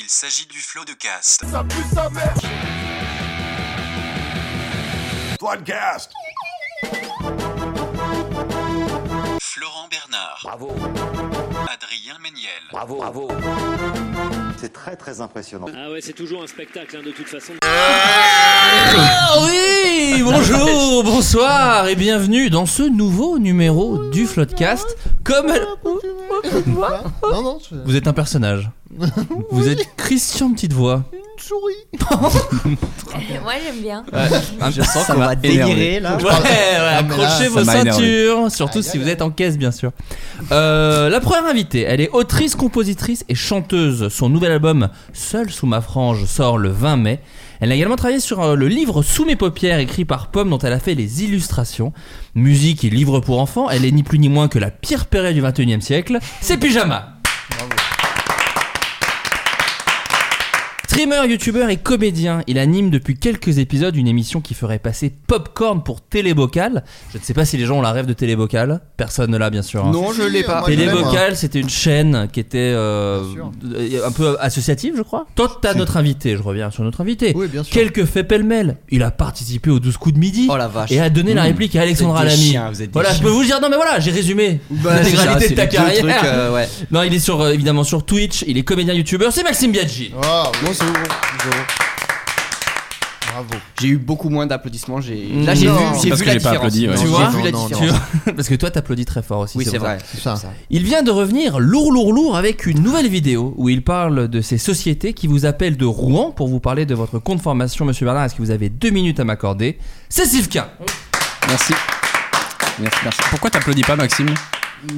Il s'agit du flot de cast. Floodcast. Florent Bernard, Bravo, Adrien Méniel, bravo, bravo. C'est très très impressionnant. Ah ouais, c'est toujours un spectacle, hein, de toute façon. Ah oui Bonjour, bonsoir et bienvenue dans ce nouveau numéro du Floodcast. Comme à l- Non, non, je- vous êtes un personnage. Vous êtes Christian Petitevoix. une souris. Moi j'aime bien. je sens qu'on va délirer là. Ouais, ouais, mais là, accrochez Ah, ça vos m'a énervé. ceintures, surtout si vous êtes en caisse, bien sûr. Euh, la première invitée, elle est autrice, compositrice et chanteuse. Son nouvel album, Seul sous ma frange, sort le 20 mai. Elle a également travaillé sur euh, le livre Sous mes paupières, écrit par Pomme, dont elle a fait les illustrations. Musique et livre pour enfants, elle est ni plus ni moins que la Pierre Perret du 21 e siècle. C'est Pyjama! Streamer, youtubeur et comédien, il anime depuis quelques épisodes une émission qui ferait passer Popcorn pour Télébocal. Je ne sais pas si les gens ont la rêve de Télébocal. Personne ne l'a, bien sûr. hein. Non, je l'ai pas. Télébocal, c'était une chaîne qui était euh, Bien sûr. euh, un peu associative, je crois. Toi, t'as notre invité, je reviens sur notre invité. Oui, bien sûr. Quelques faits pêle-mêle. Il a participé aux 12 coups de midi Oh la vache. et a donné la Mmh. réplique à Alexandra Vous êtes des Lamy. chiens, vous êtes des Voilà, Bah, je peux chiens. vous dire, non mais voilà, j'ai résumé c'est ça, l'intégralité c'est de ta les deux carrière. trucs, euh, ouais. Non, il est sur, euh, évidemment sur Twitch, il est comédien youtubeur, c'est Maxime Biaggi. Ah, bonjour. bonjour. Bravo. J'ai eu beaucoup moins d'applaudissements. J'ai... Là, Non. j'ai vu, C'est j'ai parce vu que la j'ai pas différence. applaudi, ouais. J'ai Tu vois vu la Non, non, différence. Tu vois Parce que toi t'applaudis très fort aussi. Oui, c'est vrai. C'est ça. Il vient de revenir lourd, lourd, lourd avec une nouvelle vidéo où il parle de ces sociétés qui vous appellent de Rouen pour vous parler de votre compte formation. Monsieur Bernard, est-ce que vous avez deux minutes à m'accorder C'est Sivkin Merci. Merci, merci. Pourquoi t'applaudis pas, Maxime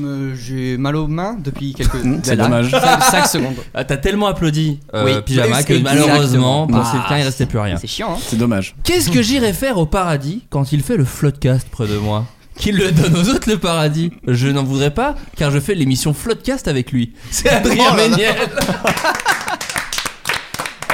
Euh, j'ai mal aux mains depuis quelques. Mmh, C'est Là, dommage. 5 secondes. Ah, T'as tellement applaudi euh, Oui. Pyjama que Exactement. malheureusement pour Bah, Ah. Sivkin il restait plus rien. C'est chiant. Hein. C'est dommage. Qu'est-ce que j'irai faire au paradis quand il fait le floodcast près de moi qu'il le donne aux autres le paradis. Je n'en voudrais pas car je fais l'émission Floodcast avec lui. C'est Adrien Oh là là. Méniel.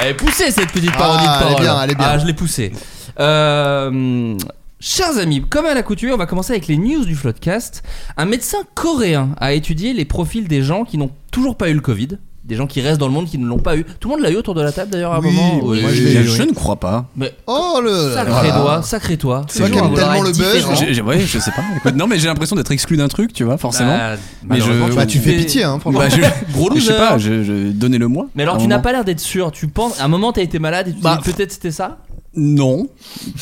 Elle est poussée cette petite parodie Ah, de elle est parole. bien, elle est bien. Ah, je l'ai poussée. Euh, Chers amis, comme à l'accoutumée, on va commencer avec les news du Floodcast. Un médecin coréen a étudié les profils des gens qui n'ont toujours pas eu le Covid, des gens qui restent dans le monde qui ne l'ont pas eu. Tout le monde l'a eu autour de la table d'ailleurs à un Oui, moment. moi, Oui, je Moi, je, oui, l'ai je- oui. je ne crois pas. Mais Oh le. Sacré voilà. toi, sacré toi. C'est vrai qu'elle Toujours un aime bon tellement arrêt le buzz. hein. différent. J'ai- j'ai- ouais, je sais pas. Écoute, non, mais j'ai l'impression d'être exclu d'un truc, tu vois, forcément. Bah, mais je- malheureusement, Bah, tu fais es- pitié, hein, franchement. Bah, je, Gros je sais loser. pas, je, je- donnez-le-moi. Mais alors, Un tu n'as moment. pas l'air d'être sûr. Tu penses, à un moment, t'as été malade et tu te Bah, dis peut-être c'était ça Non.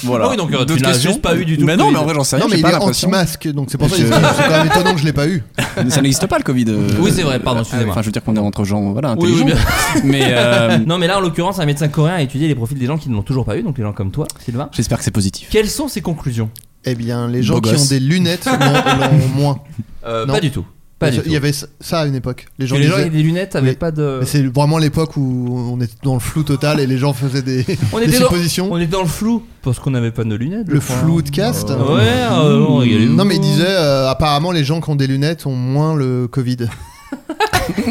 Voilà. Ah oui, donc, euh, tu D'autres l'as questions juste pas eu du tout, Mais le non, Covid. mais en vrai, j'en sais rien. Non, mais j'ai il pas est l'impression. anti-masque, donc c'est pour ça que Je- c'est c'est quand même étonnant que je l'ai pas eu. Ça n'existe pas le Covid. euh, Oui, c'est vrai, pardon, euh, excusez-moi. Enfin, je veux dire qu'on est entre gens, voilà, Oui, oui, intelligents. Mais euh, Non, mais là, en l'occurrence, un médecin coréen a étudié les profils des gens qui ne l'ont toujours pas eu, donc les gens comme toi, Sylvain. j'espère que c'est positif. Quelles sont ses conclusions Eh bien, les gens Beau qui gosse. ont des lunettes l'ont l'ont moins. Euh, Non. Pas du tout. Pas du Il tout. y avait ça à une époque. Les Que gens les gens avec disaient- des lunettes avaient Oui. pas de. Mais C'est vraiment l'époque où on était dans le flou total et les gens faisaient des, On des était, dans... suppositions. on était dans le flou parce qu'on n'avait pas de lunettes. Mm. Le je crois. flou de cast. Mm. Ouais, euh, on rigolait. Non, mais il disait euh, apparemment les gens qui ont des lunettes ont moins le Covid.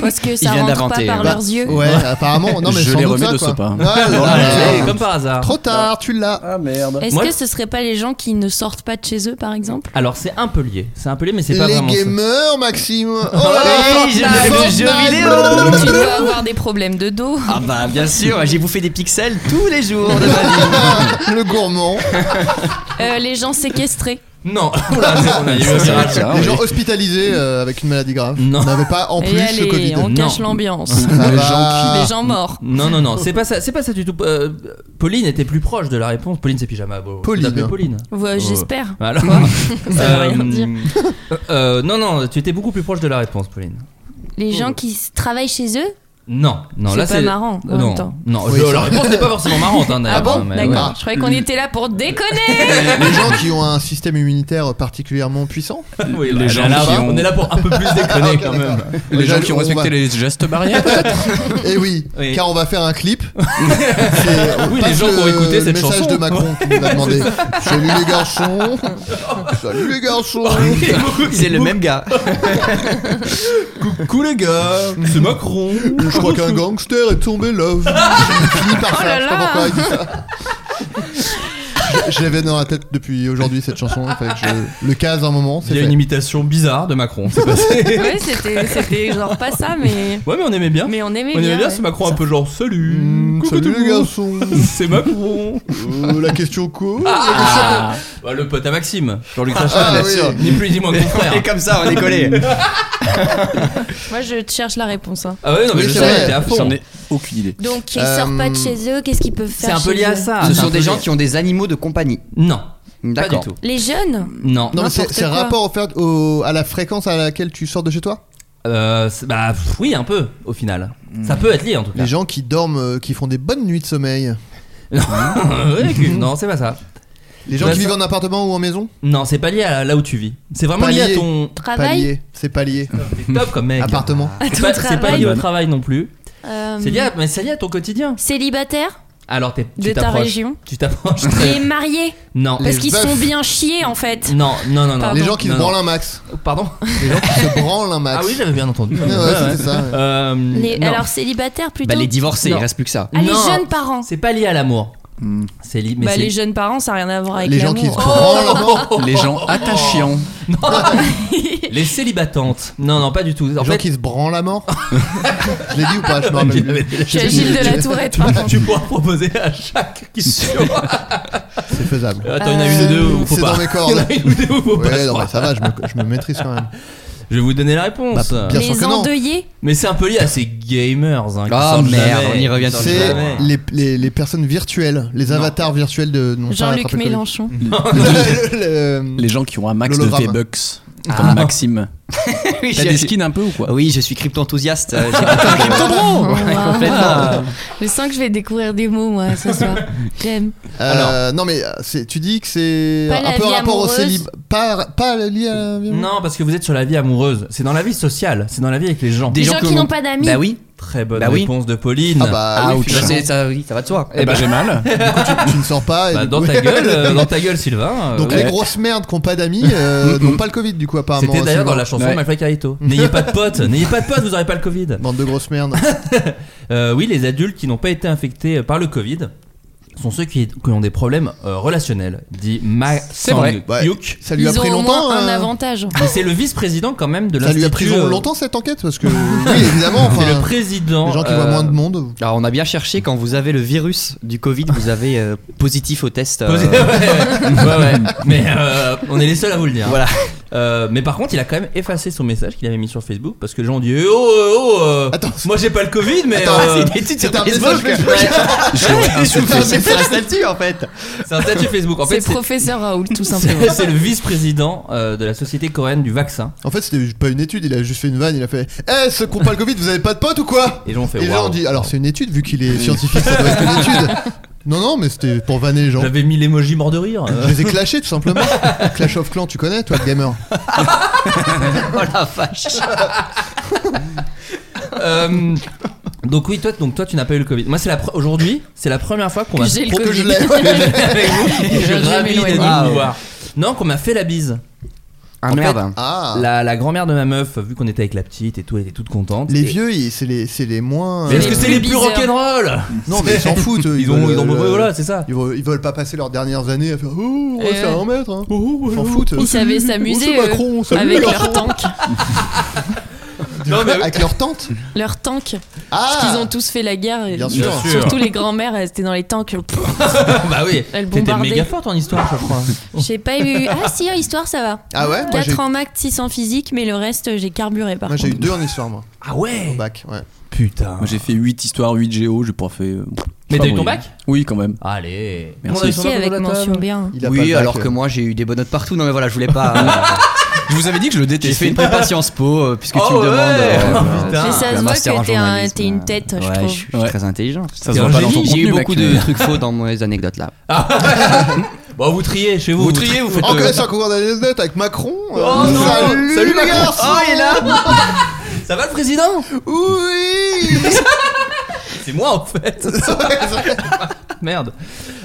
Parce que Il ça vient rentre pas d'inventer, hein. par bah, leurs yeux. Ouais, apparemment. Non, mais Je sans les doute remets ça, de quoi. ce pas. Ouais, ouais, Ah, ouais. c'est Comme par hasard. Trop tard, tu l'as. Ah merde. Est-ce Moi- que ce serait pas les gens qui ne sortent pas de chez eux par exemple Alors, c'est un peu lié. C'est un peu lié, mais c'est pas Les vraiment. ça. gamers, Maxime. Oh Oh là là là, là, Fortnite, le jeu Fortnite, vidéo. blablabla. Tu dois avoir des problèmes de dos. Ah bah bien sûr, j'ai bouffé des pixels tous les jours de ma vie. Le gourmand. Euh, les gens séquestrés. Non, Oula, on a eu un miracle. les gens hospitalisés euh, avec une maladie grave Non. n'avaient pas en Ah. Et plus allez, le Covid. on Non. cache l'ambiance. Ça Les va. Les gens morts. Non, non, non, c'est pas ça, c'est pas ça du tout. Euh, Pauline était plus proche de la réponse. Pauline, c'est pyjama. Beau. Pauline. Tu t'appelles Pauline. Ouais, Oh. J'espère. Alors, Ça veut rien dire. euh, euh, non, non, tu étais beaucoup plus proche de la réponse, Pauline. Les gens qui s- travaillent chez eux, Non, euh, non, C'est là pas c'est marrant, en non, même temps. non, Oui, je- c'est la vrai. réponse n'est pas forcément marrante. Hein, Ah d'ailleurs, bon mais D'accord. ouais. Je croyais qu'on était là pour déconner. les gens qui ont un système immunitaire particulièrement puissant. Oui, Les là, gens là, qui on ont- est là pour un peu plus Ah, déconner quand même. Les gens qui ont On respecté va- Ah, les gestes barrières. Et Eh oui, Oui. car on va faire un clip. C'est- on Ah Oui, passe les gens le- qui ont écouté le cette message chanson. de Macron qui nous a demandé Salut les garçons Salut les garçons Ah, C'est le même gars. Coucou les gars, c'est Macron. Je crois qu'un gangster est tombé là. Il finit par Oh ça, là je sais pas là. pourquoi il dit ça. Je- Je l'avais dans la tête depuis aujourd'hui cette chanson. Il fallait que je le case un moment. C'est Il y a fait. une imitation bizarre de Macron. c'est passé. ouais, c'était, c'était genre pas ça, mais, ouais, mais on aimait bien. mais on aimait on aimait bien. bien ce Macron un peu genre salut. Mmh, coucou Salut tout le les monde. garçons C'est Macron. Euh, La question co Ah Bah, le pote à Maxime, Jean-Luc Rachel, Ah, bien oui. sûr. Ni plus ni moins que mon frère. Et comme ça, on est collé. Moi, je cherche la réponse. hein. Ah ouais, non, mais Oui, je c'est savais, vrai. t'es à fond. J'en ai aucune idée. Donc, ils Euh, sortent pas de chez eux, qu'est-ce qu'ils peuvent faire C'est un peu chez lié à eux ça. Ce c'est un sont peu des gens lié. qui ont des animaux de compagnie. Non, pas du D'accord. tout. Les jeunes Non. Non, mais c'est N'importe c'est un quoi. rapport offert au- à la fréquence à laquelle tu sors de chez toi Euh, c'est- bah pff, oui, un peu, au final. Ça peut être lié en tout cas. Les gens qui dorment, euh, qui font des bonnes nuits de sommeil. Non, ouais, que- hein. non, c'est pas ça. Les gens Bah, qui ça- vivent en appartement ou en maison Non, c'est pas lié à là où tu vis. C'est vraiment Pas lié à lié. ton. Travail Palier, c'est palier. T'es top comme mec. Appartement. À C'est ton pas, c'est pas travail lié au travail non plus. Euh, C'est lié, à- mais c'est lié à ton quotidien. Célibataire Alors t'es- De tu ta t'approches. région Tu t'approches. Et mariés Non. Parce Les qu'ils se veufs. sont bien chiés, en fait. Non, non, non, non. Pardon. Les gens qui Non, se non. branlent un max. Pardon. Les gens qui se branlent un max. Ah oui, j'avais bien entendu. Ouais, ouais, c'était ça. ouais. Euh, Les- non. alors, célibataires plutôt Bah, les divorcés, Non. il reste plus que ça. Ah, les Non. jeunes parents C'est pas lié à l'amour. Hmm. C'est lié. Mais Bah, c'est- les jeunes parents, ça n'a rien à voir avec Les gens qui se l'amour. branlent. Oh, Les gens attachants. les célibatantes. Non, non, pas du tout. En Les gens fait, qui se branlent à mort. je l'ai dit ou pas Je me rappelle plus. Je suis à Gilles de la Tourette, par contre. tu pourras proposer à chaque question. C'est faisable. Euh, Attends, il y en a une ou deux ou faut Euh, C'est pas. dans mes cordes. Il y en a une ou deux ou faut pas, je Ouais, non, crois. mais ça va, je me, je me maîtrise quand même. Je vais vous donner la réponse. Bah, bien sûr Les que non. endeuillés Mais c'est un peu lié à ces gamers. Hein, qui Ah, sortent merde, jamais. on y revient Qui sortent toujours. C'est jamais. les, les, les personnes virtuelles, les avatars virtuels de. non, ça, Jean-Luc attraper le Covid. Mélenchon. Le- euh, le- Les gens qui ont un max L'hologramme. de V-Bucks. Ah. Comme Maxime. Ah. Oui, T'as je- des skins un peu ou quoi Oui, je suis crypto-enthousiaste. euh, j'ai pas de- Oh, Wow. Complètement. Je sens que je vais découvrir des mots, moi, ce soir. J'aime. ah, Euh, non mais euh, c'est- tu dis que c'est Pas un la peu vie rapport au amoureuse. célib, pas pas lié à la vie euh, amoureuse. Non, parce que vous êtes sur la vie amoureuse. C'est dans la vie sociale. C'est dans la vie avec les gens. Des Des gens, gens qui que- n'ont pas d'amis. Bah oui. Très bonne Bah oui. réponse de Pauline. Ah bah, Ah, oui, ou finalement, Bah, c'est- ça, oui, ça va de soi. Eh ben j'ai mal. tu, tu ne sors pas. et Bah, du dans coup- ta gueule, euh, dans ta gueule, Sylvain. euh, Donc ouais. les grosses merdes qui n'ont pas d'amis euh, n'ont pas le Covid du coup apparemment. C'était d'ailleurs Sylvain. dans la chanson Ouais. de Malfly Carito. N'ayez pas de potes, n'ayez pas de potes, vous aurez pas le Covid. Bande de grosses merdes. Euh, oui, les adultes qui n'ont pas été infectés par le Covid sont ceux qui, qui ont des problèmes euh, relationnels, dit Ma C'est vrai. Sang-hyuk. Ouais. Ça lui Ils a pris ont au longtemps. moins un euh, avantage. Mais c'est le vice-président quand même de Ça l'Institut. lui a pris euh, longtemps cette enquête parce que oui évidemment. C'est Enfin, le président. les gens qui euh, voient moins de monde. Alors on a bien cherché quand vous avez le virus du Covid, vous avez euh, positif au test. euh, posé- ouais, ouais, ouais, ouais. Mais euh, on est les seuls à vous le dire. Voilà. Euh, mais par contre, il a quand même effacé son message qu'il avait mis sur Facebook parce que les gens ont dit eh Oh, eh oh, euh, Attends. moi j'ai pas le Covid, mais. Attends, euh, c'est une étude sur Facebook. C'est pas un statut en fait. c'est un statut Facebook. En fait, C'est c'est- professeur Raoul, tout simplement. c'est c'est le vice-président euh, de la société coréenne du vaccin. En fait c'était pas une étude il a juste fait une vanne il a fait eh ceux qui n'ont pas le Covid vous avez pas de potes ou quoi Et les gens ont fait Et les gens Waouh. ont dit alors c'est une étude vu qu'il est scientifique ça doit être une étude. Non non mais c'était pour vanner les gens. J'avais mis l'émoji mort de rire. Je les ai clashés tout simplement. Clash of Clans, tu connais toi le gamer Oh la vache. Euh, donc oui, toi, donc toi, tu n'as pas eu le Covid. Moi, c'est la pre- aujourd'hui, c'est la première fois qu'on m'a J'ai le Pour que je Covid. l'ai. avec vous. Je vais Je gravis m'éloigner. les niveaux Ah, de ouais. voir. Non, qu'on m'a fait la bise. Ah En merde. Ah La, la grand-mère de ma meuf, vu qu'on était avec la petite et tout, elle était toute contente. Les Et- vieux, ils- c'est les, c'est les moins. Mais est-ce que Les c'est plus les plus bizarres. rock'n'roll Non, mais ils s'en foutent. Eux, Ils ont, veulent, ils ont, euh, voilà, c'est ça. ils veulent, ils veulent pas passer leurs dernières années à faire Oh, on va Eh se faire ouais. un mètre. Hein. Ils s'en foutent. Ils savaient s'amuser, Oh, c'est Macron, eux, salut, avec les leur garçons. tank. Non, mais- Avec leur tente Leur tank. Ah Parce qu'ils ont tous fait la guerre. et- Bien sûr. Bien sûr. Surtout les grands-mères, elles étaient dans les tanks. euh, bah oui. Elle T'étais bombardait. méga forte en histoire, je crois. J'ai pas eu. Ah si, en histoire, ça va. Ah ouais Moi j'ai 4 en maths, 6 en physique, mais le reste, euh, j'ai carburé par Ah. moi, j'ai eu contre. deux en histoire, moi, Ah ouais au bac. Ouais. Putain. Bah, Moi, J'ai fait 8 histoires, 8 géo, j'ai pas fait. euh, Mais pas t'as eu bon, ton oui. bac Oui, quand même. Allez. Merci. On a eu son Si, bac avec autour de la mention table. bien. Il a pas Oui, le bac, alors euh. que moi j'ai eu des bonnes notes partout. Non mais voilà, je voulais pas. euh, Je vous avais dit que je le j'ai détestais. fait une prépa Sciences Po euh, puisque tu Oh me demandes. ouais. euh, Putain. Mais ça le se voit master en que t'es un- journalisme, t'es une euh, tête, je ouais, trouve. Je suis je suis Ouais. très intelligent. Ça T'es se voit un pas dans ton génie, contenu, J'ai eu mec, beaucoup mais- de trucs faux dans mes anecdotes là. Bon, vous triez chez vous. Vous triez, vous faites. On euh, connaît un concours d'anecdotes avec Macron. euh, Oh non salut, Salut, les Macron garçons Oh, il est là Ça va le président Ah. Oui C'est moi en fait. Merde.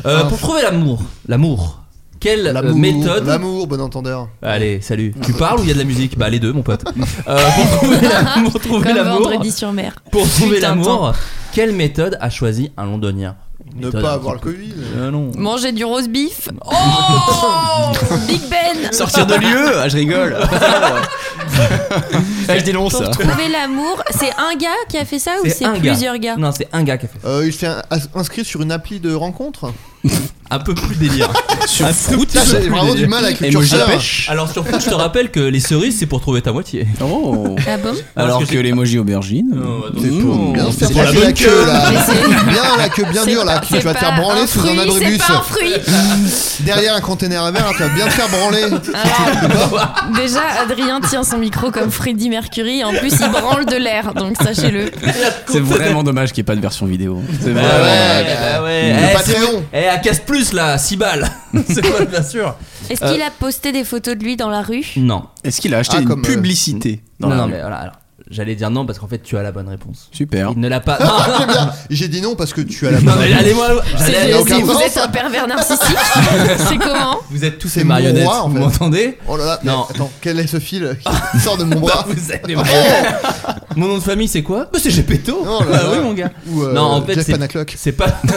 Euh, pour trouver l'amour, l'amour. Quelle euh, L'amour, méthode L'amour, bon entendeur. Allez, salut. Tu parles ou il y a de la musique Bah les deux, mon pote. Euh, pour trouver l'amour, pour trouver Comme l'amour, vendredi sur mer. pour trouver Putain, l'amour, quelle méthode a choisi un Londonien Ne Méthode un pas avoir le petit peu- Covid. Euh, non. Manger du roast beef. Oh Big Ben Sortir de lieu, ah, je rigole. Ah, je dénonce. Pour trouver l'amour, c'est un gars qui a fait ça ou C'est c'est un gars. plusieurs gars Non, c'est un gars qui a fait ça. Euh, il s'est in- as- inscrit sur une appli de rencontre. Un peu plus délire. Sur Un Fruit, peu plus J'ai délire. vraiment du mal avec le Emoji curseur. pêche. Alors sur Fruit, je te rappelle que les cerises, c'est pour trouver ta moitié. Oh Ah bon Alors que que, c'est- l'émoji aubergine. hmm, Non, attends. c'est Non, pour- Bien Ah, c'est faire pour la passer bonne queue. là. Mais c'est- Bien la queue bien C'est dure là, pas- tu tu c'est vas te faire pas branler un sous fruit, un abrubus. C'est pas un fruit Derrière un conteneur à verre, tu vas bien te faire branler. Eh, Alors, déjà, Adrien tient son micro comme Freddie Mercury. En plus, il branle de l'air, donc sachez-le. C'est vraiment dommage qu'il n'y ait pas de version vidéo. C'est Bah vraiment ouais, dommage. bah ouais. Le Eh, Patreon. c'est- Eh, elle casse plus là, 6 balles. c'est quoi, bien sûr Est-ce qu'il a posté des photos de lui dans la rue Non. Est-ce qu'il a acheté Ah, une comme, euh, publicité dans non, la non, rue mais voilà, alors, j'allais dire non parce qu'en fait, tu as la bonne réponse. Super. Il ne l'a pas. Non, J'ai bien- J'ai dit non parce que tu as la non, main. mais allez-moi. C'est- j'allais- il a aucun c'est- Vous sens, êtes ça. un pervers narcissique C'est comment Vous êtes tous C'est des marionnettes, mon roi, en vous fait. m'entendez Oh là là, mais Non. attends, quel est ce fil qui sort de mon bras Vous êtes des marionnettes. Mon nom de famille, c'est quoi Bah, C'est Gepetto. Oh là Ah là. oui, mon gars. Ou euh, Non, en fait, Jeff c'est- Panaclock C'est pas,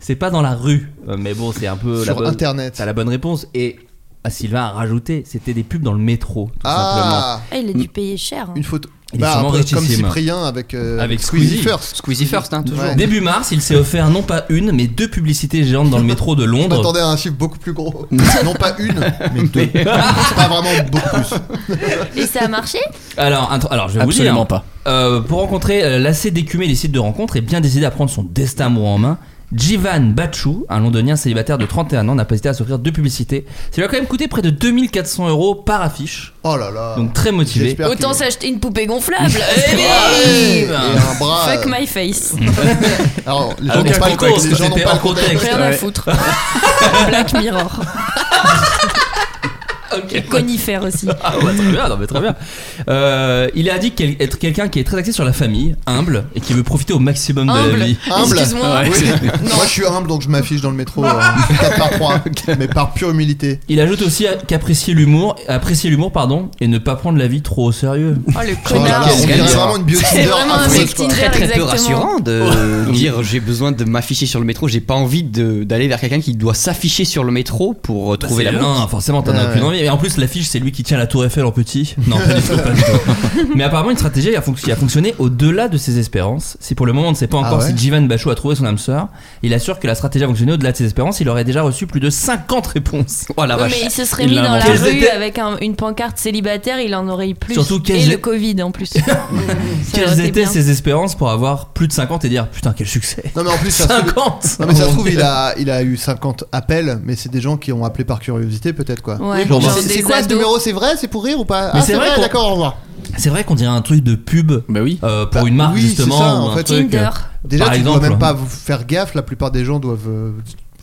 c'est pas dans la rue, Euh, mais bon, c'est un peu la sur bonne, internet. t'as la bonne réponse. Et ah, Sylvain a rajouté, c'était des pubs dans le métro, tout simplement. Ah, Ah, Il a dû payer cher. hein. une photo. Il est Bah, sûrement après, comme richissime. Cyprien avec, euh, Avec Squeezie. First. Squeezie first, hein, toujours. Ouais. Début mars, il s'est offert non pas une, mais deux publicités géantes dans le métro de Je Londres. m'attendais à un chiffre beaucoup plus gros. non pas une, mais deux. c'est pas vraiment beaucoup plus. Et ça a marché Alors, un tr- alors je vais Absolument vous dire, hein. pas. euh, pour rencontrer euh, l'assez décumé des sites de rencontres et bien décidé à prendre son destin amoureux en main, Jivan Bachou, un londonien célibataire de 31 ans, n'a pas hésité à s'offrir deux publicités. Ça lui a quand même coûté près de 2400 euros par affiche, Oh là là. donc très motivé. J'espère Autant qu'il- s'acheter une poupée gonflable. Eh oui Ouais, Et un bras. Fuck euh, my face. Alors, les gens Aucun n'ont pas le contexte, contexte. Les gens n'ont c'était pas hors le contexte. Rien à Ouais. foutre. Black Mirror. Et conifère aussi. Ah bah, très bien, non, mais très bien. Euh, il a dit quel- être quelqu'un qui est très axé sur la famille, humble et qui veut profiter au maximum de Humble. la vie. Humble. Excuse-moi. Oui. Moi, je suis humble, donc je m'affiche dans le métro 4 par 3, mais par pure humilité. Il ajoute aussi à- qu'apprécier l'humour, apprécier l'humour pardon, et ne pas prendre la vie trop au sérieux. Oh le Oh là connard. là, on dirait vraiment une beauty C'est Tinder vraiment un affreuse, mec quoi. Tinder, Très très peu exactement. rassurant Oh. de dire j'ai besoin de m'afficher sur le métro, j'ai pas envie de- d'aller vers quelqu'un qui doit s'afficher sur le métro pour euh, Bah, trouver la la Non, forcément, t'en as Ouais, aucune ouais. envie. Et en plus, l'affiche, c'est lui qui tient la Tour Eiffel en petit. Non, pas du tout, pas du tout. Mais apparemment, une stratégie a fonc- qui a fonctionné au-delà de ses espérances. Si pour le moment, on ne sait pas Ah encore ouais si Jivan Bachou a trouvé son âme sœur, il assure que la stratégie a fonctionné au-delà de ses espérances. Il aurait déjà reçu plus de 50 réponses. Oh la Ouais, vache. mais il se serait Ah, Il mis l'a dans la inventé. rue euh, Quelles étaient- avec un- une pancarte célibataire, il en aurait eu plus. Surtout et quelles le é- Covid en plus. Ça aurait Quelles été étaient bien. ses espérances pour avoir plus de 50 et dire putain, quel succès Non, mais en plus, ça se trouve, 50 non, mais ça se trouve, il a, il a eu 50 appels, mais c'est des gens qui ont appelé par curiosité, peut-être quoi. Ouais, genre C'est- des C'est quoi ce ados. numéro C'est vrai C'est pour rire ou pas Mais Ah, c'est c'est vrai vrai, qu'on- d'accord, au revoir. C'est vrai qu'on dirait un truc de pub Bah oui. euh, pour Bah, une marque oui, justement. c'est ça, ou en un fait. truc, Tinder. euh, Déjà, Par tu exemple. euh, dois même pas vous faire gaffe, la plupart des gens doivent. euh,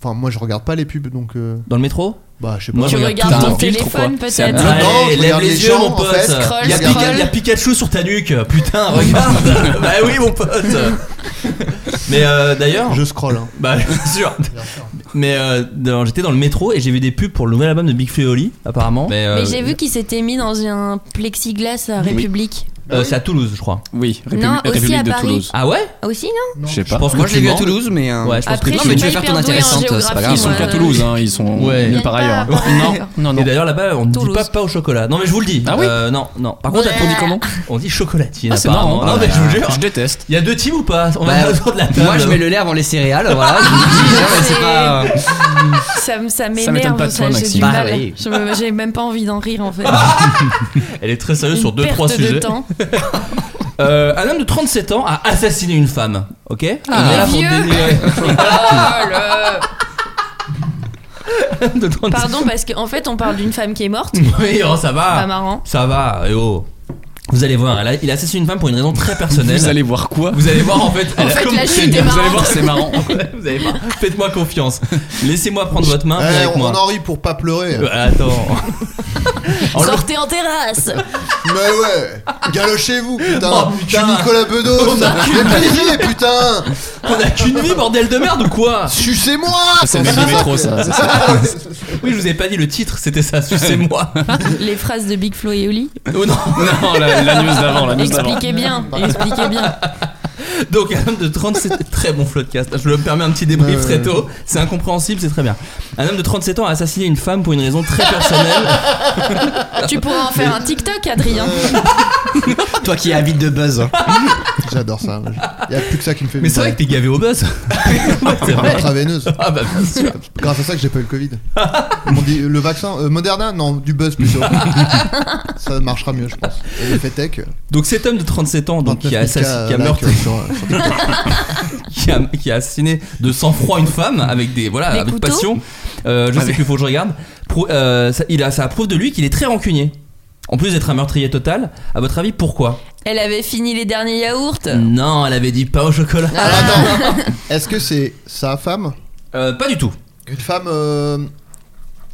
Enfin, moi, je regarde pas les pubs, donc. euh, Dans le métro Bah, je sais pas. Moi, Tu je regardes tout le ton temps. filtre, quoi. téléphone C'est un peut-être. blanc. Allez, non, je lève regarde les, les yeux, gens, mon en pote. fait. Scroll, il, y a scroll. Pika- il y a Pikachu sur ta nuque. euh, Putain, regarde. bah oui, mon pote. Mais euh, d'ailleurs, Je scroll. Hein. bah bien sûr. Mais euh, dans- j'étais dans le métro et j'ai vu des pubs pour le nouvel album de Big Fleoli, apparemment. Mais, euh, Mais j'ai vu qu'il s'était mis dans un plexiglas à République. Euh, c'est à Toulouse, je crois. Oui, Non, République- aussi République à de Paris. Toulouse. Ah ouais Aussi, non Je sais Je pas. pense que Moi, je l'ai tu vu à mens. Toulouse, mais. euh, Ouais, je pense Après, que je non, mais suis tu veux pas faire ton hyper douée en intéressante, c'est pas grave. Ils sont géographie, qu'à moi. euh. Toulouse, hein, ils sont Ouais. nulle part Ils viennent ailleurs. hein. pas à Paris. Non, non, Et non. d'ailleurs là-bas, on ne dit Toulouse. pas pas au chocolat. Non mais je vous le dis. Ah oui Euh, Non, non. Par contre, Ouais. on dit comment On dit chocolatine. Ah, c'est apparemment. marrant. Non mais je vous jure. Je déteste. Il y a deux teams ou pas On a Bah, pas autour de la table. Moi, je mets le lait avant les céréales, voilà. je vous le dis, hein, mais c'est pas. Ça, me- ça m'étonne m'énerve, pas de ça, toi, j'ai du Maxime. Bah mal. oui. Je me- J'ai même pas envie d'en rire en fait. Elle est très sérieuse Une sur deux perte trois de sujets. temps. Euh, un homme de 37 ans a assassiné une femme. Ok Ah. On est là pour Vieux. dénigrer. Un homme de 37 Pardon, parce qu'en fait, on parle d'une femme qui est morte. Oui, oh, ça va. Pas marrant. Ça va. eh oh. Vous allez voir. elle a- il a assassiné une femme pour une raison très personnelle. Vous allez voir quoi Vous allez voir en fait. elle a- fait, comment- la c'est chute est bien, Vous allez marrante. voir, c'est marrant. vous allez voir. Faites-moi confiance. Laissez-moi prendre votre main. Eh, venez avec on moi. en rit pour pas pleurer. Euh, attends. En le- Sortez en terrasse Mais ouais, galochez-vous, putain. Oh, Je suis putain. Oh, Nicolas Bedos. On a Mais plaisir, putain. On a qu'une vie, bordel de merde ou quoi Sucez-moi. C'est le mec du métro, ça. c'est ça. Oui, je vous ai pas dit le titre, c'était ça, sucez-moi. Les phrases de Big Flo et Oli. Oh non. Non, la, la news d'avant, la news d'avant. Expliquez bien, expliquez bien. Donc un homme de 37 très bon floodcast. Je me permets un petit débrief Ouais, très ouais. tôt. C'est incompréhensible, c'est très bien. Un homme de 37 ans a assassiné une femme pour une raison très personnelle. Tu pourrais en faire un TikTok, Adrien. Toi qui es avide de buzz. hein. J'adore ça. Il y a plus que ça qui me fait Mais c'est vrai que t'es gavé au buzz. c'est vrai. intraveineuse. Ah bah bien sûr. Grâce à ça que j'ai pas eu le Covid. On dit, le vaccin euh, Moderna Non, du buzz plutôt. ça marchera mieux, je pense. Et le fait est que. Donc cet homme de 37 ans donc, qui a 29 000 assassiné, qui a cas, meurtri, like, euh, sur- sur- qui a, qui a assassiné de sang-froid une femme avec des voilà Des avec couteaux passion. Euh, je sais plus, faut que je regarde. Pro- euh, ça, il a ça prouve de lui qu'il est très rancunier. En plus d'être un meurtrier total, à votre avis pourquoi Elle avait fini les derniers yaourts. Non, elle avait dit pas au chocolat. Ah. Alors Ah, attends, est-ce que c'est sa femme Euh, pas du tout. Une femme. euh,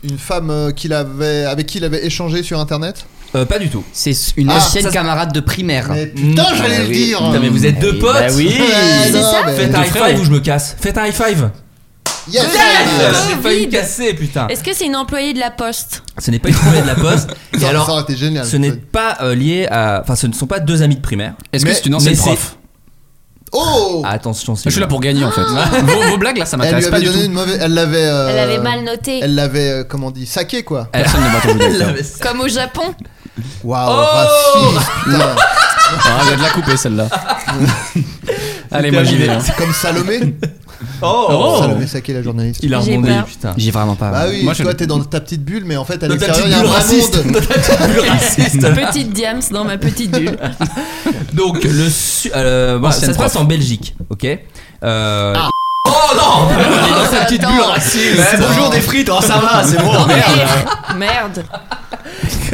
Une femme euh, qu'il avait, avec qui il avait échangé sur internet Euh, pas du tout. C'est une Ah, ancienne ça- camarade de primaire. Mais putain, Mm. j'allais Ah le oui. dire Putain, mais vous êtes Ah deux Eh potes bah oui. Ouais, C'est non, ça mais- Faites un high frères. five ou je me casse. Faites un high five. Yes Yes J'ai failli me casser, putain. Est-ce que c'est une employée de la poste Ce n'est pas une trouée de la poste. Et ça, ça alors, aurait été génial. ce n'est pas euh, lié à. Enfin, ce ne sont pas deux amis de primaire. Est-ce que Mais- c'est une ancienne mais c'est- prof Oh Ah, Attention, c'est. Je suis là pour gagner en fait. Vos, vos blagues là, ça Elle lui m'intéresse pas avait du donné tout. une mauvaise. Elle l'avait. euh, Elle avait mal noté. Elle l'avait, euh, comment on dit, saqué quoi. Personne ne m'a entendu dire ça. Comme au Japon. Waouh, Oh raciste, putain. Ah, je vais de la couper celle-là. Allez, moi j'y vais. hein. Comme Salomé. Oh, Salomé Saké, la journaliste. Il a J'ai rebondi, peur. putain. J'ai vraiment pas. Bah oui, Moi, je- toi t'es dans ta petite bulle, mais en fait à Dans ta l'extérieur petite il y a un bulle vrai raciste. monde. Dans ta petite bulle raciste. Petite diams dans ma petite bulle. Donc, le. su- euh, voilà, ça Ancienne se passe prof. en Belgique, ok Euh, Oh non Il est Dans sa petite Attends. bulle raciste. bonjour des frites, oh, ça va, c'est bon. Merde. Merde.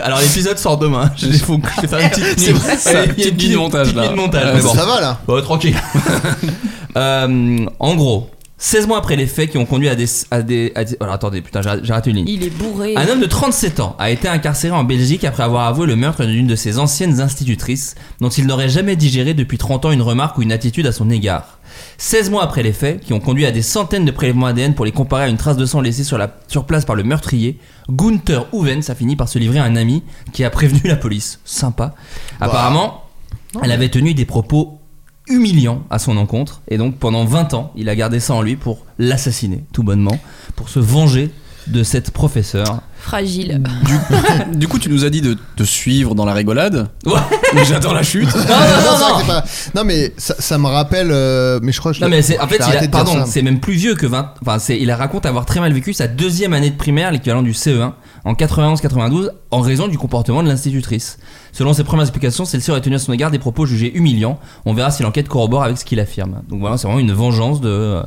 Alors, l'épisode sort demain. hein. Je faut que je fasse une petite nuit. vrai, ça. Allez, il y a Petite une nuit de montage, petite là. nuit de montage, Euh, mais bon. Ça va là Bon, tranquille. Euh, en gros, 16 mois après les faits qui ont conduit à des. À des, à des- alors attendez, putain, j'ai j'ai raté une ligne. Il est bourré. Un homme de 37 ans a été incarcéré en Belgique après avoir avoué le meurtre d'une de ses anciennes institutrices, dont il n'aurait jamais digéré depuis 30 ans une remarque ou une attitude à son égard. 16 mois après les faits, qui ont conduit à des centaines de prélèvements ADN pour les comparer à une trace de sang laissée sur, la, sur place par le meurtrier, Gunther Houvens a fini par se livrer à un ami qui a prévenu la police. Sympa. Apparemment, elle avait tenu des propos humiliants à son encontre, et donc pendant 20 ans, il a gardé ça en lui pour l'assassiner, tout bonnement, pour se venger de cette professeure Fragile. Du, du coup, tu nous as dit de te suivre dans la rigolade. Ouais. Mais J'attends la chute. Non, non, c'est vrai non, que non. c'est pas- non, mais ça, ça me rappelle. euh, mais je crois que je Non, l'ai- mais c'est, en j'ai fait, il arrêté a, de dire pardon, ça. c'est même plus vieux que 20. Enfin, c'est, il raconte avoir très mal vécu sa deuxième année de primaire, l'équivalent du CE1, en 91-92, en raison du comportement de l'institutrice. Selon ses premières explications, celle-ci aurait tenu à son égard des propos jugés humiliants. On verra si l'enquête corrobore avec ce qu'il affirme. Donc voilà, c'est vraiment une vengeance de. euh,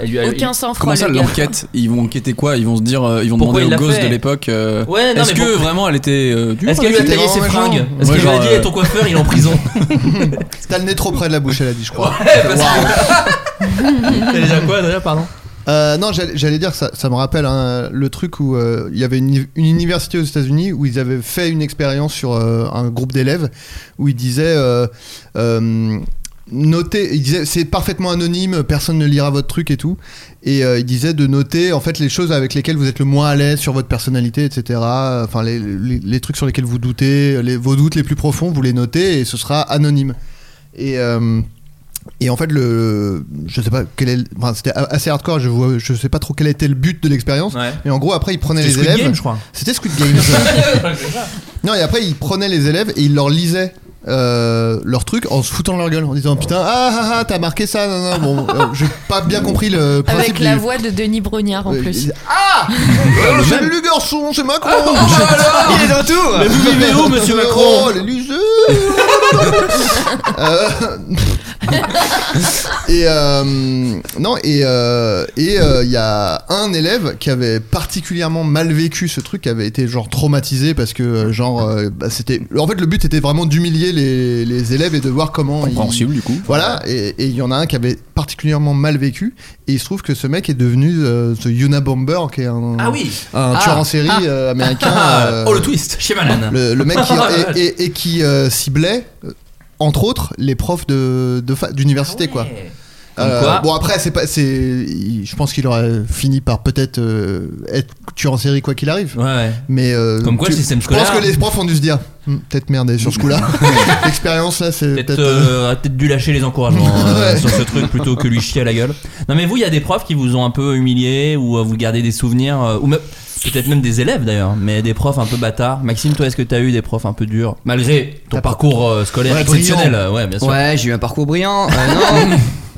elle lui a- Aucun sang-froid. Comment ça, le gars. l'enquête Ils vont enquêter quoi Ils vont se dire, euh, ils vont Pourquoi il demander l'a aux gosses fait de l'époque. euh, Ouais, non, Est-ce mais que bon- vraiment elle était. euh, du- Est-ce qu'elle lui a C'était taillé ses vraiment méchant. fringues Est-ce Ouais, qu'elle lui a genre, dit euh, eh, ton coiffeur il est en prison T'as le nez trop près de la bouche, elle a dit, je crois. T'as déjà quoi d'ailleurs pardon Euh, non, j'allais j'allais dire, ça, ça me rappelle hein, le truc où euh, il y avait une, une université aux États-Unis où ils avaient fait une expérience sur euh, un groupe d'élèves où ils disaient euh, euh, noter. Il disait c'est parfaitement anonyme, personne ne lira votre truc et tout. Et euh, il disait de noter en fait les choses avec lesquelles vous êtes le moins à l'aise sur votre personnalité, etc. Enfin les, les- les trucs sur lesquels vous doutez, les- vos doutes les plus profonds, vous les notez et ce sera anonyme. Et euh, et en fait, le, je sais pas quel est, le- enfin, c'était a- assez hardcore. Je vois, je sais pas trop quel était le but de l'expérience. Ouais. Mais en gros, après, il prenait C'était les Squid élèves. Game, je crois. C'était Squid Game. Non, et après, il prenait les élèves et il leur lisait euh, leur truc en se foutant de leur gueule, en disant Putain, ah ah ah, t'as marqué ça, non, non, bon, euh, j'ai pas bien compris le principe. Avec la du- voix de Denis Brognard en Euh, plus. il- Ah Oh, Salut les garçons, c'est Macron Ah, Il est de retour Mais vous vivez où, monsieur Macron Oh, les losers Euh, Et euh, non et euh, et euh, il y a un élève qui avait particulièrement mal vécu ce truc, qui avait été genre traumatisé parce que euh, genre euh, bah, c'était en fait le but était vraiment d'humilier les, les élèves et de voir comment ils- Compréhensible du coup. voilà, et et il y en a un qui avait particulièrement mal vécu, et il se trouve que ce mec est devenu euh, ce Yuna Bomber, qui est un, Ah oui un Ah, tueur en série ah, euh, américain. euh, Oh le twist Chez Banane le, le mec qui, et, et- et qui euh, ciblait, euh, entre autres, les profs de, de fa- d'université, Ah quoi. Comme quoi. Ah Euh, bon après c'est pas c'est il- je pense qu'il aurait fini par peut-être euh, être tueur en série quoi qu'il arrive Ouais, ouais. mais euh, Comme quoi, tu- le système je pense scolaire- que les profs ont dû se dire Hmm, peut-être merdé sur ce coup-là l'expérience là c'est Peut-être peut-être euh, aurait peut-être dû lâcher les encouragements euh, Ouais. sur ce truc plutôt que lui chier à la gueule. Non mais vous, il y a des profs qui vous ont un peu humilié ou euh, vous gardez des souvenirs euh, ou même peut-être même des élèves d'ailleurs, mais des profs un peu bâtards. Maxime, toi, est-ce que t'as eu des profs un peu durs malgré ton T'as- parcours euh, scolaire Ouais, exceptionnel euh, Ouais, bien sûr. Ouais, j'ai eu un parcours brillant. Euh, non.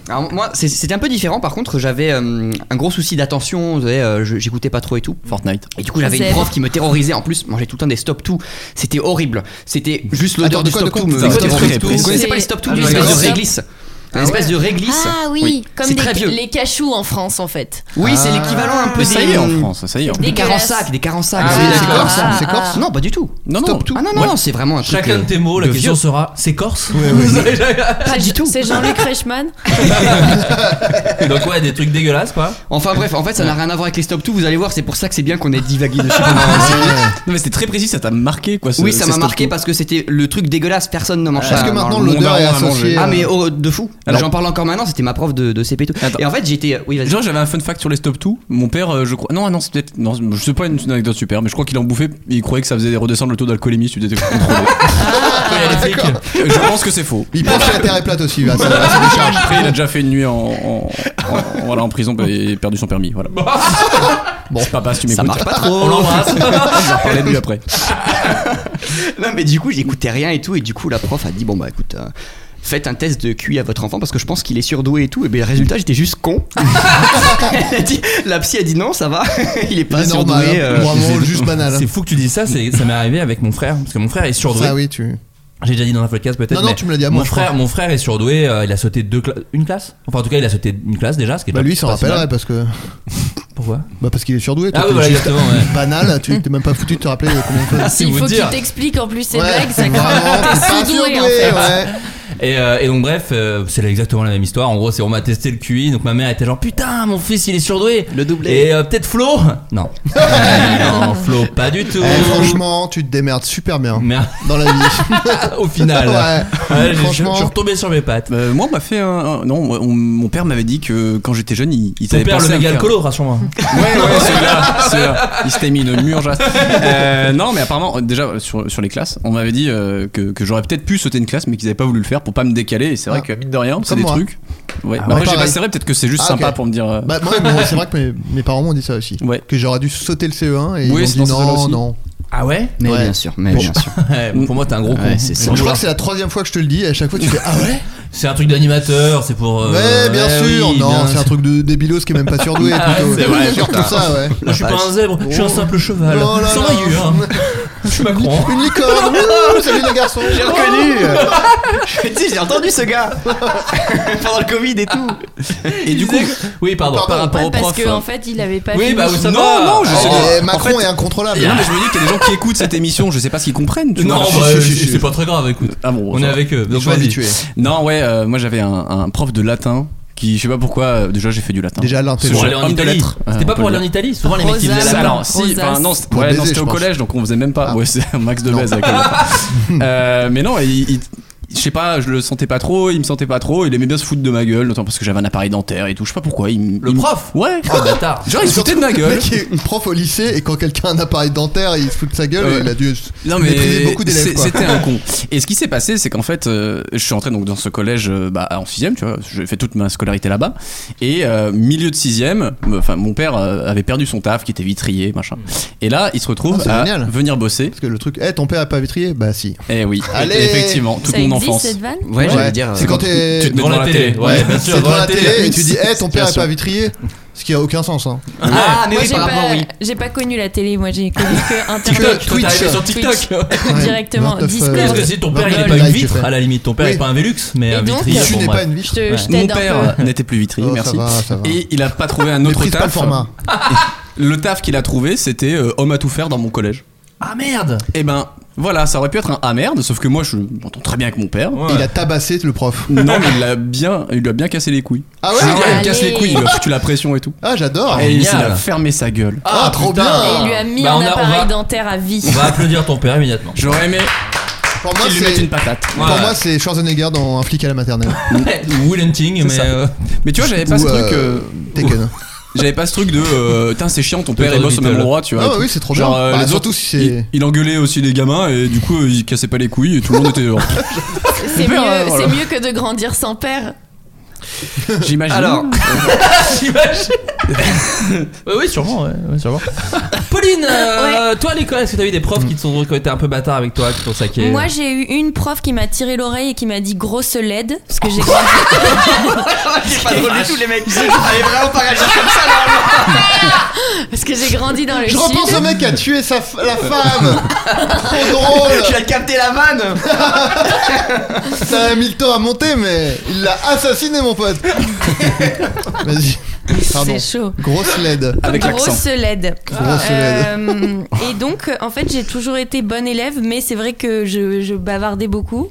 Alors moi, c'est- c'était un peu différent. Par contre, j'avais euh, un gros souci d'attention. vous savez, euh, je- J'écoutais pas trop et tout. Fortnite. Et du coup, j'avais Ça, une c'est- prof qui me terrorisait. En plus, mangeait tout le temps des stop tout. C'était horrible. C'était juste l'odeur Attends, du de quoi, de stop quoi tout. C'est quoi des stop Vous tout connaissez pas C'est- les stop tout Ah, Une je espèce de connais pas. réglisse. Une espèce de réglisse. Ah oui, comme C'est des- très vieux. les cachous en France en fait. Oui, c'est l'équivalent un peu Mais ça des- y est en France, ça y est. en France. Des Dégueulasse. carensacs, des carensacs. Ah, des c'est- euh, trucs c'est comme corse, ça. c'est Ah. corse Non, pas du tout. Non, non. Stop tout. Ah non, non, Ouais. non, c'est vraiment un truc. Chacun de euh, tes mots, la de question vieux. sera c'est corse Pas du tout. C'est Jean-Luc Reichmann. Donc ouais, des trucs dégueulasses quoi. Enfin bref, en fait, ça n'a rien à voir avec les stop tout. Vous allez voir, c'est pour ça que c'est bien qu'on ait divagué dessus. pendant- Non mais c'était très précis, ça t'a marqué quoi. ce- Oui, ça ces m'a stop marqué tout. parce que c'était le truc dégueulasse, personne ne mange Parce Ah, ça. que maintenant normalement. l'odeur est Mon daron a mangé. associée. euh, Ah, mais oh, de fou. Alors- J'en parle encore maintenant, c'était ma prof de, de CP et tout. Attends. Et en fait, j'étais. Oui, vas-y. Genre j'avais un fun fact sur les stop tout. Mon père, euh, je crois. Non, ah non, c'est peut-être. Non, je sais pas une une anecdote super, mais je crois qu'il en bouffait. Il croyait que ça faisait redescendre le taux d'alcoolémie si tu étais contrôlé. Euh, je pense que c'est faux. Il pense que la terre est plate aussi. Là, ça, là, ça décharge. Après, il a déjà fait une nuit en, en- en- voilà, en prison et perdu son permis. Voilà. Bon, papa, si tu Ça m'écoutes, marche pas trop. On l'embrasse. je vais reparler de lui après. non, mais du coup, j'écoutais rien et tout. Et du coup, la prof a dit Bon, bah écoute. euh, Faites un test de QI à votre enfant parce que je pense qu'il est surdoué et tout. Et bien, le résultat, j'étais juste con. Elle a dit- la psy a dit non, ça va. Il est Il pas est normal. surdoué. euh, hein. Vraiment juste banal. C'est fou que tu dises ça, c'est- ça m'est arrivé avec mon frère, parce que mon frère est surdoué. Ah oui, tu. J'ai déjà dit dans un podcast peut-être. Non, non, mais tu me l'as dit à mon moi, je frère, crois. mon frère est surdoué. euh, il a sauté deux cla- une classe. Enfin, en tout cas, il a sauté une classe déjà, ce qui est Bah pas- lui, il s'en pas si mal. rappellerait parce que. Pourquoi Bah parce qu'il est surdoué. Ah toi, oui, t'es voilà, juste exactement. Ouais. Banal, tu t'es même pas foutu de te rappeler combien de fois. C'est Il vous faut qu'il dire. t'explique en plus ces Ouais, blagues, ça vraiment, t'es pas surdoué, en surdoué, fait. ouais. Et, euh, et donc bref, euh, c'est exactement la même histoire. En gros, c'est on m'a testé le QI, donc ma mère était genre putain, mon fils, il est surdoué. Le doublé. Et euh, peut-être Flo Non. non, Flo, pas du tout. Oh. Eh, franchement, tu te démerdes super bien Mais dans la vie. au final, Ouais. Ouais, j'ai- je franchement. je suis retombé sur mes pattes. Euh, moi, on m'a fait un. un- non, moi, on- mon père m'avait dit que quand j'étais jeune, il, il Ton avait père, le pensé à me méga faire- alcoolo, rassure-moi. Ouais, ouais, celui-là, celui-là. Il s'était mis une mur, genre. Euh, non, mais apparemment, euh, déjà, sur, sur les classes, on m'avait dit euh, que, que j'aurais peut-être pu sauter une classe, mais qu'ils n'avaient pas voulu le faire pour pas me décaler. Et c'est vrai Ah. que, mine de rien, c'est Comme des moi. Ah, trucs. Ouais, ouais. bah, après, je sais pas, Pareil. c'est vrai, peut-être que c'est juste Ah, sympa ok. pour me dire. euh, Bah, moi, bon, c'est vrai que mes, mes parents m'ont dit ça aussi. Ouais. Que j'aurais dû sauter le CE1 et Oui, ils c'est dans ont dit ce sens-là non, aussi. non. Ah ouais, Mais Ouais. bien sûr, mais Bon. bien sûr. Ouais, bon, Pour moi, t'es un gros con. Ouais, c'est ça. Je crois que c'est la troisième fois que je te le dis et à chaque fois tu fais Ah ouais C'est un truc d'animateur, c'est pour. euh, Ouais, bien sûr oui, bien Non, c'est sûr. un truc de débilos qui est même pas surdoué Ah, plutôt. c'est vrai, surtout putain. ça, ouais. Moi, je suis pas un zèbre, je suis un simple cheval. Ah, Oh là Sans là. hein. rayures. Je suis Macron. Une licorne Ouh, Salut les garçons Oh. J'ai reconnu Tu sais, j'ai entendu ce gars Pendant le Covid et tout Et du coup, Oui, pardon. Pardon. par rapport Ouais, au parce prof. qu'en fait, il avait pas Oui, fini. bah oui, ça Non, va. non, je Oh, sais Oh, pas. et Macron en fait, est incontrôlable. Non, mais je me dis qu'il y a des gens qui écoutent cette émission, je sais pas ce qu'ils comprennent. Tu Non, vois. bah, si, c'est si, si, c'est si. pas très grave, écoute. Ah bon, On est ça va. avec euh, eux. Je Donc, suis vas-y. habitué. Non, ouais, euh, moi j'avais un, un prof de latin qui, je sais pas pourquoi, euh, déjà j'ai fait du latin. Déjà C'est l'intello. Pour Toujours aller en homme de Italie. lettres. C'était pas Euh, on pour peut aller le en dire. Italie, souvent les mecs qui Rosa, faisaient Ça, Ah, la alors, si, Rosace. enfin, non, c'était Pour ouais, non, baiser, c'était je au pense. collège, donc on faisait même pas. Ah. Ouais, c'est un max de baise avec la- Euh, Mais non, il. il- je sais pas, je le sentais pas trop, il me sentait pas trop, il aimait bien se foutre de ma gueule, notamment parce que j'avais un appareil dentaire et tout, je sais pas pourquoi. Il, le prof Ouais Oh, bâtard. Genre, il se foutait de ma Le gueule. mec est une prof au lycée et quand quelqu'un a un appareil dentaire, il se fout de sa gueule Ouais. et il a dû Non mais mépriser beaucoup d'élèves. c'est- quoi. c'était un con. Et ce qui s'est passé, c'est qu'en fait, euh, je suis rentré donc dans ce collège euh, bah, en sixième, tu vois, j'ai fait toute ma scolarité là-bas. Et euh, milieu de sixième, me- enfin mon père euh, avait perdu son taf, qui était vitrier, machin. Et là, il se retrouve Ah, c'est à génial. venir bosser. Parce que le truc, eh, ton père a pas vitrier Bah si. Eh oui, Allez effectivement, toute Ça mon existe, enfance. cette vanne Ouais, j'allais dire. euh, C'est quand t'es euh, tu te mets Devant la télé, ouais, bien sûr, c'est devant devant la la télé et tu dis, eh, ton père est Bien pas sûr. vitrier Ce qui a aucun sens. Hein. Ah, mais Moi, oui, j'ai par rapport, pas, oui. j'ai pas connu la télé, moi j'ai connu que Internet. Toi, t'es arrivé sur Twitch. TikTok. Ouais. Directement, 29, Discord. euh, Parce que si ton père il est Lol. pas une Like, vitre, j'ai fait. à la limite, ton père Oui. est pas un Velux, mais Et un donc, vitrier. euh, Tu bon, n'es bref. pas une Je vitre. te- je Mon t'aide un père peu. n'était plus vitrier, Oh, merci. Ça va, ça va. Et il a pas trouvé un autre Méprise pas le taf. format. Le taf qu'il a trouvé, c'était euh, homme à tout faire dans mon collège. Ah merde Et ben voilà, ça aurait pu être un ah merde, sauf que moi je m'entends très bien avec mon père. Ouais. Il a tabassé le prof. Non, mais il l'a bien, il lui a bien cassé les couilles. Ah ouais Ah ouais, il me Allez. casse les couilles, il lui a foutu la pression et tout. Ah, j'adore et il génial. s'est fermé sa gueule. Ah, trop putain. bien. Et il lui a mis Bah, on a- un on appareil va- dentaire à vie. On va applaudir ton père immédiatement. J'aurais aimé Pour moi, qu'il lui c'est- mette une patate. pour Ouais. moi, c'est Schwarzenegger dans Un flic à la maternelle. Will Hunting, mais. ça. euh, Mais tu vois, j'avais pas Ou, ce truc. euh, euh, Taken. J'avais pas ce truc de. euh, Putain, c'est chiant, ton père Docteur il bosse au même Dolittle. endroit, tu vois. Ah et tout. oui, c'est trop Genre, bien. euh, Bah, les surtout autres, si c'est- il, il engueulait aussi les gamins et du coup, euh, il cassait pas les couilles et tout le monde était. dehors. C'est Mon mieux, père, euh, voilà. c'est mieux que de grandir sans père. J'imagine. Alors, J'imagine. oui, oui, sûrement, ouais, ouais, sûrement. Pauline, euh, toi à l'école, est-ce que t'as eu des profs qui, te sont, qui ont été un peu bâtards avec toi, qui t'ont saqué Moi, j'ai eu une prof qui m'a tiré l'oreille et qui m'a dit grosse LED parce que j'ai grandi. Ah, j'ai pas drôle du tout, les mecs. J'allais vraiment pas réagir comme ça, normalement. parce que j'ai grandi dans le Je sud. repense au mec qui a tué sa f- la femme. trop drôle. Tu as capté la vanne. Ça a mis le temps à monter, mais il l'a assassiné, mon pote. Vas-y. Pardon. C'est chaud. Grosse LED. Avec l'accent. Grosse LED. Grosse LED. Euh, et donc, euh, en fait, j'ai toujours été bonne élève, mais c'est vrai que je, je bavardais beaucoup.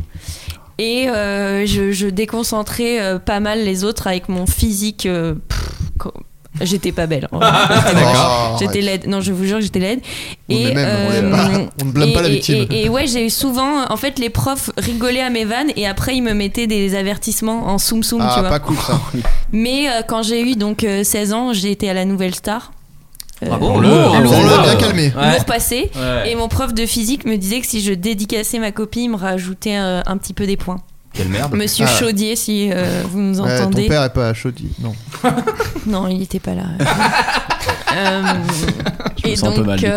Et euh, je, je déconcentrais euh, pas mal les autres avec mon physique. euh, pff, co- J'étais pas belle. en vrai. Ah, D'accord. Ah, J'étais laide. Non, je vous jure, que j'étais laide. euh, Oui, mais même, on est pas- on ne blâme et- pas la et- victime. Et, et ouais, j'ai eu souvent. En fait, les profs rigolaient à mes vannes et après, ils me mettaient des avertissements en soum-soum, tu Ah, vois. pas cool ça. Mais euh, quand j'ai eu donc euh, 16 ans, j'ai été à la Nouvelle Star. Euh, Bravo, lourd, bravo, On lourd, l'a bravo. bien calmé. Ouais. lourd passé. Ouais. Et mon prof de physique me disait que si je dédicassais ma copie, il me rajoutait euh, un petit peu des points. Quelle merde. Monsieur Ah. Chaudier, si euh, vous nous Ouais, entendez. ton père est pas chaud, dis- non. Non, il n'était pas là. Euh, Je me sens un peu mal, du coup,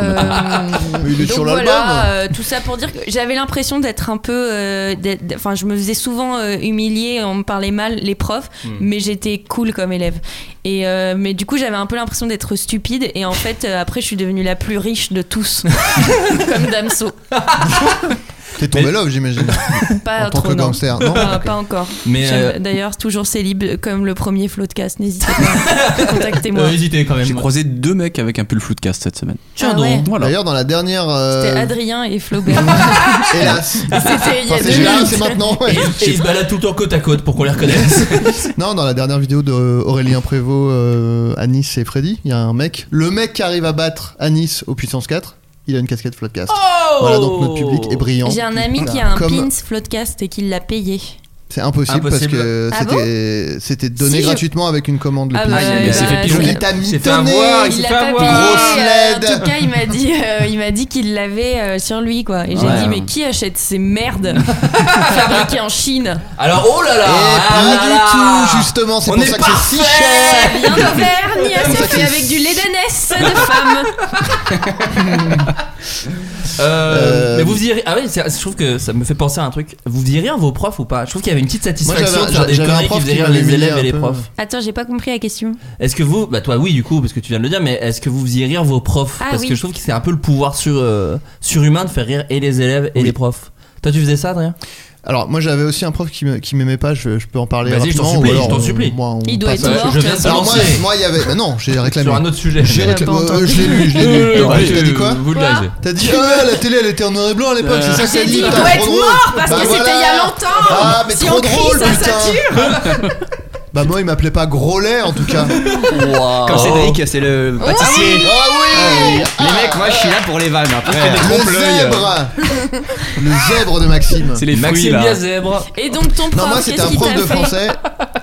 Mais il est donc sur l'album. voilà, euh, tout ça pour dire que j'avais l'impression d'être un peu, euh, d'être- d'être- enfin, je me faisais souvent euh, humilier, on me parlait mal les profs, Hmm. mais j'étais cool comme élève. Et euh, mais du coup, j'avais un peu l'impression d'être stupide. Et en fait, euh, après, je suis devenue la plus riche de tous, comme Damso, T'es tombé Mais- love, j'imagine. pas En tant trop que non. gangster, non Pas, pas encore. Mais, J'aime- euh, D'ailleurs, toujours célib comme le premier flow de casse. N'hésitez pas, contactez-moi. Euh, hésitez quand même. J'ai croisé deux mecs avec un pull flou de cast cette semaine. Tiens Ah donc. ouais. Voilà. D'ailleurs, dans la dernière. C'était euh, Adrien et Flaubert. Hélas. C'était il y a Enfin, deux c'est génial, minutes. c'est maintenant. ouais. Et ils se baladent tout le temps côte à côte pour qu'on les reconnaisse. Non, dans la dernière vidéo de Aurélien Prévost, euh, à Nice et Freddy, il y a un mec. Le mec qui arrive à battre à Nice au puissance 4, il a une casquette floodcast. Voilà, donc notre public est brillant. Oh J'ai un ami qui a un Comme- pins Floodcast et qui l'a payé. C'est impossible, Impossible. parce que Ah c'était, c'était donné Si, je- gratuitement avec une commande. Le Ah pin. bah, il s'est fait pigeonner. Il t'a Il s'est fait mitonné. avoir, il s'est Il fait l'a pas payé. avoir. Grosse euh, LED. En tout cas, il m'a dit, euh, il m'a dit qu'il l'avait euh, sur lui, quoi. Et j'ai Ouais. dit, mais qui achète ces merdes fabriquées en Chine Alors, oh là là Et ah Eh, pas là du là. tout, justement, c'est On pour est ça que c'est si parfait. cher. Bien d'Auvergne, c'est fait avec du lait d'ânesse de femme. Euh, Euh, Mais vous faisiez. Ah oui, c'est- je trouve que ça me fait penser à un truc. Vous faisiez rien vos profs ou pas Je trouve qu'il y avait une petite satisfaction Moi, de j'avais- faire des j'avais un conneries qui prof faisaient qui rire m'avait les élèves humilié et un les peu. profs. Attends, j'ai pas compris la question. Est-ce que vous. Bah, toi, oui, du coup, parce que tu viens de le dire, mais est-ce que vous faisiez rire vos profs Ah Parce oui. que je trouve que c'est un peu le pouvoir sur, euh, surhumain de faire rire et les élèves et Oui. les profs. Toi, tu faisais ça, Adrien Alors, moi j'avais aussi un prof qui me- qui m'aimait pas, je, je peux en parler. Vas-y, je t'en rapidement, ou supplie, alors je t'en on- supplie. moi, on Il doit passe être à- mort. Je viens de tu vois. Alors, moi, lancer. moi, il y avait. Mais non, j'ai réclamé. Sur un autre sujet. J'ai Elle a pas réclamé. entendu. euh, je l'ai lu, je l'ai lu. Euh, Donc, ouais, T'as dit quoi Vous le Quoi lisez. T'as dit, euh, la télé elle était en noir et blanc à l'époque, c'est ça que J'ai t'as dit, dit il putain, doit trop être drôle. mort parce Bah que c'était voilà. il y a longtemps. Ah, mais si trop on crie, drôle, ça putain. sature. Bah moi il m'appelait pas gros lait en tout cas. Oh. Comme oh. Cédric, c'est le pâtissier. Ah oui Les mecs, moi je suis là pour les vannes après. Le zèbre Le zèbre de Maxime. C'est les fruits Maxime là. Bia zèbre. Et donc ton prof, Non, moi qu'est-ce c'était un qu'il prof t'a de fait français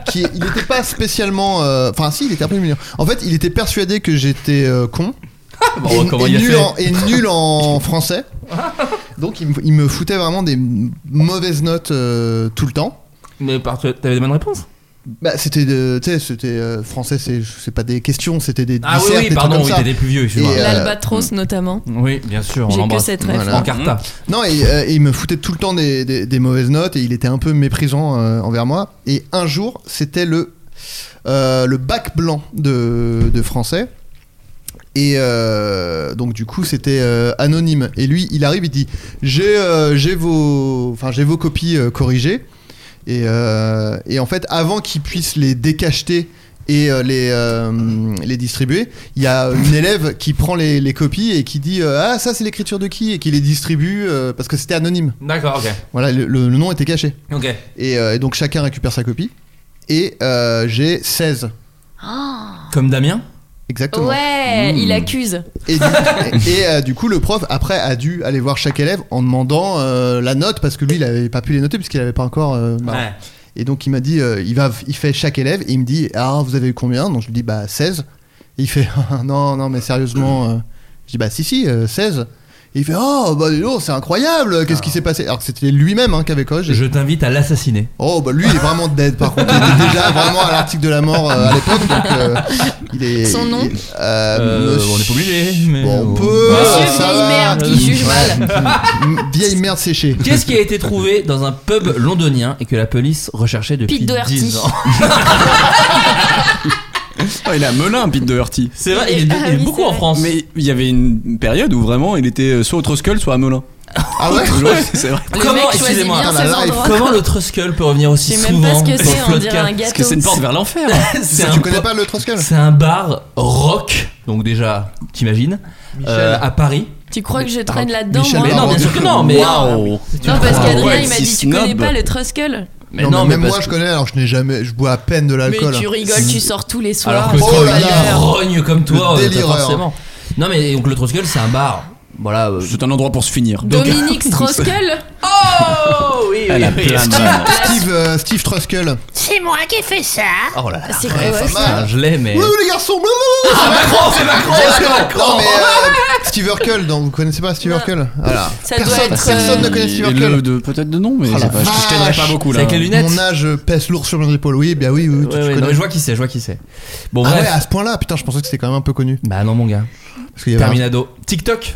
qui il était pas spécialement euh, enfin si, il était un peu mignon. En fait, il était persuadé que j'étais euh, con. Bon, et, bah, comment et il a nul fait en, et nul en français. Donc il me, il me foutait vraiment des mauvaises notes euh, tout le temps. Mais par- t'avais des bonnes réponses Bah c'était de- tu sais c'était euh, français c'est c'est pas des questions, c'était des Ah oui, dissertes, oui, des pardon, trucs oui, comme ça. t'étais plus vieux, excuse-moi. Et, euh, L'albatros notamment. Oui, bien sûr, on J'ai que l'embrasse. cette rêve. Voilà. Encarta. Hmm. Non, et, euh, et il me foutait tout le temps des, des- des mauvaises notes et il était un peu méprisant euh, envers moi. Et un jour, c'était le, euh, le bac blanc de, de français. Et euh, donc du coup c'était euh, anonyme. Et lui il arrive, il dit j'ai euh, j'ai vos enfin j'ai vos copies euh, corrigées. Et, euh, et en fait avant qu'il puisse les décacheter et euh, les, euh, les distribuer, il y a une élève qui prend les, les copies et qui dit euh, ah ça c'est l'écriture de qui et qui les distribue euh, parce que c'était anonyme. D'accord, ok. Voilà le- le- le nom était caché. Ok. Et, euh, et donc chacun récupère sa copie. Et euh, j'ai 16. Comme Damien Exactement. Ouais, il accuse. Et, du, et, euh, du coup, le prof, après, a dû aller voir chaque élève en demandant euh, la note parce que lui, il n'avait pas pu les noter puisqu'il n'avait pas encore. euh, bah, Ouais. Et donc, il m'a dit euh, il, va, il fait chaque élève et il me dit Ah, vous avez eu combien Donc, je lui dis Bah, 16. Et il fait Ah, Non, non, mais sérieusement. euh. Je dis Bah, si, si, euh, 16. Et il fait Oh, bah, dis donc, c'est incroyable, qu'est-ce qui s'est passé Alors que c'était lui-même hein, qui avait corrigé. Je t'invite à l'assassiner. Oh bah lui il est vraiment dead par contre il était déjà vraiment à l'article de la mort euh, à l'époque donc euh, il est Son nom il- euh, Euh, monsieur- on n'est pas obligé, mais. Bon, on peut euh, Monsieur ça vieille va. merde Ah, Euh, qui juge mal. M- vieille merde séchée Qu'est-ce qui a été trouvé dans un pub londonien et que la police recherchait depuis Pete Doherty. 10 ans Ah, il a Melun, Pete Doherty. C'est vrai, il est, il est Ah oui, beaucoup c'est en vrai. France. Mais il y avait une période où vraiment il était euh, soit au Troskull, soit à Melun. ah ouais Toujours, c'est vrai. Le Comment- mec choisit excusez-moi, bien attends, ses la live. endroits. Comment le Truskull peut revenir Je aussi sais même pas souvent ce que dans c'est, le on dirait un podcast gâteau. Parce que c'est une porte vers l'enfer. C'est tu un connais po- pas le Troskel C'est un bar rock, donc déjà, t'imagines, euh, à Paris. Tu crois que je Pardon. traîne là-dedans, Michel moi Mais non, bien sûr que non, mais. euh, Waouh. Non, parce Ah, qu'Adrien, ouais, il m'a si dit Tu snob. connais pas le Truskull Mais non, non, mais mais même moi parce je connais alors je n'ai jamais je bois à peine de Mais l'alcool tu rigoles, tu sors tous les soirs. Alors que Oh toi, là le là. gars rogne comme toi, Le euh, t'as délireur. forcément. Non, mais donc le Truskull, c'est un bar. Voilà. Ah, euh, C'est un endroit pour se finir. Donc- Dominique Strauss-Kull Oh oui, Elle a plein de vannes. Steve euh, Steve Troskel C'est moi qui ai fait ça. Oh là là. C'est quoi ça ça Ah, Je l'ai, mais. oui oui les garçons Ah, Macron, c'est Macron, c'est non Macron. mais euh, Steve Urkel non, vous connaissez pas Steve Non. Urkel voilà Ça doit personne, être, personne euh, ne connaît Et Steve le- Urkel de- Peut-être de nom, mais Oh je la sais pas, je- je t'aiderai pas vache. beaucoup C'est là. avec les lunettes. mon âge euh, pèse lourd sur mes épaules oui bah oui, oui, toi, Ouais, tu ouais, non, connais. mais je vois qui c'est, je vois qui c'est. Bon, ah ouais bref. à ce point là putain je pensais que c'était quand même un peu connu Bah non, mon gars. parce qu'il y avait un- Terminado. TikTok.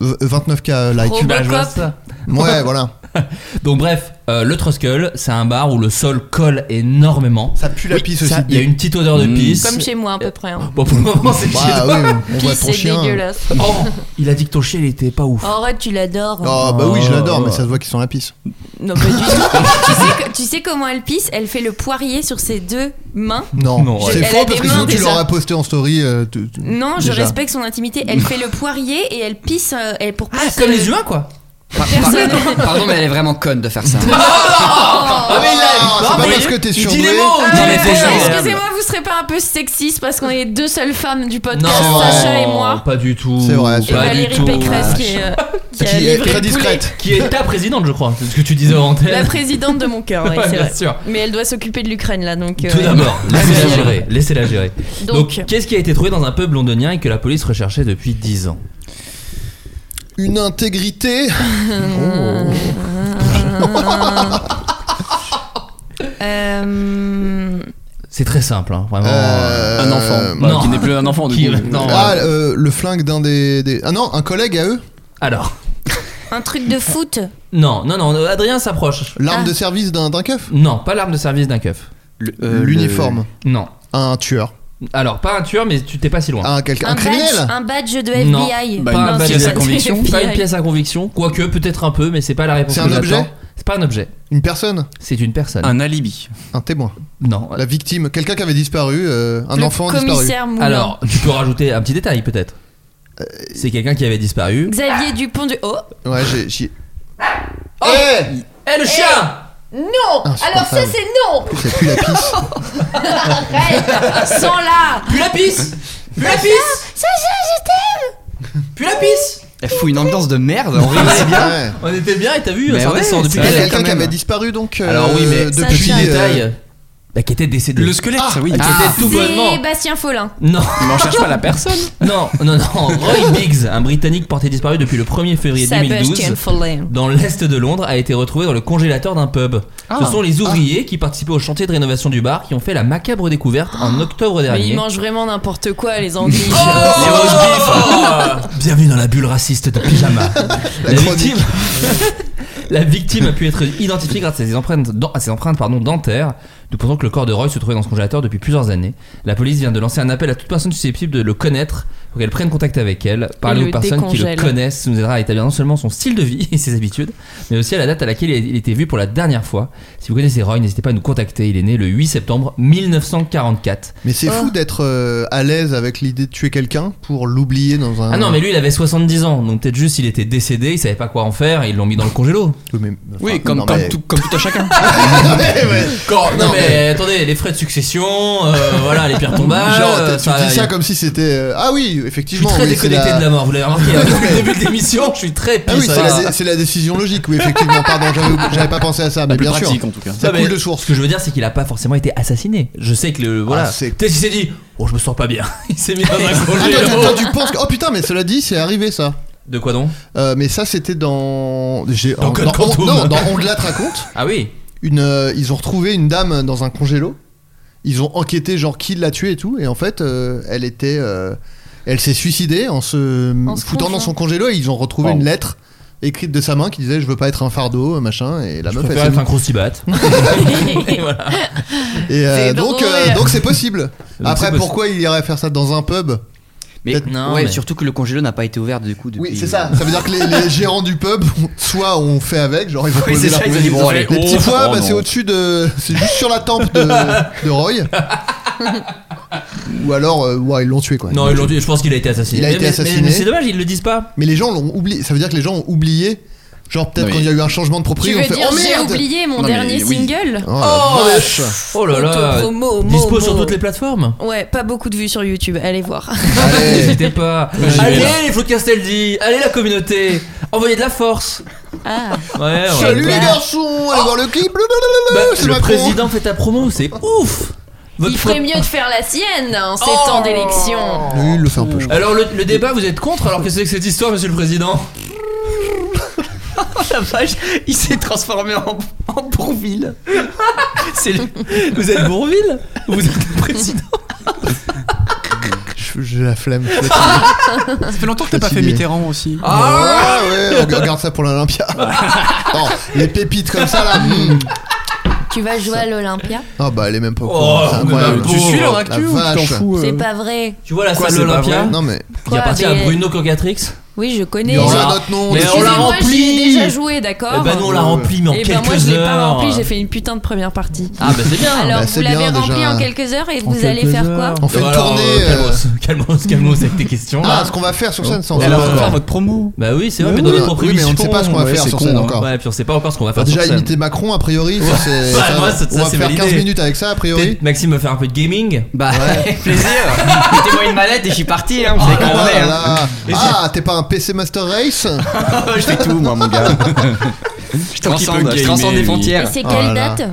v- 29k likes Robocop. Bah, je vois ça. ouais voilà Bah, Donc bref, euh, le Truskull, c'est un bar où le sol colle énormément. ça pue la pisse aussi Ça, Il y a une petite odeur de Mm. pisse. Comme chez moi à peu près. hein. Bon, pour le moment, c'est Bah, chez toi. oui, on voit Puis ton c'est chien dégueulasse. Oh, il a dit que ton chien, il était pas ouf. Arrête, tu l'adores. hein. Oh bah oui, je l'adore, mais ça se voit qu'il sent la pisse. Non, pas du tout. tu, sais, que- tu sais comment elle pisse Elle fait le poirier sur ses deux mains. Non, Non, c'est elle a faux des parce que mains, sinon tu déjà. l'auras posté en story. euh, tu- tu- Non, je déjà. respecte son intimité. Elle fait le poirier et elle pisse euh, elle, pour pas Ah, que- comme les humains, quoi. Oh, Par- par- Pardon, mais elle est vraiment conne de faire ça. Ah mais là, c'est pas parce que t'es Il dit surdoué. les mots Euh, il dit les c'est mots. ça. Excusez-moi, euh, vous serez pas un peu sexiste parce qu'on est les deux seules femmes du Non, podcast, Sacha et moi. pas du tout. C'est vrai, c'est Et pas vrai. Valérie Pécresse qui est, euh, qui a Qui est livré très le poulet. discrète. Qui est ta présidente, je crois. C'est ce que tu disais en La antenne. présidente de mon cœur, ouais, Ouais, c'est bien vrai. sûr. Mais elle doit s'occuper de l'Ukraine là, donc. euh, Tout d'abord, laissez-la Ouais. gérer. Laissez-la gérer. Donc, Donc, qu'est-ce qui a été trouvé dans un pub londonien et que la police recherchait depuis 10 ans Une intégrité. euh, C'est très simple, hein, vraiment. Euh, Un enfant. bah, Bah, Qui n'est plus un enfant, du Qui- coup. non. Ah euh, le flingue d'un des, des- ah non un collègue à eux. Alors, un truc de foot. non, non, non, Adrien s'approche. L'arme Ah. de service d'un d'un keuf. Non, pas l'arme de service d'un keuf. Euh, L'uniforme. Non. Un tueur. Alors, pas un tueur, mais tu t'es pas si loin. Un quelqu'un. Un, badge, criminel. un badge de Non. FBI. Bah, pas une un badge pièce de- à conviction. Pas une pièce à conviction, quoique peut-être un peu, mais c'est pas la réponse C'est que un objet j'attends. C'est pas un objet, Une personne. c'est une personne. Un alibi. Un témoin. Non. La victime. Quelqu'un qui avait disparu. euh, un Le enfant disparu. commissaire Moulin. Alors, tu peux rajouter un petit détail peut-être. Euh. C'est quelqu'un qui avait disparu. Xavier Dupont du. Oh Ouais j'ai. j'y- Eh, le chien Non Insupportable. non Ça pue la pisse. Arrête Sans là Plus la pisse Plus la pisse Ça, ça, Plus la pisse Elle fout une ambiance de merde, on rigolait bien. Ouais. On était bien et t'as vu, Mais ça ouais, redescend depuis c'est Il y a Elle, qu'elle est- quelqu'un quand qui même. avait disparu donc. euh, Alors oui, mais depuis. Sacha. euh, détail, bah, qui était décédé. Le Ah, squelette, oui. Qui était tout je bonnement. t'aime Sébastien Follin. Non, Mais on cherche pas la personne. non, non, non. Roy Biggs, un Britannique porté disparu depuis le 1er février 2012. Sébastien Follin. dans l'est de Londres a été retrouvé dans le congélateur d'un pub. Ce sont les ouvriers qui participaient au chantier de rénovation du bar qui ont fait la macabre découverte en octobre Ah. Mais dernier. Oh, ils mangent vraiment n'importe quoi, les Anglais. Les roast beef. Bienvenue dans la bulle raciste de pyjama. la, victime... la victime a pu être identifiée grâce à ses empreintes, dent- à ses empreintes pardon, dentaires. Nous pensons que le corps de Roy se trouvait dans ce congélateur depuis plusieurs années. La police vient de lancer un appel à toute personne susceptible de le connaître pour qu'elle prenne contact avec elle. Parler le aux personnes qui décongèle. le connaissent ça nous aidera à établir non seulement son style de vie et ses habitudes, mais aussi à la date à laquelle il il était vu pour la dernière fois. Si vous connaissez Roy, n'hésitez pas à nous contacter. Il est né le 8 septembre 1944. Mais c'est fou d'être euh, à l'aise avec l'idée de tuer quelqu'un pour l'oublier dans un. Ah non, mais lui il avait 70 ans, donc peut-être juste il était décédé, il savait pas quoi en faire, et ils l'ont mis dans le congélo. Oui, mais- Oui, enfin, Ah, comme, non, comme, mais- tout, comme tout à chacun. non, mais, attendez, les frais de succession, euh, voilà, les pierres tombales. Genre, euh, tu ça, dis ça il- comme si c'était. euh, Ah oui, Je suis effectivement. très oui, c'est déconnecté la- de la mort, vous l'avez remarqué. hein, Depuis le début de l'émission, je suis très Ah oui, pisse. c'est la, c'est la décision logique. Oui, effectivement. Pardon, j'avais- j'avais pas pensé à ça, mais plus bien sûr. pratique en tout cas. Ça mais coule de source. Ah, Ce que je veux dire, c'est qu'il a pas forcément été assassiné. Je sais que le. Voilà. c'est- Peut-être qu'il s'est dit, oh, je me sens pas bien. Il s'est mis dans un Ah, toi, tu- congélo. toi, tu penses que- Oh putain, mais cela dit, c'est arrivé ça. De quoi donc Euh, mais ça, c'était dans. J'ai... Dans en- Code dans- Quantum. Non, dans On de la te raconte. Ah oui. Une, euh, ils ont retrouvé une dame dans un congélo. Ils ont enquêté, genre, qui l'a tuée et tout. Et en fait, euh, elle était. euh, elle s'est suicidée en se En se foutant dans plongeant. son congélo. Et ils ont retrouvé une lettre écrite de sa main qui disait Je veux pas être un fardeau, machin. Et la Je meuf, elle préfère s'est être un croustibat. Et voilà. Et euh, C'est donc, drôle. euh, donc c'est possible. Donc Après, c'est possible. pourquoi il irait faire ça dans un pub Mais, Peut-être- non, ouais, mais- surtout que le congélo n'a pas été ouvert du coup depuis. euh, Oui, c'est ça. Ça veut dire que les, les gérants du pub, soit on fait avec, genre ils vont Oui, poser c'est leur ça, ils ont dit, bon, allez, Les oh, petits pois, oh, bah, c'est non. au-dessus de. C'est juste sur la tempe de, de Roy. Ou alors, euh, ouais, ils l'ont tué quoi. Non, ils l'ont dit, je pense qu'il a été assassiné. Il a Mais- été mais- assassiné. mais C'est dommage, ils le disent pas. Mais les gens l'ont oublié. Ça veut dire que les gens ont oublié. Genre, peut-être Oui. quand il y a eu un changement de Tu propriété, on veux fait dire, Oh j'ai merde oublié mon Non, mais dernier oui. single Oh, la vache. Oh là là. Autopromo, mo, Dispo sur mo. toutes les plateformes. Ouais, pas beaucoup de vues sur YouTube, allez voir. Allez. N'hésitez pas. j'y vais, Allez là. les Flo Castaldi, allez la communauté, envoyez de la force. Ah, Ouais, ouais. Salut les garçons, allez voir le clip. Oh. Bah, blablabla, c'est le Macron. président fait ta promo, c'est ouf. Votre il ferait pro- Oh. mieux de faire la sienne en ces temps d'élection. Oui, il le fait un peu, je crois. Alors le, le débat, vous êtes contre alors que c'est que cette histoire, Monsieur le Président Oh la vache, il s'est transformé en, en Bourville. C'est le- Vous êtes Bourville Vous êtes le président Je- J'ai la flemme. je suis Ça fait longtemps que t'as pas fait Fatigué. Mitterrand aussi. Ah ouais, on regarde ça pour l'Olympia. Non, les pépites comme ça là. hmm. Tu vas jouer à l'Olympia Ah bah elle est même pas au Oh, courant, c'est mais incroyable. la Tu suis leur actu ou tu t'en fous C'est pas vrai. Tu vois la Quoi, salle c'est pas Olympia Non mais qui Quoi, appartient mais- à Bruno Cocatrix Oui, je il connais. y aura on un l'a- autre nom. mais tu on sais. l'a Excusez-moi, rempli. J'y ai déjà joué, d'accord Eh ben nous on l'a Oh. rempli mais en Eh ben, quelques moi je l'ai heures. pas rempli, j'ai fait une putain de première partie. Ah bah c'est bien. Alors, bah, vous c'est l'avez bien, déjà. rempli en quelques heures et En vous allez quelques faire heures. quoi On fait une Alors, tournée. euh, euh, Calmos, calmos, calmos avec tes questions. Ah, là. ce qu'on va faire sur scène, ça on Mais sait alors, pas faut faire encore. votre promo. Bah oui, c'est vrai, Mais mais dans oui, les propres oui, mais on ne sait pas ce qu'on va ouais, faire c'est sur con, scène hein. encore. Ouais, et puis on sait pas encore ce qu'on va Enfin, faire. sur déjà scène. imiter Macron a priori, ça, c'est- Ouais, ça, moi, ça- on ça, va c'est faire 15 validé. minutes avec ça a priori. Peut-être Maxime me faire un peu de gaming. Bah, avec plaisir. Mettez-moi une mallette et je suis parti. Ah, Hein, vous savez comment on est. hein. Voilà. Ah, t'es pas un PC Master Race je fais tout, moi, mon gars. Je Tant qu'il peut transcende, je gamer, transcende les lui. Et frontières. c'est Oh quelle là là. date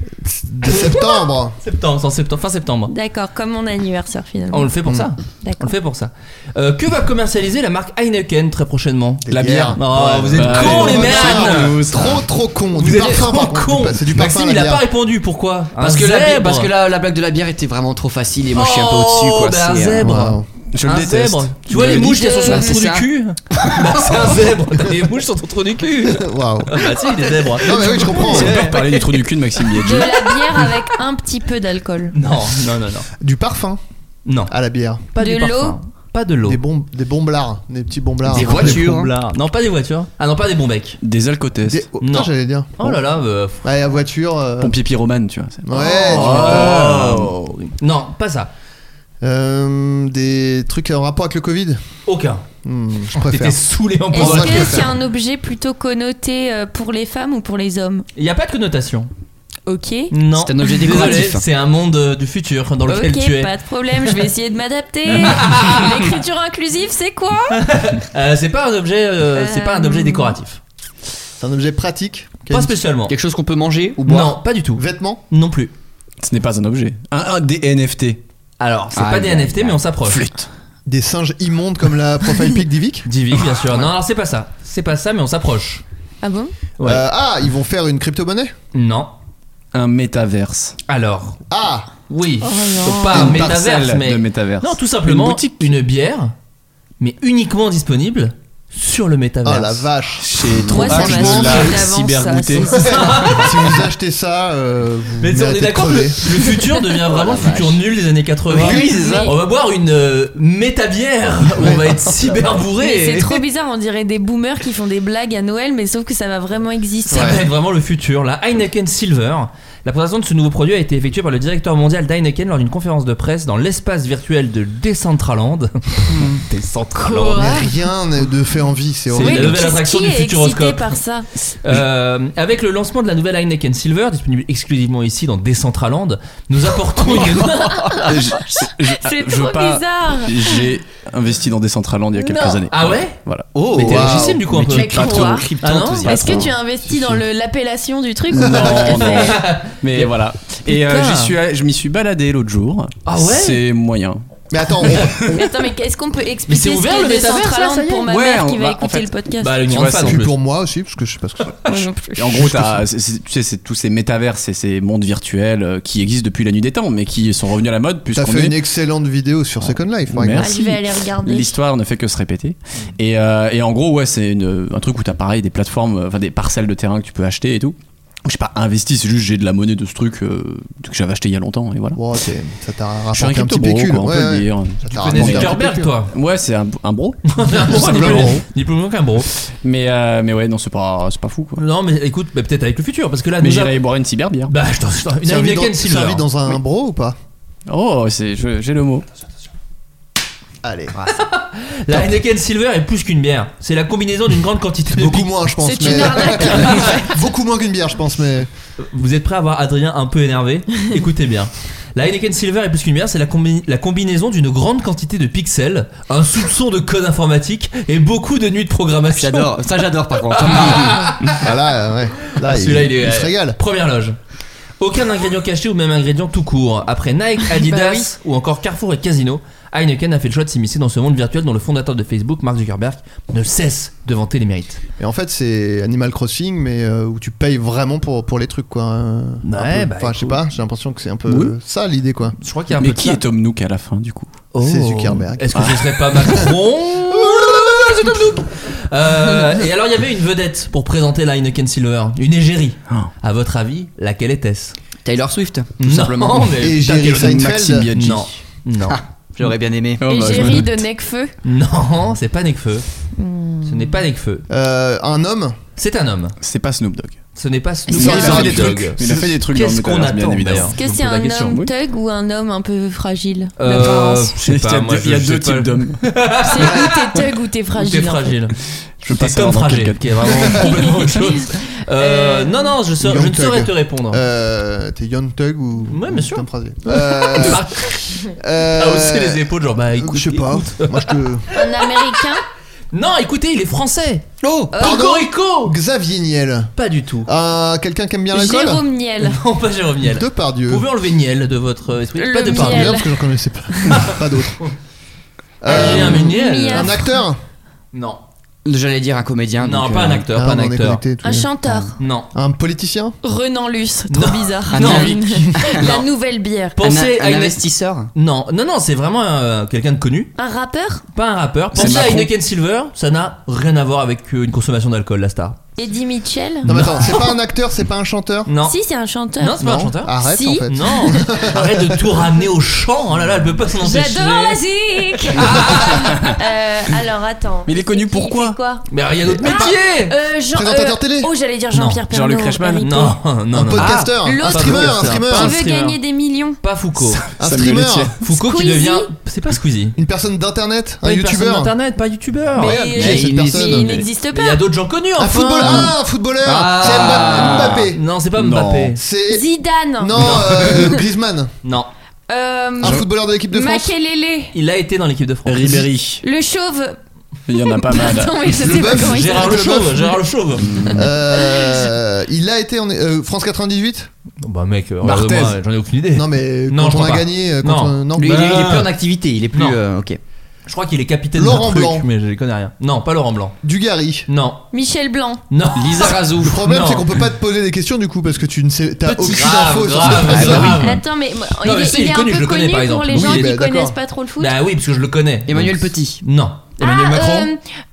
de septembre. Septembre, c'est en septembre, fin septembre. Ah, D'accord, comme mon anniversaire finalement. On le fait Mm. pour ça. On le D'accord. fait pour ça. Euh, que va commercialiser la marque Heineken très prochainement Des bières. Oh, Ouais. vous êtes Bah, cons allez, les on va merdes faire Trop trop con. Vous du êtes parfum, trop par contre, cons du pa- C'est du parfum. Maxime la il a bière. pas répondu, pourquoi Parce Un que, la, zèbre. parce que la, la blague de la bière était vraiment trop facile et moi je suis un peu Oh, au-dessus. quoi. bah, un c'est, euh, zèbre. Wow. Je le un déteste. zèbre Tu vois Je les le mouches qui sont sur déteste. le trou C'est du ça. cul Bah, C'est un zèbre T'as les mouches sur ton trou du cul Waouh. Ah Bah si, des zèbres Non mais oui, je comprends. On peut reparler du trou du cul de Maxime De Biaggi. la bière avec un petit peu d'alcool. Non, non, non, non. Du parfum Non, à la bière. pas De du parfum. Pas de l'eau. Des bombes, des bomblards, des petits bomblards. Des Des voitures. hein. Là. Non, pas des voitures. Ah non, pas des bons becs. Des alcotests. oh, putain, Non. j'allais dire. Oh là là, euh, Ouais, la voiture. euh, Pompier pyromane, tu vois. c'est- Ouais. tu m'étonnes. Oh. Non, pas ça. Euh, des trucs en rapport avec le Covid. Aucun. Hmm, Ah, je T'étais préfère. saoulé en Oh, Est-ce pensant. je que c'est préfère. un objet plutôt connoté euh, pour les femmes ou pour les hommes Il n'y a pas de connotation. ok. Non. C'est un objet Désolé, décoratif. c'est un monde euh, du futur dans lequel tu Ok, es. pas de problème, je vais essayer de m'adapter. L'écriture inclusive, c'est quoi Euh, c'est pas un objet, euh, c'est pas un objet décoratif. C'est un objet pratique Pas spécialement. Quelque chose qu'on peut manger ou boire Non, pas du tout. Vêtements Non plus. Ce n'est pas un objet. Un, un des NFT. Alors, c'est Aïe, Ah, pas des aïe, NFT, mais on s'approche. Flûte. Des singes immondes comme la profile pic d'Ivic Divi, bien sûr. Non, alors c'est pas ça. C'est pas ça, mais on s'approche. Ah bon Ouais. Euh, Ah, ils vont faire une crypto-monnaie Non. Un métaverse. Alors, Ah oui. Oh, non. pas un Une métaverse, parcelle mais. de métaverse. Non, tout simplement Une une, boutique. bière, mais uniquement disponible sur le métaverse. Oh Ah la vache Chez trop Moi, ça franchement, m'a la saoulé d'avance, cybergoûtée. ça, c'est- Si vous achetez ça, euh, vous Mais on méritez est de d'accord que le, crever. le futur devient vraiment le futur nul des années 80. Oui, c'est ça. On va boire une euh, métabière, on va être cyber Mais bourré. c'est trop bizarre, on dirait des boomers qui font des blagues à Noël, mais sauf que ça va vraiment exister. Ça va être vraiment le futur. La Heineken Silver. La présentation de ce nouveau produit a été effectuée par le directeur mondial d'Heineken lors d'une conférence de presse dans l'espace virtuel de Decentraland. Decentraland. Quoi Mais Rien n'est de fait envie, c'est C'est la Oui, horrible. mais nouvelle attraction qui du est excité Futuroscope. par ça Euh, avec le lancement de la nouvelle Heineken Silver, disponible exclusivement ici dans Decentraland, nous apportons Oh une... Je- je- C'est je veux trop pas- bizarre J'ai investi dans Decentraland il y a quelques Non. années. Ah ouais Voilà. Oh, Mais t'es wow. légitime du coup un Mais peu. tu Mais es pas crois. trop crypto Ah non Est-ce que tu as investis dans le- l'appellation du truc ou Non, pas Ah non. Mais voilà. Et euh, Putain. j'y suis, allé- je m'y suis baladé l'autre jour. Ah ouais C'est moyen. Mais attends, on- Mais attends, mais est-ce qu'on peut Mais c'est expliquer ouvert, ce le qu'est métavers, Decentraland ça, ça y est pour ma Ouais, mère on qui va va- en écouter fait- le podcast Bah, le Tu grande vois, fan en c'est puis plus. pour moi aussi, parce que je sais pas ce que c'est. Moi non plus. Et en gros, t'as- c'est- c'est- tu sais, c'est tous ces métavers, c'est ces mondes virtuels euh, qui existent depuis la nuit des temps, mais qui sont revenus à la mode T'as puisqu'on fait est. Oh, une excellente vidéo sur Second Life, par exemple. Merci. Ah, je vais aller regarder. L'histoire ne fait que se répéter. Mm. Et, euh, et en gros, ouais, c'est une- un truc où t'as pareil des plateformes, euh, enfin des parcelles de terrain que tu peux acheter et tout. J'ai pas investi, c'est juste j'ai de la monnaie de ce truc euh, que j'avais acheté il y a longtemps et voilà. Bon, c'est- ça t'a Je suis un rapporté un, petit crypto bro, pécule. quoi, on ouais, peut le ouais. dire. Ça t'a Connais rapporté un petit Ah, Zuckerberg pécule. toi Ouais, c'est un, un bro. simplement. Ni plus loin qu'un bro. Mais, euh, mais ouais, non, c'est pas, c'est pas fou quoi. Non mais écoute, bah, peut-être avec le futur parce que Ah, là Mais nous a- j'irai boire une cyberbière. Bah je t'en- je t'en- une Servi Heineken dans, Silver. servi dans un bro ou pas Oh, c'est- je- j'ai le mot. Allez, La Heineken Silver est plus qu'une bière. C'est la combinaison d'une grande quantité de beaucoup pic- moins, je pense. C'est une mais- arnaque. beaucoup moins qu'une bière, je pense, mais. Vous êtes prêts à voir Adrien un peu énervé Écoutez bien. La Heineken Silver est plus qu'une bière, c'est la, combi- la combinaison d'une grande quantité de pixels, un soupçon de code informatique et beaucoup de nuits de programmation. J'adore, ça j'adore par contre. Ah là, ouais. Là, Ah, il, celui-là, il est- se régale. Première loge. Aucun ingrédient caché ou même ingrédient tout court. Après Nike, Adidas ou encore Carrefour et Casino, Heineken a fait le choix de s'immiscer dans ce monde virtuel dont le fondateur de Facebook, Mark Zuckerberg, ne cesse de vanter les mérites. Et en fait, c'est Animal Crossing, mais euh, où tu payes vraiment pour, pour les trucs, quoi. hein. Un Ouais, peu. bah, Enfin, je sais écoute. pas, j'ai l'impression que c'est un peu Oui. ça l'idée, quoi. Je crois qu'il y a un Mais peu de qui ça. est Tom Nook à la fin du coup C'est Zuckerberg. Oh. Est-ce que ce serait pas Macron Oh, C'est Tom Nook. Euh, Et alors il y avait une vedette pour présenter la Heineken Silver, une égérie. Ah. À votre avis, laquelle était-ce Taylor Swift, tout Non, simplement. mais- Et Jerry Maxime Seinfeld. Biaggi. Non, non, J'aurais bien aimé. Oh, bah, je me Égérie doute. de Necfeu. non, c'est pas Necfeu. Ce n'est pas Necfeu. Euh, un homme C'est un homme. C'est pas Snoop Dogg. Ce n'est pas Snoop Il a fait Dogg. des trucs. Il a fait des trucs dans Qu'est-ce le qu'on métaverse, bien attend évidemment. d'ailleurs Est-ce que Je me c'est pose la un question. homme oui. thug ou un homme un peu fragile Euh, D'apparence. je sais Il y pas, a, moi, deux- il y a je- je deux sais pas. types d'hommes. C'est ou t'es thug ou t'es Ou fragile. hein. T'es en fait. fragile. Je veux T'es pas Tom savoir dans quel Fragile, cas. qui est vraiment complètement autre chose. Euh, Euh, non, non, je, saurais- Young je ne saurais Thug. te répondre. euh, T'es Young Thug ou. Ouais, bien sûr. Tom Fraser. Euh, Marc euh, a haussé Ah, les épaules, genre bah écoute. Je sais pas. écoute. Moi, je te. Un américain Non, écoutez, il est français. Oh Cocorico Xavier Niel. Pas du tout. Euh, Quelqu'un qui aime bien l'alcool Jérôme Niel. Non, pas Jérôme Niel. Ah. De par Dieu. Vous pouvez enlever Niel de votre esprit. Le pas de Par parler. Niel. parce que j'en connaissais pas. pas d'autres. Adrien Euh, Méniel. Niel. un acteur Non. J'allais dire un comédien. Non, donc, pas euh, un acteur, Ah, pas non, un on est acteur. connectés, tous Un les deux. chanteur Non. Un politicien Renan Luce. Trop Non. bizarre. Un La- ami. La nouvelle bière. Un, Pensez un à une. investisseur. Non, non, non, c'est vraiment euh, quelqu'un de connu, Un rappeur pas un rappeur. C'est Pensez à Macron. Heineken Silver, ça n'a rien à voir avec euh, une consommation d'alcool, la star. Eddie Mitchell Non, mais attends, c'est pas un acteur, c'est pas un chanteur Non. Si, c'est un chanteur. Non, c'est pas un chanteur. Arrête Si. en fait. Non, arrête de tout ramener au champ. Oh là là, elle peut pas s'en empêcher. J'adore la zik Ah. Euh, Alors attends. Mais il est connu C'est qui, pour il quoi fait quoi Mais rien d'autre métier. euh, Jean, Présentateur euh, télé Oh, j'allais dire Non, Jean-Pierre Pernaut. Jean-Luc Reichmann. Harry Potter. Non, non, non. Un podcasteur, Ah, un l'autre. streamer, un Pas streamer, un Tu veux streamer. gagner des millions Pas Foucault. un Samuel streamer, Etienne. Foucault qui Squeezie. devient. C'est pas Squeezie. une personne d'internet, un Pas une personne Ah, youtubeur, d'internet, pas youtubeur. Mais, Regarde, euh, il- cette il- mais personne il n'existe mais il y a pas. d'autres gens connus enfin. footballeur. Ah, footballeur Ah. C'est Mbappé. Non, c'est pas Mbappé. C'est. Zidane. Non, euh, Griezmann. Non. Euh, Un footballeur de l'équipe de France. Makelele. Il a été dans l'équipe de France. Ribéry. Le chauve. Il y en a pas mal. Attends, mais je sais pas bœuf. comment il s'appelle. Ah, bah, Gérard Le Le Chauve. bœuf. Gérard Le Chauve. Mm. Euh, il a été en euh, France 98 Bah mec, euh, Barthez. regarde-moi, j'en ai aucune idée. Non mais Eh. quand Non, je on crois a pas. gagné euh, quand Non. on- non. Ah, Lui, il est, il est Bah. plus en activité, il est plus. Non. euh, ok. Je crois qu'il est capitaine Laurent d'un truc, Blanc. mais je connais rien. Non, pas Laurent Blanc. Dugarry. Non, Michel Blanc. non. Lisa Razou. Le problème c'est qu'on peut pas te poser des questions du coup parce que tu ne sais t'as aucune info grave, sur cette grave, personne. grave. Attends, mais moi, Non, il mais est, si, il est il un connaît, je peu le connais, connu par pour exemple. les Oui, gens bah, qui d'accord. connaissent pas trop le foot. Bah oui, parce que je le connais. Emmanuel Donc, Petit. Non, Emmanuel Macron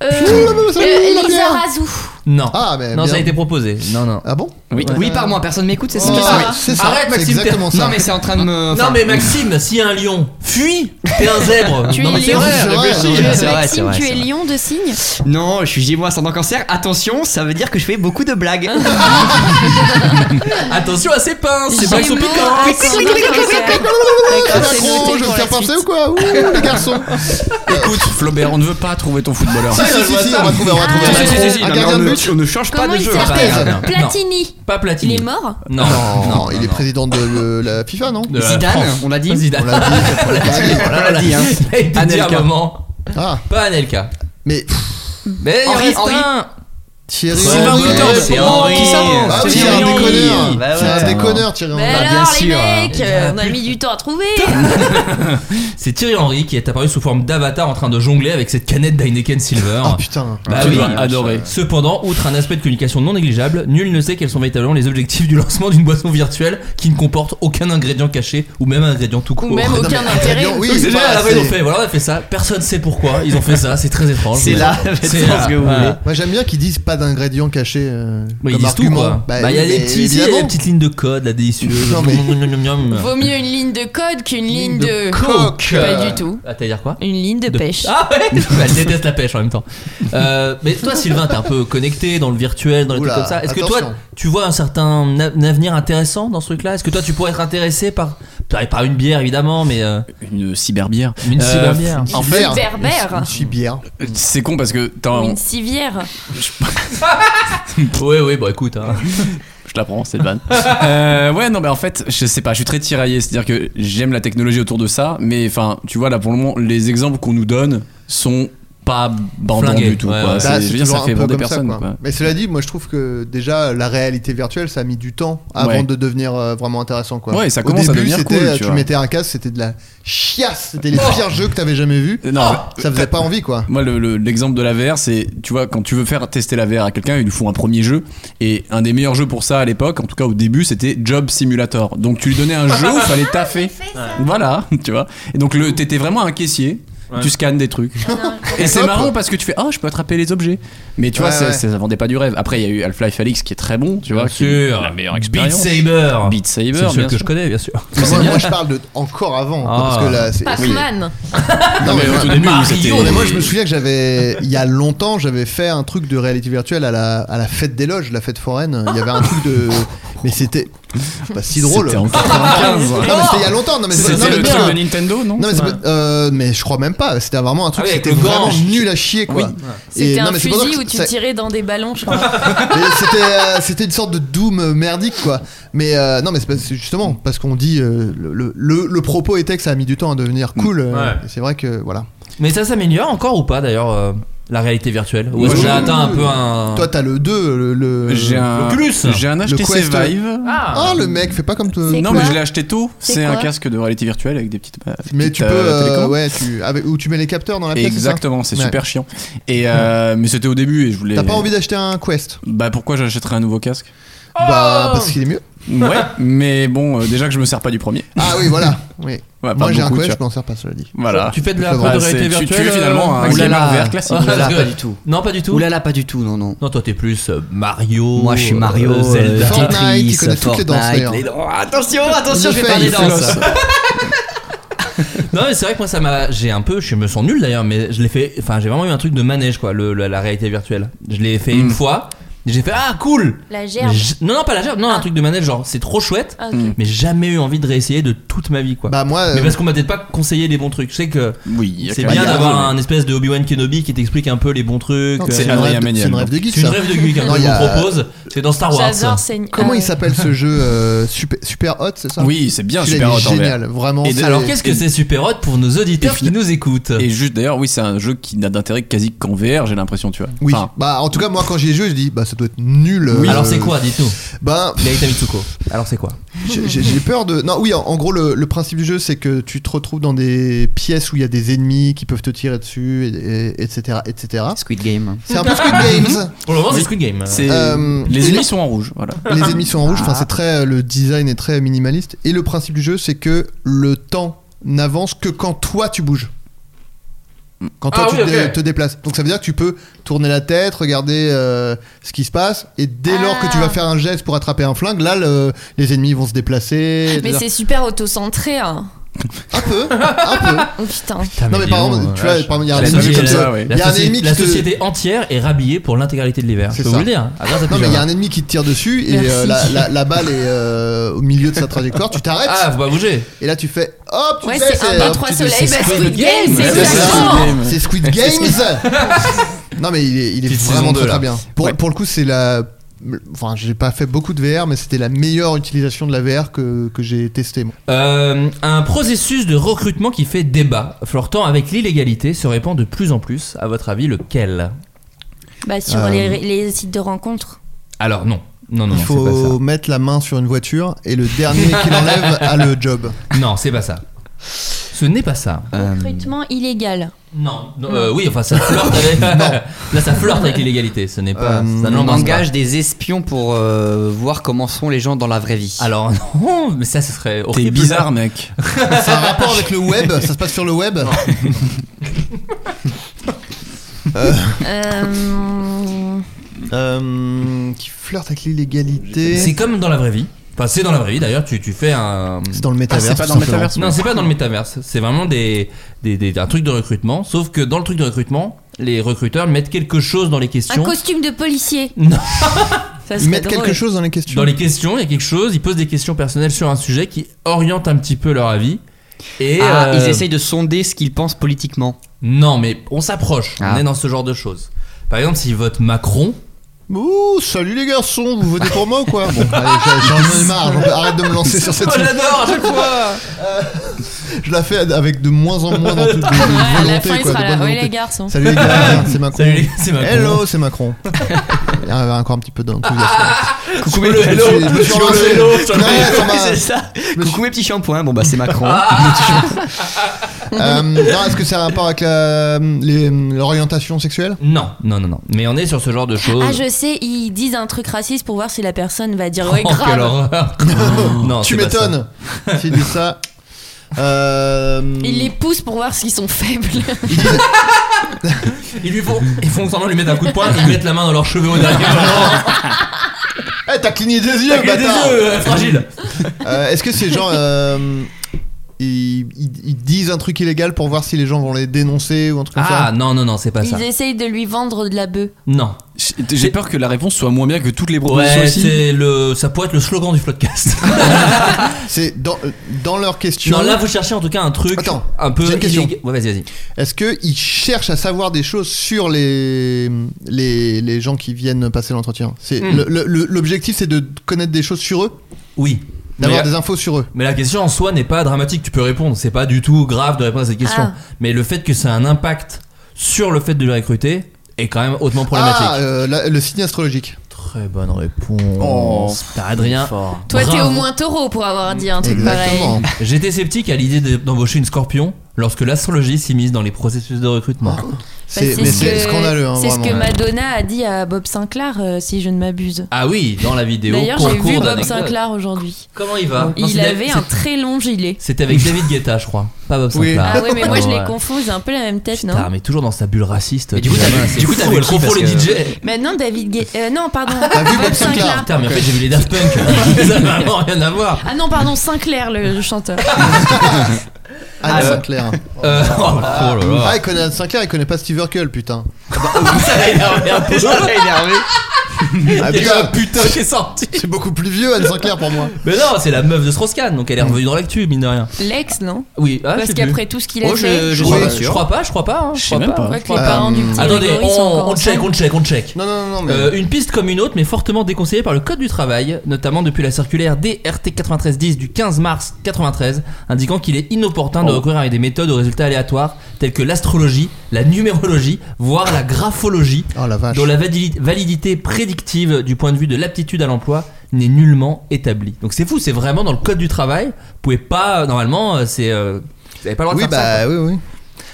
euh, Putain, euh, mais ça euh, me l'a Lisa bien. Razou. non. Ah, eh mais non, ça a bien. été proposé. Non, non. Ah bon Oui, oui par moi, personne m'écoute, c'est ça Oh, qui est oui, ça. C'est ça. Arrête, c'est Maxime, exactement ça. Non, mais c'est en train de me. non enfin, mais Maxime, s'il y a un lion, fuis T'es un zèbre Tu Non es mais c'est lion. vrai C'est vrai, réfléchis. ouais. c'est vrai, c'est Maxime, vrai, tu c'est es vrai. lion de signe Oh, Non, je suis gémeaux ascendant cancer. Attention, ça veut dire que je fais beaucoup de blagues. Attention à ses pinces, ses blagues sont Gémeaux, piquantes Ah, ascendant cancer. D'accord, c'est Macron, noté je vais me pour faire la pincer suite. ou quoi Ouh, les garçons Écoute, Flaubert, on ne veut pas trouver ton footballeur. Si, si, je vois si, si, ça. on va trouver, on va trouver. Si, si, si, si, Un non, mais gardien de ne- but ne change Comment il pas s'appelle de jeu. Platini. Pas Il Platini est mort Non, Non, non, il est président de le- la FIFA, non De la Zidane, France. on l'a dit. Zidane. On l'a dit, on l'a dit. On l'a dit, hein. Il a été dit à un Anelka. moment. Ah, Pas Anelka. mais pff, Mais il en Henri, reste Henri. Ben un Thierry. Sylvain Henry, Wiltord, Henry, c'est Henry. Henri. Qui s'avance Ah oui, C'est c'est un Henry. déconneur. Bah C'est un ouais. déconneur, Thierry. Mais Henry. bien alors, les sûr. mecs, Il y a euh, on a plus- mis du temps à trouver. C'est Thierry Henry qui est apparu sous forme d'avatar en train de jongler avec cette canette d'Heineken Silver. Ah putain. Bah Tu oui. dois adorer. Cependant, outre un aspect de communication non négligeable, nul ne sait quels sont véritablement les objectifs du lancement d'une boisson virtuelle qui ne comporte aucun ingrédient caché ou même un ingrédient tout court. Ou même Non, mais aucun intérêt. bien, oui, Donc, c'est c'est génial, pas- après, ils ont c'est- fait, voilà, on a fait ça, personne sait pourquoi, ils ont fait ça, c'est très étrange. C'est mais- là, faites ça ce que vous voilà. voulez. Moi j'aime bien qu'ils disent pas d'ingrédients cachés. euh, Mais ils comme disent tout argument. quoi. Bah, il y a oui, des mais petits, si, il y a des évidemment. petites lignes de code, la délicieuse. Non, mais- Miam, miam, miam, miam. Vaut mieux une ligne de code qu'une ligne de. coke. Pas du tout. Ah, t'as à dire quoi Une ligne de pêche. Ah ouais Bah, Elle déteste la pêche en même temps. Euh, mais toi, Sylvain, t'es un peu connecté dans le virtuel, dans les Oula, trucs comme ça. Est-ce que toi, attention. tu vois un certain a- un avenir intéressant dans ce truc-là Est-ce que toi, tu pourrais être intéressé par. par- Par une bière évidemment, mais. euh, Une cyberbière. Une Euh, cyberbière. En fait, Bière. Berbère. Une chibière. Bah, c'est con parce que t'as Ou un- une civière. Ouais, ouais, bon, écoute. hein. Je la prends, cette vanne. Euh, ouais, non, mais en fait, je sais pas, je suis très tiraillé. C'est-à-dire que j'aime la technologie autour de ça, mais enfin, tu vois, là pour le moment, les exemples qu'on nous donne sont pas bandants Flingués, du tout. ouais, quoi. ouais. C'est- Bah, je c'est veux dire, ça toujours fait un peu bander comme ça, personne. quoi. quoi. Mais cela dit, moi je trouve que déjà la réalité virtuelle ça a mis du temps avant Ouais. de devenir euh, vraiment intéressant quoi. Ouais, ça Au commence à début, devenir c'était, cool, euh, tu Tu, vois. mettais un casque, c'était de la chiasse, c'était les Oh. pires jeux que t'avais jamais vus. Euh, Non, Ça faisait pas envie quoi. Moi, le- le- l'exemple de la VR, c'est, tu vois, quand tu veux faire tester la VR à quelqu'un, ils lui font un premier jeu. Et un des meilleurs jeux pour ça à l'époque, en tout cas au début, c'était Job Simulator. Donc tu lui donnais un jeu où il fallait taffer. Voilà, tu vois. Et donc le- t'étais vraiment un caissier. Tu scannes des trucs. Et c'est Ah, Hop. marrant parce que tu fais Ah, je peux attraper les objets. Mais tu vois, Ouais, ça, ouais. ça- ça vendait pas du rêve. Après, il y a eu Half-Life Alix qui est très bon, tu vois. Bien qui est sûr. La meilleure Beat expérience. Saber. Beat Saber, C'est le seul bien que sûr. je connais, bien sûr. Moi, moi, je parle de encore avant quoi, Ah. parce que là c'est Pac-Man. Non, mais au tout début, Mario. c'était- Non, mais moi je me souviens que j'avais il y a longtemps j'avais fait un truc de réalité virtuelle à la, à la fête des loges, la fête foraine. Il y avait un truc de mais c'était pas si drôle. C'était en Non 95. mais c'était il y a longtemps. Non mais c'est- C'était non, mais le bien truc sûr. de Nintendo, non Non mais, c'est pas- euh, mais je crois même pas, c'était vraiment un truc, Ah oui, avec c'était le vraiment gant. nul à chier quoi. Et- C'était non, un mais c'est pour ça fusil que où tu ça- tirais dans des ballons, je crois. mais C'était euh, c'était une sorte de doom euh, merdique quoi. Mais euh, non mais c'est pas- c'est justement parce qu'on dit euh, le, le- le- le propos était que ça a mis du temps à devenir cool. euh, Ouais. et C'est vrai que voilà. Mais ça s'améliore encore ou pas d'ailleurs euh, la réalité virtuelle Ou Oui, est-ce qu'on a oui, atteint un peu un. Toi t'as le 2, le, le- Euh, J'ai un, l'Oculus. j'ai un HTC Quest. euh, Vive. Euh, Ah le mec, fais pas comme toi. C'est Non, quoi mais je l'ai acheté tôt. C'est C'est un quoi casque de réalité virtuelle avec des petites. avec Mais petites, tu peux, euh, euh, télécommandes. ouais, tu, avec, où tu mets les capteurs dans la pièce, c'est ça Exactement, c'est Ouais. super chiant. Et euh, mais c'était au début et je voulais. T'as pas envie d'acheter un Quest Bah pourquoi j'achèterais un nouveau casque Bah parce qu'il est mieux. Ouais, mais bon, euh, déjà que je me sers pas du premier. Ah oui voilà. Oui. Ouais, Moi pas j'ai un beaucoup, Quest, tu je m'en sers pas cela dit. Voilà. Tu fais de la Ah, de c'est- réalité tu- tu es virtuelle finalement un euh, gamer oulala. vert classique. Oh là là. Pas du tout. Non, pas du tout. Oulala, pas du tout, non, non. Non, toi t'es plus euh, Mario. Moi, je suis Mario, euh, Zelda. euh, Fortnite, Tetris, il connaît toutes les danses, Fortnite, d'ailleurs. les danses. Oh, attention, attention, Le je vais parler fail, danse. non, mais c'est vrai que moi ça m'a. J'ai un peu. Je me sens Hmm. nul d'ailleurs, mais je l'ai fait. Enfin, j'ai vraiment eu un truc de manège quoi, le, le- la réalité virtuelle. Je l'ai fait une fois. J'ai fait ah cool. La gerbe. Mais j- Non non pas la gerbe, non un truc de manège genre c'est trop chouette, Ah, ok. mais j'ai jamais eu envie de réessayer de toute ma vie quoi. Bah moi, euh, Mais parce qu'on m'a peut-être pas conseillé les bons trucs. Je sais que Oui, c'est bien d'avoir un espèce de Obi Wan Kenobi qui t'explique un peu les bons trucs. Non, euh, c'est une Adrien rêve de- Méniel, c'est une non rêve de geek. c'est une ça. rêve de geek hein, Non, que il y je vous a- propose. C'est dans Star Wars. J'adore Seigneur. Comment Ah, il s'appelle ce jeu euh, super, super Hot, c'est ça Oui, c'est bien, Celui-là, super il est hot en vert. génial, vraiment. Et c'est- Alors qu'est-ce que et- c'est Super Hot pour nos auditeurs et qui nous écoutent Et juste d'ailleurs, oui, c'est un jeu qui n'a d'intérêt quasi qu'en VR, j'ai l'impression, tu vois. Oui. Enfin, Bah en tout cas moi quand j'y ai joué, je dis bah ça doit être nul. euh, Alors c'est quoi dites-nous Bah pff, Narita Mitsuko. Alors c'est quoi j'ai- j'ai j'ai peur de non oui en, en gros le, le principe du jeu c'est que tu te retrouves dans des pièces où il y a des ennemis qui peuvent te tirer dessus et, et- etc etc. Squid Game. C'est un peu Squid Games. Pour le moment c'est Squid Game. c'est- Euh, les et- ennemis sont en rouge, voilà. les ennemis sont en rouge. Ah. Enfin, c'est très le design est très minimaliste. Et le principe du jeu, c'est que le temps n'avance que quand toi tu bouges. Quand toi Ah tu oui, te, ok. te déplaces. Donc ça veut dire que tu peux tourner la tête, regarder euh, ce qui se passe, et dès lors que tu Ah. vas faire un geste pour attraper un flingue, là le- les ennemis vont se Ah, déplacer. Mais etc. c'est super autocentré. Hein. un peu, un peu. Oh putain. Non mais par exemple, tu vois, par exemple, il y a un euh, La ennemi société- comme ça. ouais. Il La, y a un société- ennemi qui la te- société entière est rhabillée pour l'intégralité de l'hiver. Je C'est peux ça. vous le dire. Ah, grâce à Non mais Pyjama. il y a un ennemi qui te tire dessus et Merci. euh, la, la- la balle est euh, au milieu de sa trajectoire. Tu t'arrêtes Ah, faut pas bouger. et là tu fais hop. Tu Ouais, te baisses c'est et un, deux, hop, trois tu te- soleils, bah Squid Game, c'est Ouais, c'est exactement. Squid Game. C'est Squid Games Non mais il est, il est Petite saison vraiment deux, très, là. très bien. Pour, Ouais. pour le coup c'est la... Enfin j'ai pas fait beaucoup de VR mais c'était la meilleure utilisation de la VR que, que j'ai testé. moi. Euh, un processus de recrutement qui fait débat, flirtant avec l'illégalité, se répand de plus en plus. À votre avis, lequel Bah sur Euh, les, les sites de rencontres. Alors non, non, non, il non, c'est pas faut mettre la main sur une voiture et le dernier qui l'enlève a le job. ça. Non, c'est pas ça. Ce n'est pas ça. euh, Recrutement illégal. Non, non, euh, oui, enfin ça flirte avec. Là, ça flirte avec l'illégalité. Ce n'est pas. Euh, ça On n'embrasse pas. engage des espions pour euh, voir comment sont les gens dans la vraie vie. Alors non, mais ça, ce serait T'es horrible. bizarre, mec. C'est un rapport avec le web, ça se passe sur le web. Euh, Euh, qui flirte avec l'illégalité. C'est comme dans la vraie vie. Enfin, c'est dans la vraie vie d'ailleurs. Tu, tu fais un. C'est dans le métaverse. Ah, c'est pas tout dans le simplement. métaverse. Non, c'est pas dans le métaverse. C'est vraiment des, des, des- un truc de recrutement. Sauf que dans le truc de recrutement, les recruteurs mettent quelque chose dans les un questions. costume de policier. Non. Ça Ils serait mettent quelque drôle. chose dans les questions. Dans les questions, il y a quelque chose. Ils posent des questions personnelles sur un sujet qui oriente un petit peu leur avis. Et Ah, euh, ils essayent de sonder ce qu'ils pensent politiquement. Non, mais on s'approche. On Ah. est dans ce genre de choses. Par exemple, s'ils votent Macron, Ouh, salut les garçons, vous votez pour moi ou quoi Bon, allez, j'ai- j'en ai marre, j'en peux- arrête de me lancer sur cette. Oh, j'adore à chaque fois. Je la fais avec de moins en moins dans toute de- de Ouais, à la volonté, fin, il quoi, sera de bonne là. Oui, volonté. les garçons. Salut les gars, c'est Macron. Salut, les- c'est Macron. Hello, c'est Macron. Il y avait encore un petit peu d'enthousiasme. Coucou Sur le petits- hello, je me suis sur le lancé. hello, sur le Ouais, hello. ça m'a- C'est Coucou mes petits shampoings. Bon bah c'est Macron. Ah. Euh, non, est-ce que ça a un rapport avec la- les- l'orientation sexuelle Non, non, non, non. Mais on est sur ce genre de choses. Ah, je sais, ils disent un truc raciste pour voir si la personne va dire ouais, Oh, quelle grave. horreur. non, Tu c'est pas ça. m'étonnes S'il dit ça. Euh, Ils les poussent pour voir s'ils sont faibles. Ils lui font, ils font semblant de lui mettre un coup de poing, ils mettent la main dans leurs cheveux au dernier moment. Eh, t'as cligné des yeux, Avec des bâtard yeux euh, fragiles. Euh, Est-ce que ces gens euh, ils, ils- ils disent un truc illégal pour voir si les gens vont les dénoncer ou un truc comme Ah non, non, non, c'est pas ça. Ils essayent de lui vendre de la bœuf. Non. J'ai- J'ai peur que la réponse soit moins bien que toutes les propositions Ouais, aussi. c'est le, ça pourrait être le slogan du podcast. ça C'est dans, dans leur question. non, là vous cherchez en tout cas un truc Attends, un peu. j'ai une question. illég- Ouais, vas-y, vas-y. Est-ce qu'ils cherchent à savoir des choses sur les, les, les gens qui viennent passer l'entretien C'est Hmm. le- le- le- L'objectif, c'est de connaître des choses sur eux, Oui. d'avoir Mais- des infos sur eux. Mais la question en soi n'est pas dramatique, tu peux répondre, c'est pas du tout grave de répondre à cette question. Ah. Mais le fait que ça a un impact sur le fait de le recruter est quand même hautement problématique. Ah, euh, la- le signe astrologique. Très bonne Oh. réponse. Par Adrien. Toi, t'es Bravo. au moins taureau pour avoir dit un truc pareil. Exactement. J'étais sceptique à l'idée de- d'embaucher une scorpion lorsque l'astrologie s'immisce dans les processus de recrutement. Ah. C'est mais c'est scandaleux. hein, c'est ce Bah, que vraiment. Madonna a dit à Bob Sinclair, euh, si je ne m'abuse. Ah oui, dans la vidéo. D'ailleurs, j'ai concours vu Bob d'anecdotes. Sinclair aujourd'hui. Comment il va Non, Il hein. c'est avait David- un très long gilet. C'était avec David Guetta, je crois. Pas Bob Oui. Sinclair. Ah ouais, mais moi je les Ouais. confonds, ils ont un peu la même tête, non Putain, mais toujours dans sa bulle raciste. Euh, Mais du coup, t'as vu- du coup, t'as vu le qui, parce les que- DJ. Maintenant, David Guetta. euh, non, pardon. T'as vu Bob Sinclair Ah, Putain, mais en fait, j'ai vu les Daft Punk. Ça n'a vraiment rien à voir. Ah non, pardon, Sinclair, le, le chanteur. Anne Ah, Sinclair. Euh, oh, là là. Ah, il connaît Anne Sinclair, il connaît pas Steve Urkel, putain. Ça l'a énervé un peu. Ça l'a énervé. Ah, Il y a eu putain. un putain qui est sorti. C'est beaucoup plus vieux, Anne Sinclair, pour moi. Mais non, c'est la meuf de Strauss-Kahn, donc elle est revenue dans l'actu, mine de rien. L'ex, non Oui, ah, je Parce sais qu'après plus. tout ce qu'il a Oh, fait. je, je, Oui, crois, pas, sûr. je crois pas, je crois pas. hein, je crois même pas. pas. Je crois que les parents du petit Attendez, Grégory sont on, encore on check, ensemble. on check, on check. Non, non, non, non, mais. Euh, une piste comme une autre, mais fortement déconseillée par le Code du travail, notamment depuis la circulaire DRT 9310 du 15 mars 93, indiquant qu'il est inopportun de Oh. recourir à des méthodes aux résultats aléatoires telles que l'astrologie, la numérologie, voire la graphologie, Oh la vache. dont la validi- validité prédictive du point de vue de l'aptitude à l'emploi n'est nullement établie. Donc c'est fou, c'est vraiment dans le Code du travail. Vous pouvez pas, normalement, euh, c'est, euh, vous avez pas le droit Oui, de faire ça. bah oui, oui.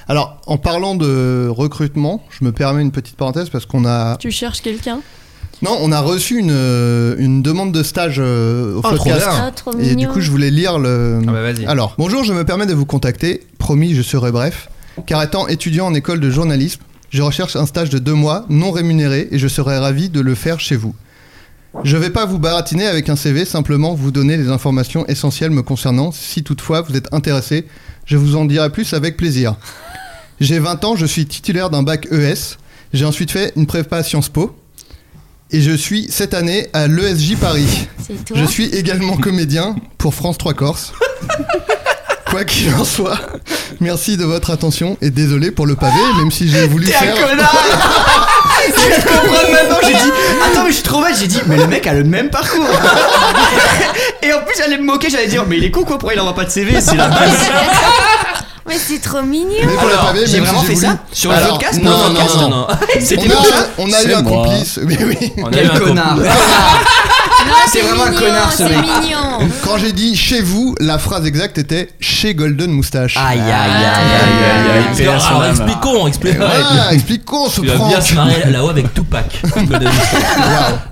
Alors, en parlant de recrutement, je me permets une petite parenthèse parce qu'on a. Tu cherches quelqu'un Non, on a reçu une, euh, une demande de stage euh, au Oh, trop podcast. bien. Ah, trop Et mignon. du coup, je voulais lire le. Ah bah vas-y. Alors, bonjour, je me permets de vous contacter. Promis, je serai bref. Car étant étudiant en école de journalisme, je recherche un stage de deux mois non rémunéré et je serais ravi de le faire chez vous. Je vais pas vous baratiner avec un CV, simplement vous donner les informations essentielles me concernant. Si toutefois vous êtes intéressé, je vous en dirai plus avec plaisir. J'ai 20 ans, je suis titulaire d'un bac ES. J'ai ensuite fait une prépa Sciences Po. Et je suis cette année à l'ESJ Paris. C'est toi Je suis également comédien pour France 3 Corse. Quoi qu'il en soit, merci de votre attention et désolé pour le pavé, même si j'ai voulu T'es un faire. connard Je comprends maintenant, j'ai dit Attends mais je suis trop bête, j'ai dit mais le mec a le même parcours Et en plus j'allais me moquer, j'allais dire mais il est con quoi pourquoi il envoie pas de CV c'est la base Mais c'est trop mignon Mais pour le pavé, J'ai même si vraiment fait voulu- ça Sur le Alors, podcast non, Pour le non, podcast non, non. C'était On pour a, ça on a eu C'est un moi. complice, mais oui. On a eu Quel un couple. connard Non, c'est vraiment un Ah, mignon, connard, ce mec. C'est mignon Quand j'ai dit chez vous, la phrase exacte était chez Golden Moustache. Aïe aïe aïe aïe, aïe aïe, aïe. Il perd son Alors âme. expliquons, expliquons. Ah, expliquons ce Tu vas bien se prank. marrer là-haut avec Tupac.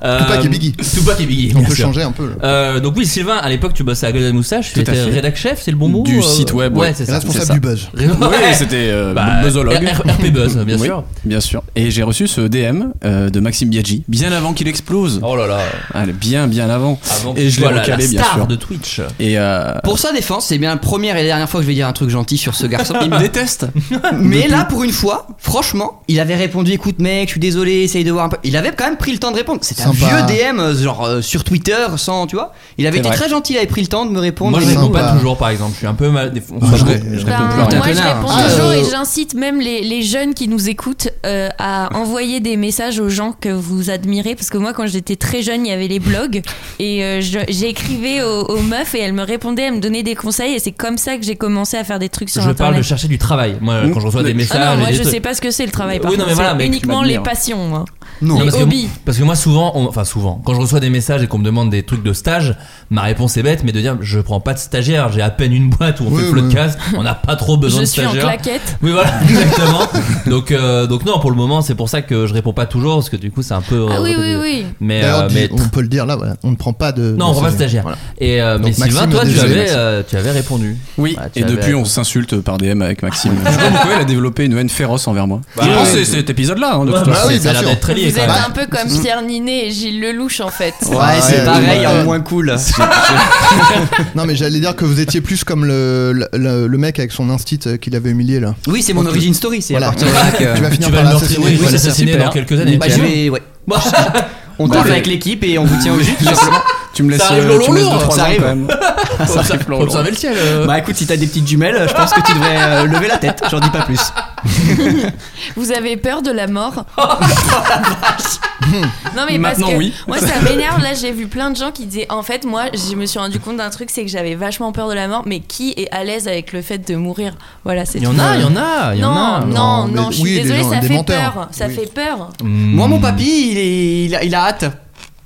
Euh, Tupac et Biggie. Tupac et Biggie. On bien peut sûr. changer un peu. là. Euh, donc oui, Sylvain, à l'époque, tu bossais à Golden Moustache, tu Tout à étais fait. rédac chef, c'est le bon mot Du euh, site web, ouais, ouais. c'est ça. c'est Responsable ça. du buzz. Ouais, Ouais. c'était euh, Bah, buzzologue. R- R- RP Buzz, bien Oui, sûr. Bien sûr. Et j'ai reçu ce DM euh, de Maxime Biaggi, bien avant qu'il explose. Oh là là. Allez, bien, bien avant. Avant et je l'ai voilà, la, recalé, bien star sûr. de Twitch. Et euh, Pour sa défense, c'est bien la première et dernière fois que je vais dire un truc gentil sur ce garçon. il me déteste. Mais là, pour une fois, franchement, il avait répondu écoute, mec, je suis désolé, essaye de voir un peu. Il avait quand même pris le temps de répondre. C'était un vieux Sympa. DM, euh, genre euh, sur Twitter, sans, tu vois. Il avait C'est été vrai. très gentil, il avait pris le temps de me répondre. Moi, je mais réponds sympa. pas toujours, par exemple. Je Euh, suis un peu mal. des fois- Moi, Ah, je Enfin, ré- bon, je Ben, réponds plus à rien. moi je Connard. réponds Ah, toujours euh, et j'incite même les, les jeunes qui nous écoutent euh, à envoyer des messages aux gens que vous admirez parce que moi quand j'étais très jeune il y avait les blogs et euh, je- j'écrivais aux, aux meufs et elles me répondaient, elles me donnaient des conseils et c'est comme ça que j'ai commencé à faire des trucs sur je parle de internet. chercher du travail. Moi, Mmh. quand je reçois des Ah non, messages. ah non, moi et des je trucs- sais pas ce que c'est le travail par Oui, non, contre, mais voilà, c'est mais tu uniquement les m'admires. passions moi. Non. les parce, que, hobbies. parce que moi souvent, on- enfin souvent, quand je reçois des messages et qu'on me demande des trucs de stage, ma réponse est bête, mais de dire je prends pas de stagiaire, j'ai à peine une boîte où on Oui, fait oui. le podcast, on n'a pas trop besoin Je de suis en stagiaire. claquette. Oui voilà, exactement. donc euh, donc non, pour le moment, c'est pour ça que je réponds pas toujours parce que du coup c'est un peu. Ah euh, oui oui répétitif. oui. Mais D'ailleurs, euh, dis- mais on peut le dire là, voilà, on ne prend pas de. non, on de prend pas de stagiaire. Voilà. Et euh, mais Donc, Sylvain, Maxime, toi, tu désolé, avais, Maxime. euh, tu avais répondu. Oui, Ah, tu et avais- depuis on s'insulte par DM avec Maxime. Je sais pas pourquoi il a développé une haine féroce envers moi. Bah, je pense ouais. que c'est cet épisode-là, hein, de Ouais, toute bah façon. oui, ça bien a l'air sûr. d'être très lié. Vous Quand êtes même. un peu comme Pierre Ninet et Gilles Lelouch en fait. Ouais, Ouais, c'est ouais, pareil, ouais. en moins cool. Non, mais j'allais dire que vous étiez plus comme le, le, le- le mec avec son instit euh, qu'il avait humilié là. Oui, c'est mon origin story, c'est Voilà. à partir de là que. tu vas finir Tu vas par le l'assassiner. meurtrier, oui, voilà. assassiner super. dans quelques années. Bah, je vais. Ouais. On tape Bah, avec l'équipe et on vous tient au jus. tout simplement. Tu me laisses Ça arrive euh, tu lourd, me laisses lourd, deux, trois ça ans, arrive. quand même. Faut arrive, observer- Laurent. faut observer le ciel. euh. Bah écoute, si t'as des petites jumelles, je pense que tu devrais euh, lever la tête, j'en dis pas plus. Vous avez peur de la mort Non mais Maintenant, parce que oui. moi ça m'énerve là j'ai vu plein de gens qui disaient en fait moi je me suis rendu compte d'un truc c'est que j'avais vachement peur de la mort mais qui est à l'aise avec le fait de mourir voilà c'est Il y en tout. a, il y en a, il y en a. euh, non Non, non non mais je suis oui, des désolée gens- ça des fait menteurs. peur ça Oui. fait peur Hmm. Moi, mon papy, il, est- il a, il a hâte.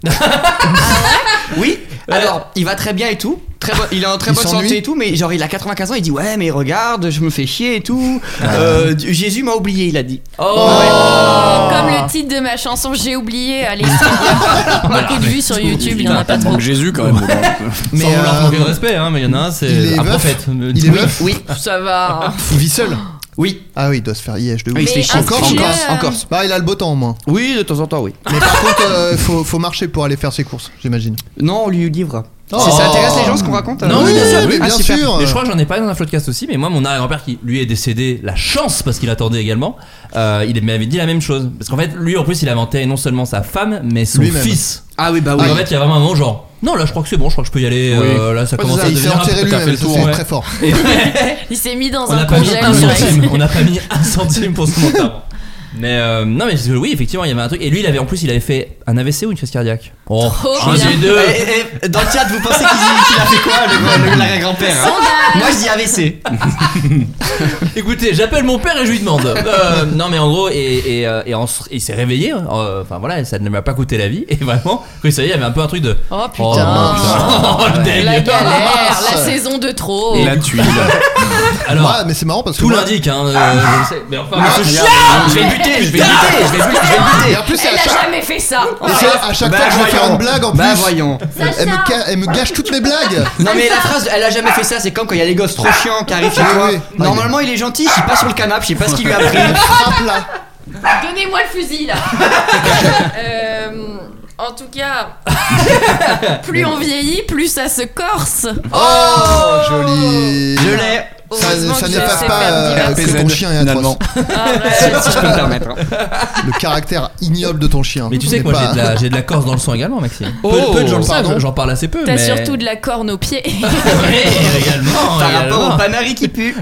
Ah oui, alors il va très bien et tout. Très bon- il est en très Il bonne s'ennuie santé et tout, mais genre il a 95 ans, il dit Ouais, mais regarde, je me fais chier et tout. Ah. Euh, Jésus m'a oublié, il a dit. Oh, comme le titre de ma chanson j'ai oublié allez beaucoup de vues sur YouTube il y en a pas Il trop manque Jésus quand même. Mais Mais, Sans vouloir euh, manquer de respect, hein, mais il y en a un, il c'est est un veuf prophète. Il est meuf Oui, ça va Il vit seul oui. Ah oui, il doit se faire IH de ouf. Oui, il se fait chier. Encore, en Encore, Corse, en Corse. Bah, il a le beau temps au moins. Oui, de temps en temps, oui. Mais par contre, euh, faut, faut marcher pour aller faire ses courses, j'imagine. Non, on lui livre. C'est- Ça intéresse les gens ce qu'on raconte euh Non, oui, bien sûr, Ah, super. Et je crois que j'en ai parlé dans un podcast aussi, mais moi, mon arrière-grand-père qui lui est décédé, la chance parce qu'il attendait également, euh, il m'avait dit la même chose. Parce qu'en fait, lui en plus, il inventait non seulement sa femme, mais son Lui-même. fils. Ah oui, bah Donc, en fait, il y a vraiment un moment genre. Non, là, je crois que c'est bon, je crois que je peux y aller. Oui. euh, là, ça Ouais, commence c'est à ça, il s'est devenir un peu- enterré t'as fait lui-même, le ça, tour, c'est ouais. très fort. Et- Il s'est mis dans on un n'a pas mis congé. un centime. On n'a pas mis un centime pour son enterrement. Mais euh, non, mais parce que oui, effectivement, il y avait un truc. Et lui, il avait en plus, il avait fait un AVC ou une crise cardiaque. Oh, Trop un bien. des deux. Eh, eh, dans le chat, vous pensez qu'il qu'il a fait quoi, le- le- l'arrière-grand-père hein Moi, je dis AVC. Écoutez, j'appelle mon père et je lui demande. Euh, non, mais en gros, et, et, euh, et en se- il s'est réveillé. hein, euh, Enfin voilà, ça ne m'a pas coûté la vie. Et vraiment, oui, ça y est, il y avait un peu un truc de. Oh putain, Oh, putain. Oh, le deg. la galère, la saison de trop. Et- La tuile. Alors, Ouais, mais c'est marrant parce que. tout moi- l'indique, hein. euh, je le sais. Mais enfin, Je je- vais le buter, je vais le buter, je vais le buter, je vais le buter. Et en plus, Elle à a chaque, jamais fait ça. et c'est à chaque fois que je vais faire une blague en plus. Bah voyons. Euh, Elle me, ca- elle me gâche toutes mes blagues. Non mais la phrase, elle a jamais fait ça, c'est comme quand il y a les gosses trop chiants qui arrivent chez Ah toi. oui. Normalement il est gentil, je suis pas sur le canapé, je sais pas ce qu'il lui a pris. Frappe là. Donnez-moi le fusil là. Euh, en tout cas, plus on vieillit, plus ça se corse. Oh, joli. Je l'ai. Ça, Heureusement ça que je n'efface sais pas faire euh, diverses- que ton chien est atroce. finalement. Ah, ouais. Si je peux me permettre. hein. Le caractère ignoble de ton chien. Mais tu sais que n'est moi j'ai pas- de, la, j'ai de la Corse dans le sang également, Maxime. Peu- Oh, peu, de gens le ça, savent, hein. non j'en parle assez peu. T'as mais- surtout de la corne aux pieds. Ouais, également. Par rapport également. au panari qui pue.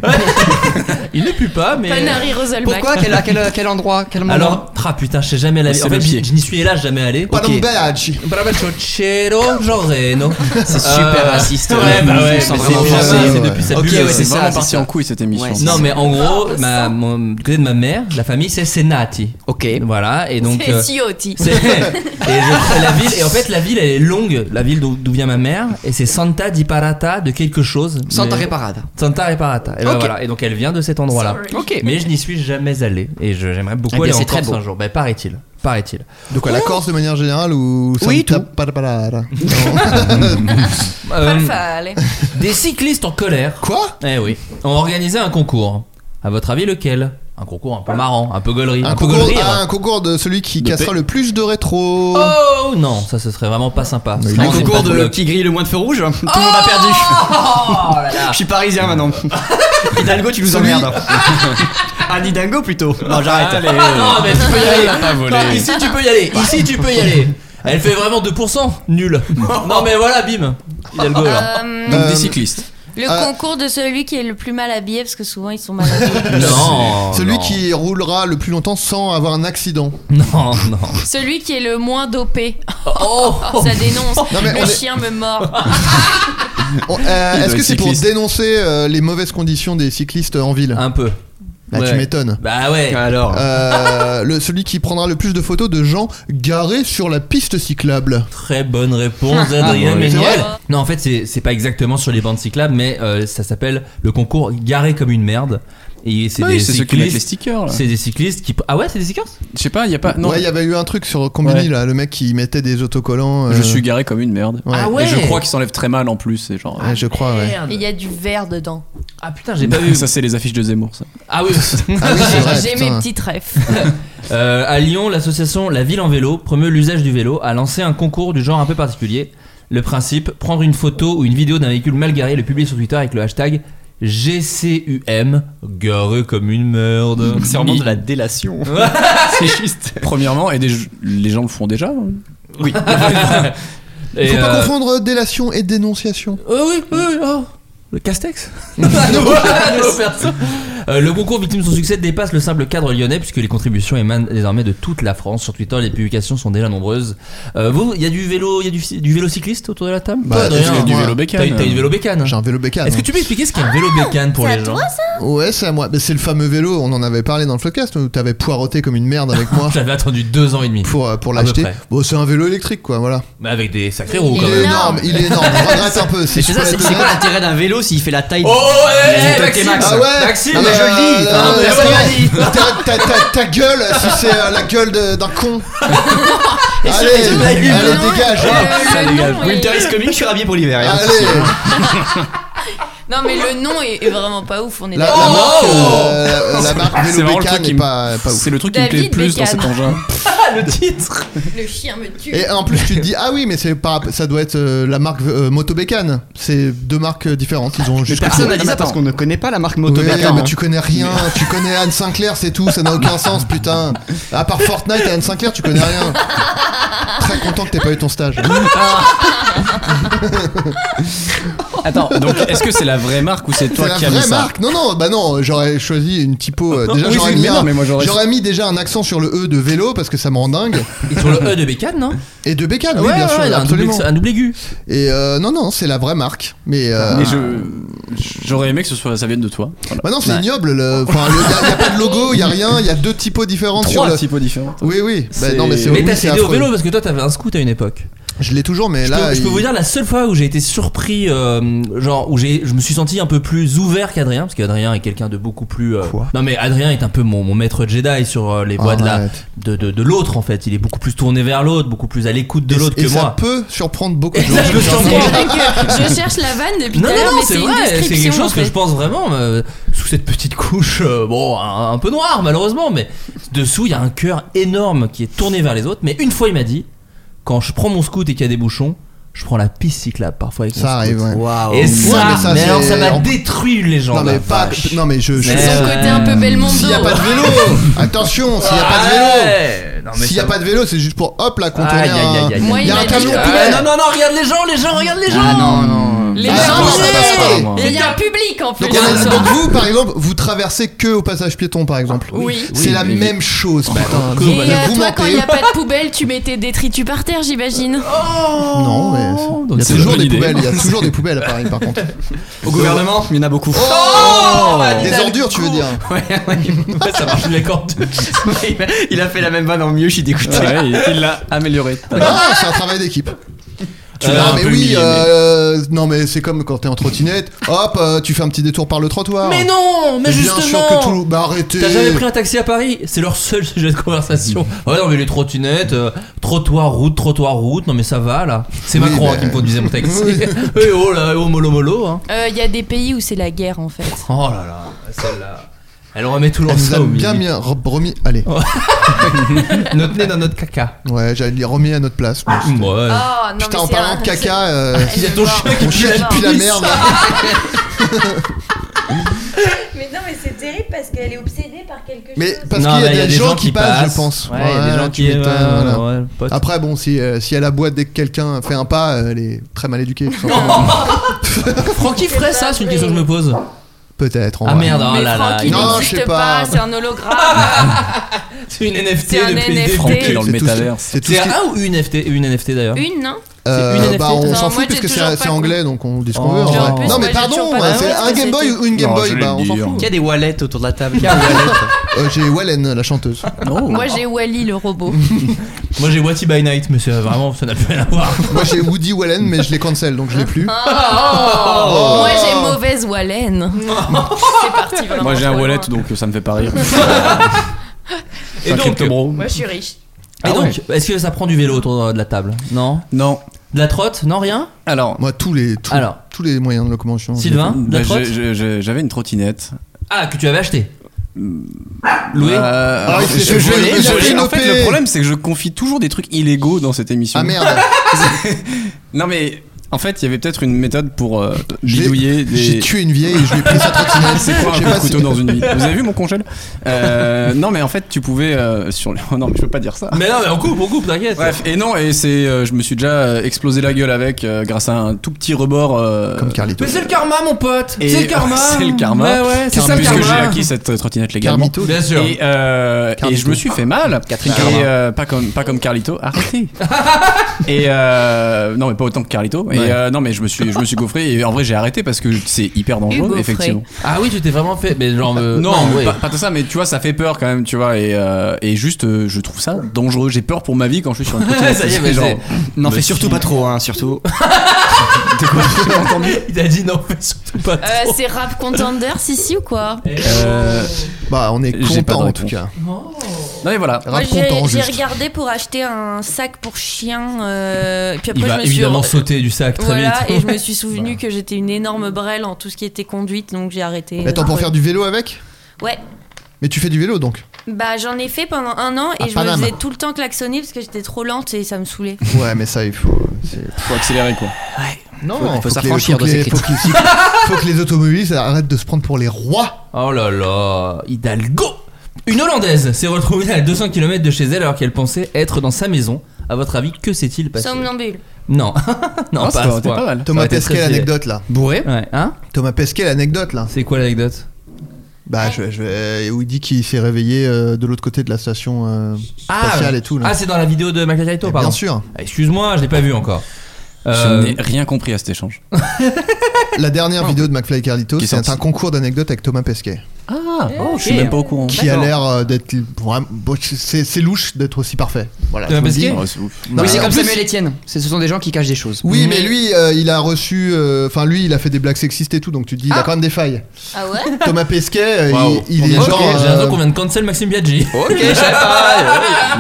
Il ne pue pas, mais. Panari Roselmack. Pourquoi quel, à quel, à quel endroit Quel moment Alors, ah putain, je sais jamais la vie. C'est En le fait, j'y pied. j'y n'y suis hélas jamais allé. Pas Ok. d'emballage. Bravacciocero Gioreno. C'est super Euh, raciste. Ouais, bah ouais, mais c'est sans vraiment jamais, penser, c'est ouais. depuis cette Ok, bulle. ouais, euh, C'est ça, vraiment c'est parti ça. en couille cette émission. Ouais, c'est Non, ça. mais en Ah, gros, ma, mon, du côté de ma mère, la famille, c'est Senati. Ok. Voilà, et donc. euh, C'est Ciotti. c'est- et je- la ville, et en fait, la ville, elle est longue, la ville d'où d'où vient ma mère, et c'est Santa di Parata de quelque chose. Santa mais- Reparada. Santa Reparata. Et, ben Ok. voilà. et donc elle vient de cet endroit-là. Sorry. Ok. Mais je n'y suis jamais allé et je- j'aimerais beaucoup Eh bien, aller en c'est très Corse beau. un jour. Ben, paraît-il, paraît-il. Donc la Corse de manière générale ou ça Oui, me tout. tape Pas de balade. Euh, Falfale. des cyclistes en colère. Quoi Eh oui, ont organisé un concours. À votre avis lequel Un concours un peu marrant, un peu gaulerie, un peu concours, gaulerie, ah, hein. un concours de celui qui De cassera paix. le plus de rétro. Oh non, ça ce serait vraiment pas sympa. Mais Vraiment, Un c'est concours pas de pour le- qui grille le moins de feu rouge. Tout le monde Oh a perdu. Je suis parisien maintenant. Hidalgo, tu nous Celui- emmerdes. Un Hidalgo plutôt. Non, oh, j'arrête. Allez. Ah, Non mais tu peux y aller. Non, volé. ici tu peux y aller. Bah. Ici tu peux y aller. Elle fait vraiment 2%, nul. Non mais voilà, bim. Hidalgo là. Euh, Donc Euh, des cyclistes. le euh, concours de celui qui est le plus mal habillé, parce que souvent ils sont mal habillés. Non. Celui non. qui roulera le plus longtemps sans avoir un accident. Non, non. celui qui est le moins dopé. Oh, Oh, ça dénonce. Non, mais le on est- chien me mord. Oh, euh, Il doit Est-ce que être c'est pour cycliste. dénoncer euh, les mauvaises conditions des cyclistes en ville Un peu. Bah, Ah, ouais. Tu m'étonnes. Bah ouais. Ah, Alors. Euh, le, celui qui prendra le plus de photos de gens garés sur la piste cyclable. Très bonne réponse, Adrien Ah, bah, oui. Méniel. C'est vrai Non, en fait, c'est c'est pas exactement sur les bandes cyclables, mais euh, ça s'appelle le concours Garé comme une merde. Et c'est des Oui, c'est ceux qui mettent les cyclistes. stickers. là. C'est des cyclistes qui. Ah ouais, c'est des cyclistes Je sais pas, il y a pas. Ah, Non, ouais, il y avait eu un truc sur Combini Ouais. là, le mec qui mettait des autocollants. euh, je suis garé comme une merde. Ouais. Ah ouais Et je crois qu'ils s'enlèvent très mal en plus. C'est genre. Ah, euh, ouais, je crois, ouais. Et il Merde. y a du verre dedans. Ah putain, j'ai pas vu. Ça, c'est les affiches de Zemmour, ça. Ah oui. Ah oui, c'est vrai, J'ai putain. mes petits trèfles. Euh, à Lyon, l'association La Ville en vélo promeut l'usage du vélo a lancé un concours du genre un peu particulier. Le principe prendre une photo ou une vidéo d'un véhicule mal garé et le publier sur Twitter avec le hashtag GCUM garé comme une merde. C'est vraiment de la délation. c'est juste. Premièrement, et des- les gens le font déjà. hein. Oui. Et, Faut pas euh, confondre délation et dénonciation. Oh oui, oui, oui, oh. Le Castex Ah, nouveau- ah, nouveau perso. Euh, le concours victime de son succès dépasse le simple cadre lyonnais puisque les contributions émanent désormais de toute la France. Sur Twitter, les publications sont déjà nombreuses. Euh, vous, il y a du vélo, il y a du, du vélo cycliste autour de la table Bah, Toi, Adrien, parce qu'il y a du euh, moi, vélo bécane. T'as une- t'as une vélo bécane. J'ai un vélo bécane. Est-ce que tu peux expliquer ce qu'est un vélo bécane pour les gens hein. Ouais, c'est à moi. Mais c'est le fameux vélo, on en avait parlé dans le podcast où t'avais poireauté comme une merde avec moi J'avais attendu deux ans et demi. pour, euh, pour À peu l'acheter. près. Bon, c'est un vélo électrique quoi, voilà. Mais avec des sacrés roues Il Il quand est même. énorme, il est énorme. Je regrette un peu. Mais Si c'est je ça, peux c'est être c'est quoi honnête. l'intérêt d'un vélo s'il fait la taille Oh, eh, Vas-y, eh, toi, Maxime, t'es Max. Ah ouais Maxime, Ah mais bah, je le dis. là, Non, mais là, c'est là, vrai. là, ta- ta- ta- Ta gueule, si c'est euh, la gueule de- d'un con. Et sur Allez, les yeux de la lune. allez, Non, dégage. euh, Ça le dégage. nom est- Ah, Winter is coming, je suis rhabillé pour l'hiver. Ah, hein. Allez, Non, mais le nom est, est vraiment pas ouf. On est la, la d'accord. marque, euh, la marque Oh C'est vélo vraiment le bécane truc qui n'est me- pas, pas ouf. C'est le truc qui me plaît David le plus dans Bécane. cet engin. le titre Le chien me tue. Et en plus, tu te dis, ah oui, mais c'est pas, ça doit être euh, la marque euh, Motobécane. C'est deux marques euh, différentes. Ils ont Mais juste. personne n'a dit ça parce qu'on ne connaît pas la marque Ouais, Motobécane. mais tu connais rien, tu connais Anne Sinclair, c'est tout, ça n'a aucun sens, putain. À part Fortnite et Anne Sinclair, tu connais rien. Très content que t'aies pas eu ton stage. Attends, donc est-ce que c'est la vraie marque ou c'est C'est toi la qui as mis vraie ça marque. Non, non, bah non, j'aurais choisi une typo. euh, déjà, Oui, j'aurais c'est- mis, mais non, un- mais moi, j'aurais- j'aurais mis déjà un accent sur le E de vélo parce que ça me rend dingue. Et sur le E de Bécane, non Et de bécane, oui, bien sûr, il y a un double, absolument. un double aigu. Et euh, non, non, c'est la vraie marque. Mais, euh, Ah, Mais je- j'aurais aimé que ce soit, ça vienne de toi. Voilà. bah non, c'est Ouais. ignoble. le- Enfin, il n'y a, pas de logo, il n'y a rien, il y a deux typos différentes sur Trois le. typos différents. Oui, oui. Bah, C'est- non, mais c'est Mais oui, t'as c'est cédé au affreux. vélo parce que toi t'avais un scoot à une époque. Je l'ai toujours, mais Je là. peux, je peux il- vous dire la seule fois où j'ai été surpris, euh, genre où j'ai, je me suis senti un peu plus ouvert qu'Adrien, parce qu'Adrien est quelqu'un de beaucoup plus. euh, Quoi non mais Adrien est un peu mon, mon maître Jedi sur euh, les voies de la, Arrête. de, de, de l'autre en fait. Il est beaucoup plus tourné vers l'autre, beaucoup plus à l'écoute de Et- l'autre et que ça moi. peut surprendre beaucoup Et de gens. ça, je le C'est sens vrai bien. que je cherche la vanne depuis tout Non, à non, l'heure, non, mais c'est c'est une vrai, c'est quelque description, en chose que fait. je pense vraiment euh, sous cette petite couche, euh, bon, un, un peu noire malheureusement, mais dessous il y a un cœur énorme qui est tourné vers les autres. Mais une fois il m'a dit, quand je prends mon scoot et qu'il y a des bouchons, je prends la piste cyclable parfois avec mon Ça arrive, Ah, scoot. ouais. Et Ouais, ça, mais ça, mais c'est- alors ça m'a on- détruit les gens. Non, mais pas. Non, mais je. je- C'est son Ouais. côté un peu Belmondo. Euh, S'il n'y a pas de vélo, attention, s'il n'y a pas de vélo. S'il n'y a pas de vélo, c'est juste pour hop là contourner. Aïe, aïe, aïe, aïe, un- aïe. Moi, Il y a il un a dit, camion euh, poubelle. Ah, non, non, non, regarde les gens, les gens, regarde les gens. Ah non, non. Les Ah, gens, non, ça passe pas, ouais. moi. il y a un public en plus. Donc, on a- ce donc soir. vous, par exemple, vous traversez que au passage piéton, par exemple. Oui. C'est Oui, la mais- même chose. putain. Et Vous- euh, vous toi, mentez. quand il n'y a pas de poubelle, tu mets tes détritus par terre, j'imagine. Non, mais c'est- Donc, il y a Oh, c'est toujours une des bonne idée. poubelles. Il y a toujours des Oh, poubelles à Paris, par contre. Au gouvernement, il y en a Oh beaucoup. Des ordures, tu veux dire Ouais, ouais. Ça marche les cordes. Il a- Il a fait la même vanne en mieux, je suis dégoûté. Ouais, il- il l'a amélioré. Ah, c'est un travail d'équipe. Euh, non, un mais peu oui, humilié, mais- euh, non, mais c'est comme quand t'es en trottinette. Hop, euh, tu fais un petit détour par le trottoir. Mais non, mais Bien sûr que tout. justement. Bah arrêtez. T'as jamais pris un taxi à Paris C'est leur seul sujet de conversation. Ah Ouais, non, mais les trottinettes, euh, trottoir, route, trottoir, route, non, mais ça va là. C'est Oui, Macron hein, mais- qui me conduisait mon taxi. Oui. Et oh là, oh mollo mollo. Hein. Euh, Il y a des pays où c'est la guerre Euh, en fait. Oh là là, celle-là. Elle remet tout Elle nous l'ensemble a au bien milieu. mis, re- remis. Allez, Notre nez dans notre caca. ouais, j'allais dire remis à notre place. mais c'est- Ouais. Oh, non, mais Putain, en c'est parlant un- de caca, euh, Il y a ton chien qui mon pue chien la pue la pisse. merde. Mais non, mais c'est terrible parce qu'elle est obsédée par quelque Mais chose. parce Non, qu'il y mais a des gens qui passent, je pense. Ouais, il y a des Ouais, gens tu qui. Ah, ouais, m'étonnes, voilà. ouais, ouais, pote. Après, bon, si, euh, si elle aboie dès que quelqu'un fait un pas, euh, elle est très mal éduquée. tout simplement. Francky ferait ça, c'est une question que je me pose. Peut-être. en Ah vrai. merde, oh Mais là là. Franck, il- il Non, je sais n'existe pas. pas, c'est un hologramme. C'est une NFT C'est un depuis le NFT. début. Francky dans C'est le tout ce qui- métaverse. C'est tout C'est ce qui- un ou Ah, une NFT Une NFT d'ailleurs. Une, hein non Euh, C'est une NFT, bah, on tout ça. s'en Non, fout moi, parce j'ai que c'est toujours c'est pas anglais donc on dit ce Oh. qu'on veut. en Genre, vrai. en plus, non moi, mais j'ai toujours pardon, c'est pas compris un ce que Game Boy c'était. ou une Game Non, Boy, je vais bah le on s'en dire. fout. Qui a des wallets autour de la table Qui a un wallet Euh, J'ai Wallen, la chanteuse. Moi j'ai Wally le robot. Moi j'ai Wati by Night, mais c'est vraiment, ça n'a plus rien à voir. Moi j'ai Woody Wallen mais je l'ai cancel donc je l'ai plus. Oh. Moi j'ai mauvaise Wallen. c'est parti vraiment. Moi j'ai un trop wallet loin. donc ça me fait pas rire. Et donc, et bro. Moi je suis riche. Ah donc, est-ce que ça prend du vélo autour de la table Non Non. De la trotte Non, rien Alors, Moi tous les tous, Alors. tous les moyens de locomotion. je- Sylvain De la bah, trotte j'ai- j'ai- j'ai- j'avais une trottinette. Ah, que tu avais acheté Loué Euh, Ah, il s'est fait je- je- voler, il je- a je- fait une En fait, OP. le problème c'est que je confie toujours des trucs illégaux dans cette émission. Ah merde. Non mais en fait, il y avait peut-être une méthode pour euh, J'ai- bidouiller J'ai des. tué une vieille et je lui ai pris sa Ah, trottinette. Ah, C'est quoi un J'ai coup de pas si- couteau dans une vie Vous avez vu mon congèle Euh, Non mais en fait, tu pouvais euh, sur. le- Non mais je peux pas dire ça. Mais non, mais on coupe, on coupe, t'inquiète. Bref, et non, et c'est, euh, je me suis déjà euh, explosé la gueule avec euh, grâce à un tout petit rebord. euh, Comme Carlito. Mais c'est le karma, mon pote et- C'est le karma Bah c'est le karma. Ouais, ouais, c'est ça le Puisque j'ai karma acquis cette euh, trottinette légalement. Carmito. Bien sûr. Et, euh, et je me suis fait mal. Catherine et, Karma. euh, pas comme pas comme Carlito. Arrêtez. et euh, non mais pas autant que Carlito. Ouais. Et euh, non mais je me suis je me suis gaufré et en vrai j'ai arrêté parce que c'est hyper dangereux Hugo Frey. effectivement. Ah oui, tu t'es vraiment fait. Mais genre. euh, non, ouais. pas, pas tout ça mais tu vois ça fait peur quand même tu vois et, euh, et juste euh, je trouve ça dangereux. J'ai peur pour ma vie quand je suis sur une trottinette. Ça y est, mais C'est genre, c'est- N'en Mais fais surtout si. pas trop, hein, surtout. Il a dit non, mais surtout pas. Euh, trop. c'est rap contender ici ou quoi euh, Bah on est J'ai pas de content en réponse. tout cas. non mais voilà. Moi Rap j'ai content j'ai juste. regardé pour acheter un sac pour chien. euh, puis après Il je va me suis évidemment re- sauter du sac très Voilà vite. et je me suis souvenu que j'étais une énorme brêle en tout ce qui était conduite donc j'ai arrêté. Attends pour faire du vélo avec Ouais. Mais tu fais du vélo donc Bah, j'en ai fait pendant un an et À je Paname. Bah, me faisais tout le temps klaxonner parce que j'étais trop lente et ça me saoulait. Ouais, mais ça, il faut. Faut accélérer, quoi. Non, Faut- il faut que les- s'affranchir faut de que ces les- faut que critiques. les- faut que les automobilistes arrêtent de se prendre pour les rois. Oh là là, Hidalgo Une Hollandaise s'est retrouvée à 200 km de chez elle alors qu'elle pensait être dans sa maison. À votre avis, que s'est-il passé Somnambule. Non, non, Ah, pas, ça à ce aurait été point. pas mal. Ça Thomas aurait été Pesquet, très stylé. l'anecdote, là. Bourré Ouais, hein Thomas Pesquet, l'anecdote là. C'est quoi l'anecdote Bah, je, je, euh, où il dit qu'il s'est réveillé euh, de l'autre côté de la station euh, spatiale et tout. là. Ah, c'est dans la vidéo de Michael Jaito, pardon. bien sûr. Ah, Excuse-moi, je l'ai pas vu encore. Euh, Je n'ai rien compris à cet échange. La dernière vidéo de McFly et Carlito, Qui est c'est sorti. un concours d'anecdotes avec Thomas Pesquet. Ah, je suis même pas au courant. Qui a l'air euh, d'être vraiment- bon, c'est c'est louche d'être aussi parfait. Voilà. Euh, Thomas je vous le Pesquet dis. Oh, c'est ouf. Non, oui, c'est mais en comme plus- Samuel Etienne. C'est- Ce sont des gens qui cachent des choses. Oui, mais lui, euh, il a reçu. euh, Enfin, lui, il a fait des blagues sexistes et tout, donc tu te dis, il a quand même des failles. Ah ouais Thomas Pesquet, euh, Waouh. il, il est Ok, genre. J'ai euh, l'impression qu'on vient de cancel Maxime Biaggi. Ok, je savais pas.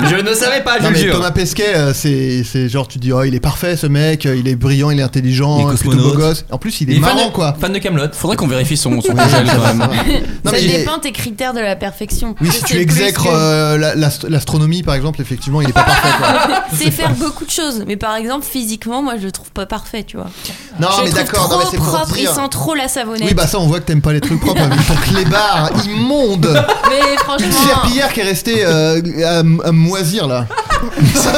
Je ne savais pas, je Non, vous mais jure. Thomas Pesquet, euh, c'est c'est genre, tu te dis, oh, il est parfait ce mec, euh, il est brillant, il est intelligent, euh, Il est plutôt beau cosmonaute. gosse. En plus, il est, Il est fan marrant, de- quoi. Fan de Camelot. Faudrait qu'on vérifie son, son Ouais, gel, ça quand va, même. ça Oh, va. Non, ça mais il est- dépend tes critères de la perfection. Oui, Je si sais tu plus exècres que- euh, la- l'ast- l'astronomie, par exemple, effectivement, il est pas parfait, quoi. c'est faire beaucoup de choses, mais par exemple physiquement, moi je le trouve pas parfait, tu vois. Non, je Ah, le mais trouve d'accord, non, trop mais c'est pour propre, il dire. sent trop la savonnette. Oui, bah ça, on voit que t'aimes pas les trucs propres avec ton clébard immonde. Mais Une franchement, serpillière qui est restée euh, à, m- à me moisir, là. c'est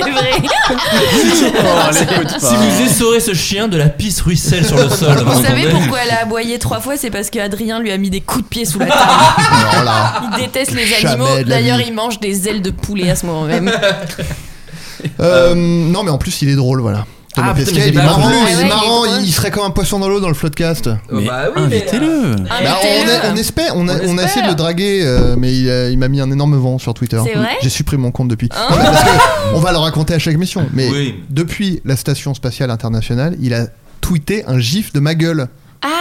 vrai. Oh, Si vous essorez ce chien, de la pisse ruisselle sur le sol. Vous savez entendez pourquoi elle a aboyé trois fois C'est parce qu'Adrien lui a mis des coups de pied sous la table. Alors là. Il déteste les Jamais de la animaux. D'ailleurs, vie. Bah, il mange des ailes de poulet à ce moment même. Euh, non, mais en plus, il est drôle, voilà. Thomas Ah, putain, Pesquet, mais j'ai il est pas marrant, vu. il est Ouais, ouais, marrant, il est drôle. il serait comme un poisson dans l'eau dans le floodcast. Oh, Bah oui, mais- Invitez-le. Bah, on, hein. a- on espère, on a, On on a essayé de le draguer, euh, mais il, a- il m'a mis un énorme vent sur Twitter. C'est vrai Hein J'ai supprimé mon compte depuis. Non, mais parce que on va le raconter à chaque mission. Mais Oui. depuis la station spatiale internationale, il a tweeté un gif de ma gueule.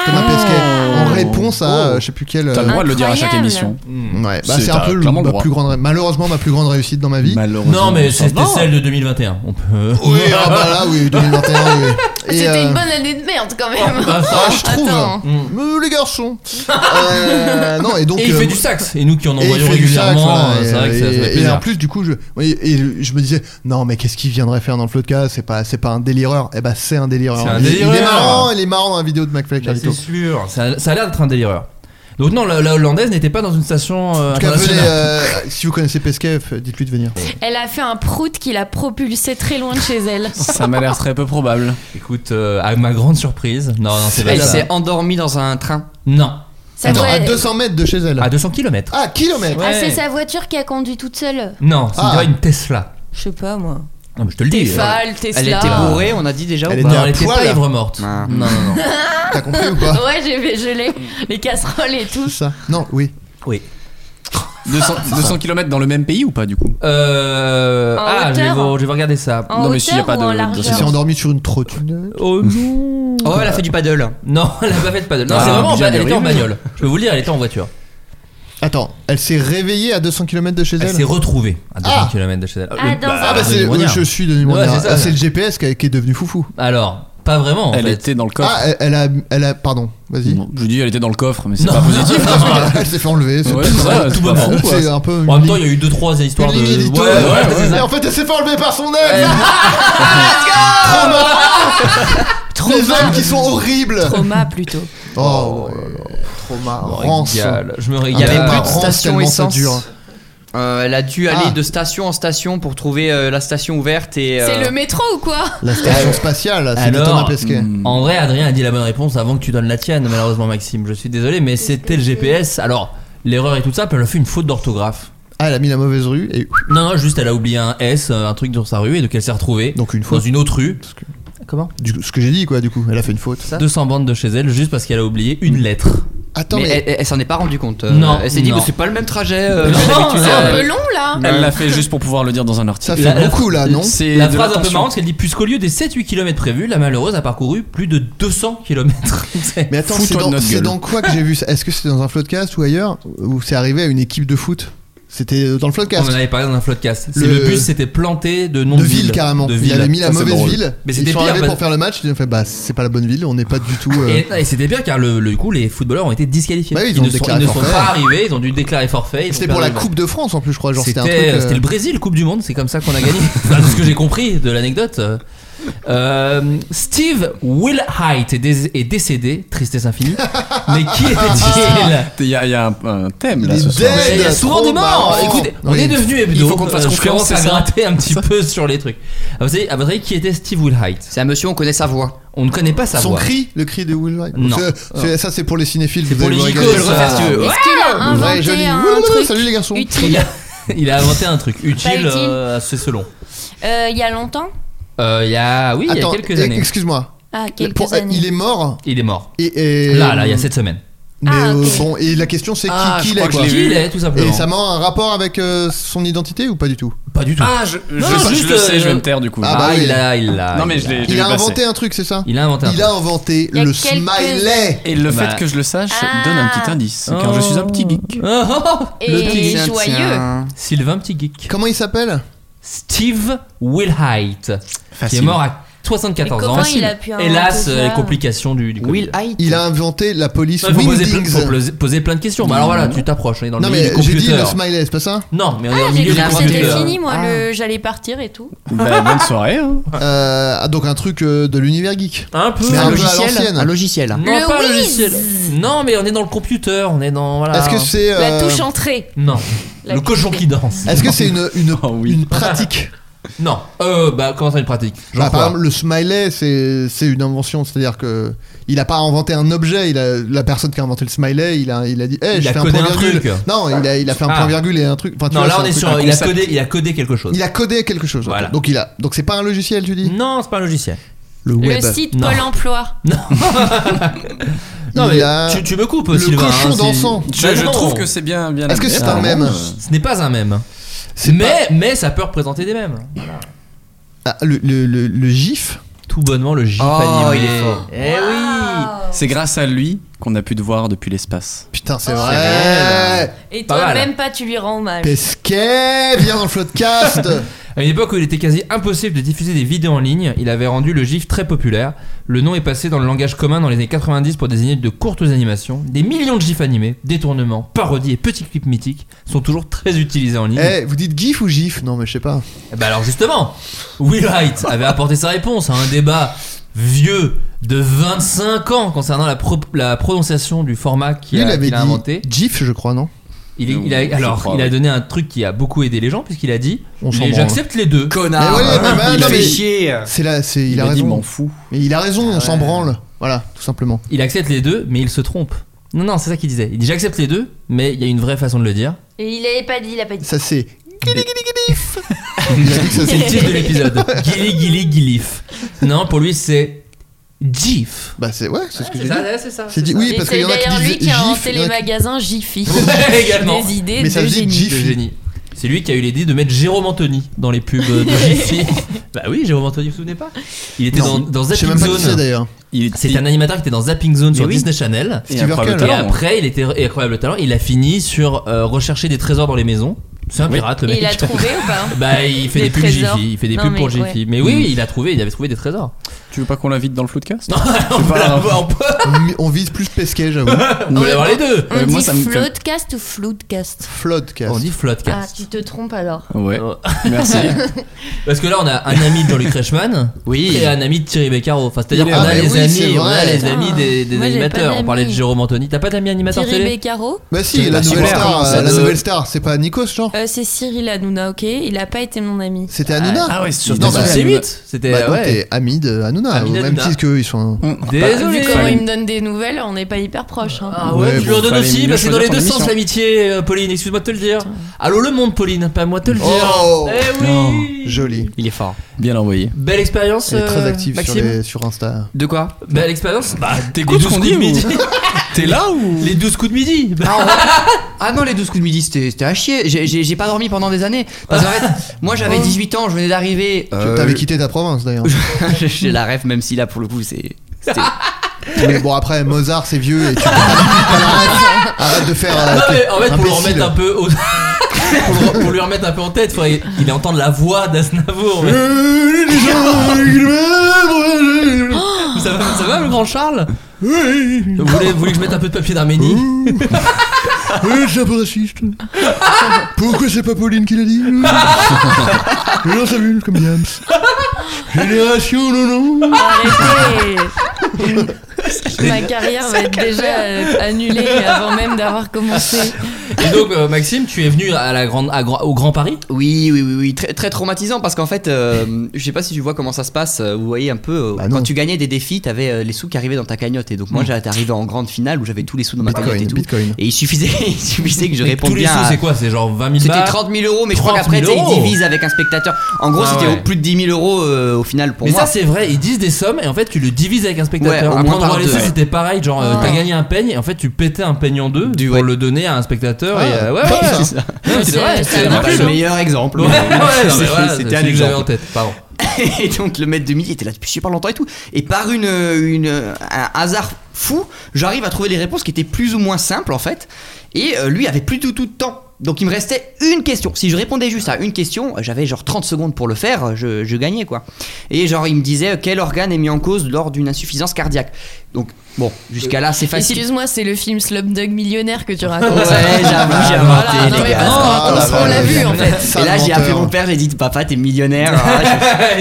Thomas Ah, Pesquet, en réponse à euh, je sais plus quel. T'as le euh, droit de le dire à chaque Incroyable. émission. Hmm. ouais, bah, C'est- c'est un t'as peu le- clairement le ma droit. plus grande, ré- malheureusement ma plus grande réussite dans ma vie. Malheureusement. Non, mais ça c'était va. celle de 2021. On peut. Oui, ah bah là, oui, 2021, oui. Et, c'était euh, une bonne année de merde quand même. Ah, je trouve. Attends. Euh, Les garçons. Euh, non, et donc. et il euh, fait du sax. Et nous qui en Et il envoyons fait du sac, régulièrement, voilà, euh, et- c'est vrai que ça ça fait et, et en plaisir. plus, du coup, je, oui, et je me disais, non, mais qu'est-ce qu'il viendrait faire dans le floodcast C'est pas, c'est pas un délireur. Eh ben, c'est un délireur. C'est un il, il est délireur. marrant, il est marrant dans la vidéo de McFly et Bah, Carlito. C'est sûr. Ça ça a l'air d'être un délireur. Donc non, la, la hollandaise n'était pas dans une station euh, En tout cas, venez, internationale. euh, si vous connaissez Pesquet, f- dites-lui de venir. Elle a fait un prout qui l'a propulsé très loin de chez elle. Ça m'a l'air très peu probable. Écoute, euh, à ma grande surprise, non, non, c'est pas Elle ça. s'est endormie dans un train. Non, Sa Attends, voi- à 200 mètres de chez elle. à 200 km. Ah, kilomètres Ah, Ouais. c'est sa voiture qui a conduit toute seule. Non, c'est Ah. pas une Tesla. Je sais pas moi. Non, mais je te le dis. euh, Tefal, Tesla. Elle était bourrée, on a dit déjà. Elle ou était pas Non, à elle était poil. pas ivre morte. Ah. Non, non, non. T'as compris ou pas Ouais, j'ai fait geler les casseroles et tout. C'est ça Non, oui. Oui. 200, 200 km dans le même pays ou pas du coup Euh, En ah, je vais, hauteur. vous- je vais regarder ça. En Non, mais hauteur s'il y a pas ou en de- de- largeur Elle s'est endormie sur une trottinette. Oh non Oh, elle a fait du paddle. Non, elle a pas fait de paddle. Non, Ah, c'est vraiment, bien elle était en horrible. bagnole. Je peux vous le dire, elle était en voiture. Attends, elle s'est réveillée à 200 km de chez elle. Elle s'est retrouvée à 200 Ah. km de chez elle. Euh, Ah, dans Ah, un- bah, c'est Denis oui, Moignard. je suis Denis Moignard. Ouais, c'est ça. Ah, c'est le GPS qui, a- qui est devenu foufou. Alors, pas vraiment en Elle fait. était dans le coffre. Ah, elle, elle a, elle a, pardon, vas-y. Non, je dis elle était dans le coffre, mais c'est Non. pas positif. hein. Ah. elle s'est fait enlever. c'est Ouais, tout. c'est ça, Ah, c'est Tout pas bonnement. fou, quoi. C'est un peu. En une même temps, il y a eu 2-3 histoires de. Une ligne édito. Ouais, ouais, ouais, c'est Et ça. en fait, elle s'est fait enlever par son ex. Trauma. Les hommes qui sont horribles. Trauma plutôt. Oh, trauma. Oh, Rance. Régale, Je me Il y régale. avait Ah, plus de marrant, station tellement ça essence. dure. Euh, elle a dû Ah. aller de station en station pour trouver euh, la station ouverte et. euh, C'est le métro ou quoi La station spatiale, c'est de Alors, hmm. Thomas Pesquet. En vrai, Adrien a dit la bonne réponse avant que tu donnes la tienne, malheureusement, Maxime. Je suis désolé, mais c'était le GPS. Alors, l'erreur et tout ça, puis elle a fait une faute d'orthographe. Ah, elle a mis la mauvaise rue et Non, non, juste elle a oublié un S, euh, un truc dans sa rue, et donc elle s'est retrouvée donc une dans faute. une autre rue. Comment Du coup, ce que j'ai dit quoi, du coup, elle a fait une faute. 200 bandes de chez elle, juste parce qu'elle a oublié Mm. une lettre. Attends, mais mais, elle, elle- elle s'en est pas rendue compte. Euh, Non, Elle s'est dit, non. mais c'est pas le même trajet. euh, Non, que d'habitude. non, C'est un Euh, peu long là. Elle l'a fait juste pour pouvoir le dire dans un ça article. fait la- la- beaucoup là, non C'est La de phrase un peu l'attention. marrante, c'est qu'elle dit Puisqu'au lieu des 7-8 km prévus, la malheureuse a parcouru plus de 200 km. Mais attends, Fous-toi c'est de dans, notre c'est gueule. dans quoi que j'ai vu ça Est-ce que c'est dans un podcast ou ailleurs Ou c'est arrivé à une équipe de foot C'était dans le floodcast. On en avait parlé dans un floodcast. Le, le bus s'était planté de noms de de villes, ville carrément. de Il villes. avait mis la Ça, c'est mauvaise drôle. ville. Mais ils c'était sont pire arrivés parce- pour faire le match. Ils ont fait bah c'est pas la bonne ville. On n'est pas du tout. euh, Et, et c'était bien car le, le coup les footballeurs ont été disqualifiés. Ouais, Bah ils ils, ont ne, sont, déclaré ils ne sont forfait. pas arrivés, ils ont dû déclarer forfait. ils C'était ont pour la perdu. Coupe de France en plus, je crois. Genre c'était un C'était truc. euh, c'était le Brésil, Coupe du Monde, c'est comme ça qu'on a gagné. Enfin, de ce que j'ai compris de l'anecdote. Euh, Steve Wilhite est, dés- est décédé, tristesse infinie. Mais qui Ah, était-il Il y a, il y a un, un thème là Il ce soir. y a souvent des morts. Écoutez, on est devenu hebdo. Il faut qu'on fasse Euh, je confiance commence à c'est ça gratter un petit peu sur les trucs. Ah, Vous savez, à votre avis, qui était Steve Wilhite C'est un monsieur, on connaît sa voix. On ne connaît pas sa Son voix. cri, le cri de Will Wright. Non. C'est- c'est- Ça, c'est pour les cinéphiles. C'est vous pour allez les vous geekos, régaler. ça. Est-ce qu'il a Ouais, inventé joli. un Ouh, truc Salut les garçons. Il Utile. a, il a inventé un truc utile, utile. euh, c'est selon. Euh, Il y a longtemps Euh, il y a, oui, Attends, il y a quelques eh, années. Excuse-moi. Ah, quelques Pour- euh, années. Il est mort. Il est mort. Et, et- Là, là, il y a cette semaine. Mais Ah, euh, ok. bon, et la question c'est qui, Ah, qui je il crois est que je quoi l'ai Qui il est, tout simplement. Et ça m'a un rapport avec euh, son identité ou pas du tout Pas du tout. Ah, je, je- Non, je juste, le sais, je vais euh, me taire du coup. Ah, bah oui. il l'a, il l'a. non mais je il l'a. l'ai. je l'ai Il a vu passer. inventé un truc, c'est ça Il a inventé un Il truc. a inventé Il y a le quelques- smiley Et le Bah. fait que je le sache Ah. donne un petit indice, car je suis un petit geek. Oh, oh, oh, le petit Et geek. joyeux. Sylvain, petit geek. Comment il s'appelle Steve Wilhite, qui est mort à 74 Mais ans. comment il a pu inventer Hélas, euh, ça les complications du, du Covid. Will Hyde. Il a inventé la police Ça, il faut poser, plein, Wingdings. faut poser- poser plein de questions. Bah, alors voilà, tu t'approches, on est dans le Non mais milieu du j'ai dit computer. le smiley, c'est pas ça Non, mais on est dans Ah, le j'ai milieu du cru que c'était computer. fini, moi, Ah. le- j'allais partir et tout. Bah, bonne soirée. hein. Euh, ah, donc un truc euh, de l'univers geek. Un peu. Mais un un peu à logiciel. l'ancienne. Un logiciel. Non, Le pas un whiz. logiciel. Non, mais on est dans le computer, on est dans. Voilà. Est-ce que c'est Ah. La euh, touche entrée. Non. La le touche cochon qui danse. Est-ce que c'est une une, Ah Oh oui. une pratique Non. Euh, bah, comment ça une pratique Genre Bah, Par quoi exemple, le smiley, c'est c'est une invention, c'est-à-dire que il a pas inventé un objet. Il a la personne qui a inventé le smiley, il a il a dit, Eh, Il je a fais un codé point un virgule. truc. Non, il a il a fait un Ah. point virgule et un truc. Enfin, tu Non, vois, là, c'est un on est truc- sur. Il a, codé, il a codé quelque chose. Il a codé quelque chose. Voilà. Mm. Donc il a donc c'est pas un logiciel, tu dis Non, c'est pas un logiciel. Le Le web. site Non. Pôle emploi. Non, Il mais a- tu, tu me coupes, le Sylvain. hein, cochon c'est- dansant. Je, Bah je non. trouve que c'est bien, bien. Ah, Est-ce que c'est un même mème Ce n'est pas un même. C'est Mais, mais ça peut représenter des mêmes. Ah, le, le, le, le gif Tout bonnement, le gif Oh, animé. il est fort. Eh oui. Ah. C'est grâce à lui qu'on a pu te voir depuis l'espace. Putain, c'est Oh, vrai, vrai. Et Pas toi, hein. mal. même pas, tu lui rends hommage. Pesquet, viens dans le floodcast. À une époque où il était quasi impossible de diffuser des vidéos en ligne, il avait rendu le GIF très populaire. Le nom est passé dans le langage commun dans les années 90 pour désigner de courtes animations. Des millions de GIFs animés, détournements, parodies et petits clips mythiques sont toujours très utilisés en ligne. Eh, vous dites gif ou gif Non, mais je sais pas. Eh ben alors justement, Will Wright avait apporté sa réponse à un débat vieux de 25 ans concernant la, pro- la prononciation du format qu'il Lui, il a, avait qu'il a dit inventé. gif, je crois, non Il, est- il a, Je alors, crois, il a oui. donné un truc qui a beaucoup aidé les gens puisqu'il a dit On s'en les- branle. J'accepte les deux. Connard. Mais ouais, mais bah, Ah, il non, fait mais- chier. C'est là, c'est il, a, dit raison. m'en fous. Mais il a raison, Ah on s'en branle. Voilà, tout simplement. Il accepte les deux, mais il se trompe. Non, non, c'est ça qu'il disait. Il dit J'accepte les deux, mais il y a une vraie façon de le dire. Et il avait pas dit, il a pas dit. Ça c'est. il a dit que ça C'est le c'est. titre de l'épisode. Gilly, Gilly, Gillif. Non, pour lui, c'est GIF. Bah c'est ouais, c'est ce que j'ai dit. c'est ça. C'est dit oui Et parce Ah, c'est qu'il y en a d'ailleurs qui lui disent qui a gif. inventé il y en les a qui- magasins Jiffy. Ouais, également. Des idées Mais ça de se dit génie. Jiffy. De génie. C'est lui qui a eu l'idée de mettre Jérôme Anthony dans les pubs de Jiffy. bah oui, Jérôme Anthony, vous vous souvenez pas Il était Non. dans, dans Je sais Zapping même pas qui c'est Zone. d'ailleurs. Il est C'est un animateur qui était dans Zapping Zone sur oui. Disney Channel. il est Steve incroyable Urkel. Et talent. après, il était et incroyable talent. Il a fini sur euh, rechercher des trésors dans les maisons. C'est un Oui. pirate, le Et mec. il a trouvé ou pas Euh, Bah, il fait des, Des pubs trésors. Jiffy, il fait des Non, pubs mais pour ouais. Jiffy. Mais oui, oui, il a trouvé, il avait trouvé des trésors. Tu veux pas qu'on l'invite dans le floodcast on, peut pas hein. grave. l'avoir, on peut- On- On vise plus pesquet, j'avoue. on peut avoir les deux. On Euh, moi, dit ça me fait- floatcast ou floodcast Floodcast. On dit Ah, floodcast. tu te trompes alors. Ouais. Euh, Merci. Parce que là, on a un ami de Jean-Luc Reichmann Oui. et un ami de Thierry Beccaro. Enfin, c'est-à-dire Il est- qu'on a, Ah, mais les oui, c'est amis, on a vrai. les amis des, des Moi, j'ai pas animateurs. On parlait de d'amis. Jérôme Anthony. T'as pas d'amis animateurs Thierry télé Beccaro Bah si, C'est la la nouvelle super star, France, euh, la de- nouvelle star, c'est pas Nikos genre Euh, C'est Cyril Hanouna, ok Il a pas été mon ami. C'était Hanouna Ah ouais, c'est sûr. Non, bah, C'est 8 C'était Bah non, ouais. t'es ami de Hanouna, Ami au même d'Hanouna. titre qu'eux, ils sont... Bah, Mmh. Désolé. Vu comment il me donne des nouvelles, on n'est pas hyper proches. hein. Ah ouais, Ouais, bon, tu lui en donnes fallait aussi, mieux bah c'est dans les choisir deux ton sens émission. l'amitié, euh, Pauline, excuse-moi de te le dire. Allô le monde, Pauline, pas à moi de te le dire. Oh eh Non. oui Joli. Il est fort. Bien envoyé. Belle expérience, Elle est très euh, active sur, Maxime. les- sur Insta. De quoi Belle expérience Bah, t'écoutes les ce qu'on 12 coups dit, de ou- midi. T'es là ou Les 12 coups de midi Bah, Ah non, les 12 coups de midi, c'était c'était à chier. J'ai- J'ai j'ai pas dormi pendant des années. Parce qu'en fait, moi j'avais 18 ans, je venais d'arriver. Euh, Tu- T'avais quitté ta province d'ailleurs. J'ai la ref, même si là pour le coup c'est. c'était- Mais bon après, Mozart c'est vieux et tu... Arrête, arrête de faire... euh, non, mais t'es en fait, pour le imbécile. remettre un peu au. pour, le re- pour lui remettre un peu en tête, faudrait- il entende la voix Oh, d'Asnavour. mais- ça, va, ça va, le grand Charles vous voulez, vous voulez que je mette un peu de papier d'Arménie Oui, c'est un peu raciste. Pourquoi c'est pas Pauline qui l'a dit Les gens s'amusent comme Diams. Génération, non, non. Arrêtez Ma carrière va être déjà euh, annulée avant même d'avoir commencé. Et donc, euh, Maxime, tu es venu à la grande, à Gra- au Grand Paris Oui, oui, oui, oui. Très, très traumatisant parce qu'en fait, euh, je sais pas si tu vois comment ça se passe. euh, Vous voyez un peu, euh, quand tu gagnais des défis, t'avais euh, les sous qui arrivaient dans ta cagnotte. Et donc, moi, Mm. j'étais arrivé en grande finale où j'avais tous les sous dans ma Bitcoin, cagnotte et tout. Oh, Bitcoin. Et il suffisait, il suffisait que je Mais réponde tous les bien. sous, à- c'est quoi C'est genre 20 000 C'était bahts 30 000 euros, mais je crois 30 qu'après, 000 tu sais, ils Bah, euros. divisent avec un spectateur. En gros, Ah c'était ouais. au plus de 10 000 euros euh, au final pour mais moi. ça c'est vrai, ils disent des sommes et en fait tu le divises avec un Ouais, au spectateur. moins Apprendre par à les sous deux. c'était pareil, genre euh, Ah. t'as gagné un peigne et en fait tu pétais un peigne en deux pour le donner à un spectateur. Ah. et, euh, ouais, Ouais, ouais, c'est ça. Non, mais c'est C'est- vrai, c'est ridicule. hein. pas le meilleur exemple. Ouais, ouais, non, mais C'était- voilà, c'était c'est un celui que j'avais exemple. en tête, pardon. Et donc le maître de midi était là depuis super longtemps et tout. Et par une, une- un hasard fou, j'arrive à trouver des réponses qui étaient plus ou moins simples en fait. Et euh, lui avait plus du tout de temps. Donc il me restait une question. Si je répondais juste à une question, euh, j'avais genre 30 secondes pour le faire, je, je gagnais quoi. Et genre il me disait euh, quel organe est mis en cause lors d'une insuffisance cardiaque. Donc bon, jusqu'à là c'est facile. Excuse-moi, c'est le film Slumdog Millionnaire que tu racontes. Ouais, j'avoue, j'ai inventé, Voilà, non, les mais gars. parce qu'on- Ah, on l'a vu hein. en fait. Et là, j'ai appelé mon père, j'ai dit Papa, t'es millionnaire.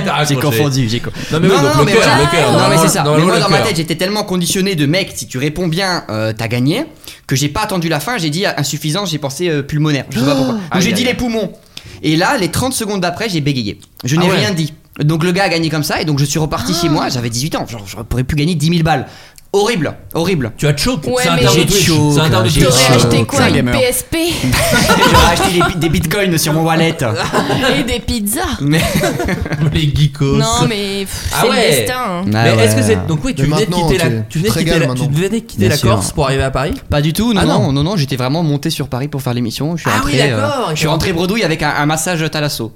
Ah, j'ai- j'ai confondu, j'ai confondu. Non, Ah, mais oui, donc le mais cœur, voilà. le cœur, Non, mais normalement, c'est ça. Mais normalement, moi, le dans ma cœur. tête, j'étais tellement conditionné de mec, si tu réponds bien, euh, t'as gagné, que j'ai pas attendu la fin, j'ai dit insuffisant, j'ai pensé euh, pulmonaire. Je sais pas pourquoi. Oh. Donc, j'ai Aïe, dit aïe, les poumons. Et là, les 30 secondes d'après, j'ai bégayé. Je n'ai Ah ouais. rien dit. Donc le gars a gagné comme ça, et donc je suis reparti Ah. chez moi, j'avais 18 ans, genre j'aurais pourrais plus gagner 10 000 balles. Horrible, horrible. Tu as choke, Ouais, c'est un mais- terme de J'ai Twitch. choke, C'est un terme de j'ai Twitch. T'aurais choke. acheté quoi Une PSP J'aurais acheté des, bi- des bitcoins sur mon wallet. Ah, Ah Et des pizzas Mais... Les geekos. Non, mais pff, c'est le destin. hein. Mais est-ce que c'est donc oui, tu Mais venais de maintenant, quitter la, t'es tu venais de très quitter gale la, tu maintenant. venais de quitter Bien la sûr. Corse pour arriver à Paris Pas du tout, non, Ah non. non, non, non, j'étais vraiment monté sur Paris pour faire l'émission. Je suis Ah oui, rentré, euh, d'accord, je suis d'accord. rentré bredouille avec un, un massage thalasso.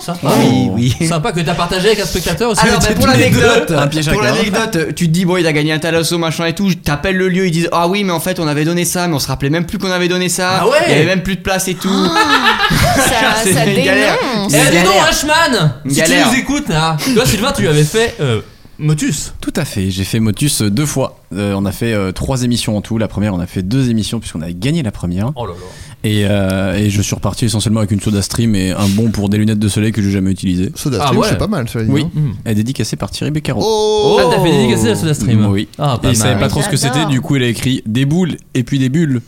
Sympa. oui, oui. Sympa que t'as partagé avec un spectateur aussi. Alors, vous bah, étiez pour tous les l'anecdote, deux. pour l'anecdote, tu te dis, bon, il a gagné un thalasso, machin et tout. T'appelles le lieu, ils disent, ah oui, mais en fait, on avait donné ça, mais on se rappelait même plus qu'on avait donné ça. Ah ouais Il y avait même plus de place et tout. Ah, Ça, C'est ça une galère. dénonce. C'est une Eh, dis donc, galère. Hashman Une Si tu galère. nous écoutes, là, toi, Sylvain, tu lui avais fait euh, Motus. Tout à fait, j'ai fait Motus euh, deux fois. Euh, on a fait euh, trois émissions en tout. La première, on a fait deux émissions puisqu'on avait gagné la première. Oh là là. Et, euh, et je suis reparti essentiellement avec une soda stream et un bon pour des lunettes de soleil que j'ai jamais utilisé. Soda Stream, Ah ouais. c'est pas mal, ça, dis Oui, donc. elle est dédicacée par Thierry Beccaro. Oh Ah, t'as fait dédicacer la Soda Stream. Oui. Ah, pas et il savait mal. pas trop ce que c'était, J'adore. du coup, il a écrit des boules et puis des bulles.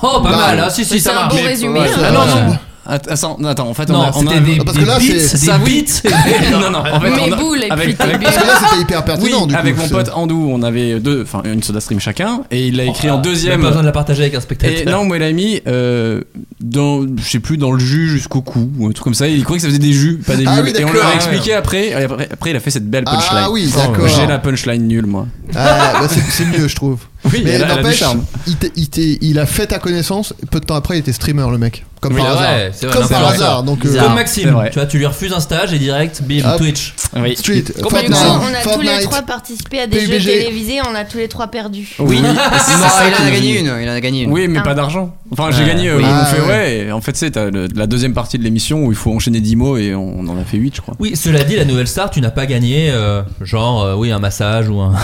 Oh, pas Bah, mal, hein, si, si, mais ça c'est un marche. bon Mais- résumé. ouais, Ah ça non, va. non. Att- Attends, non, attends, en fait, on Non, a- on a c'était des- Ah, Parce que là, beats, c'est- ça, des oui. beats. non, non, en fait, Mais on a- boules et puis des bulles. Parce que là, c'était hyper pertinent, Oui, du coup, avec mon c'est- pote Andou, on avait deux, enfin une soda stream chacun, et il l'a écrit Oh, en ah, deuxième. même pas besoin de la partager avec un spectateur. Et non, moi, il a mis euh, dans, je sais plus, dans le jus jusqu'au cou, ou un truc comme ça. Il croyait que ça faisait des jus, pas des Ah bulles. oui, et on d'accord. leur a Ah, expliqué après, et après. Après, il a fait cette belle Ah punchline. oui, d'accord. J'ai la punchline nulle, moi. Ah, bah, c'est- c'est mieux, je trouve. Oui, mais elle a- elle a du n'empêche, charme. il, t'est- il t'est- il a fait ta connaissance. et Peu de temps après, il était streamer, le mec. Comme Oui, par ah ouais, hasard. c'est vrai, Comme non, par c'est vrai. hasard. Donc, Comme euh, Maxime, tu vois, tu lui refuses un stage et direct, bim, Hop. Twitch. Oui. Street, Mais Fortnite, du coup, on a tous les Fortnite. trois participé à des PUBG. jeux télévisés, on a tous les trois perdu. Oui, Non, c'est il ça en a que je gagné dis. une, il en a gagné une. Oui, mais pas d'argent. Enfin, j'ai Ah, gagné. euh, oui. on Ah, fait, ouais. ouais. et En fait, c'est t'as le- la deuxième partie de l'émission où il faut enchaîner 10 mots et on en a fait 8, je crois. Oui, cela dit, la nouvelle star, tu n'as pas gagné, euh, genre, euh, oui, un massage ou un.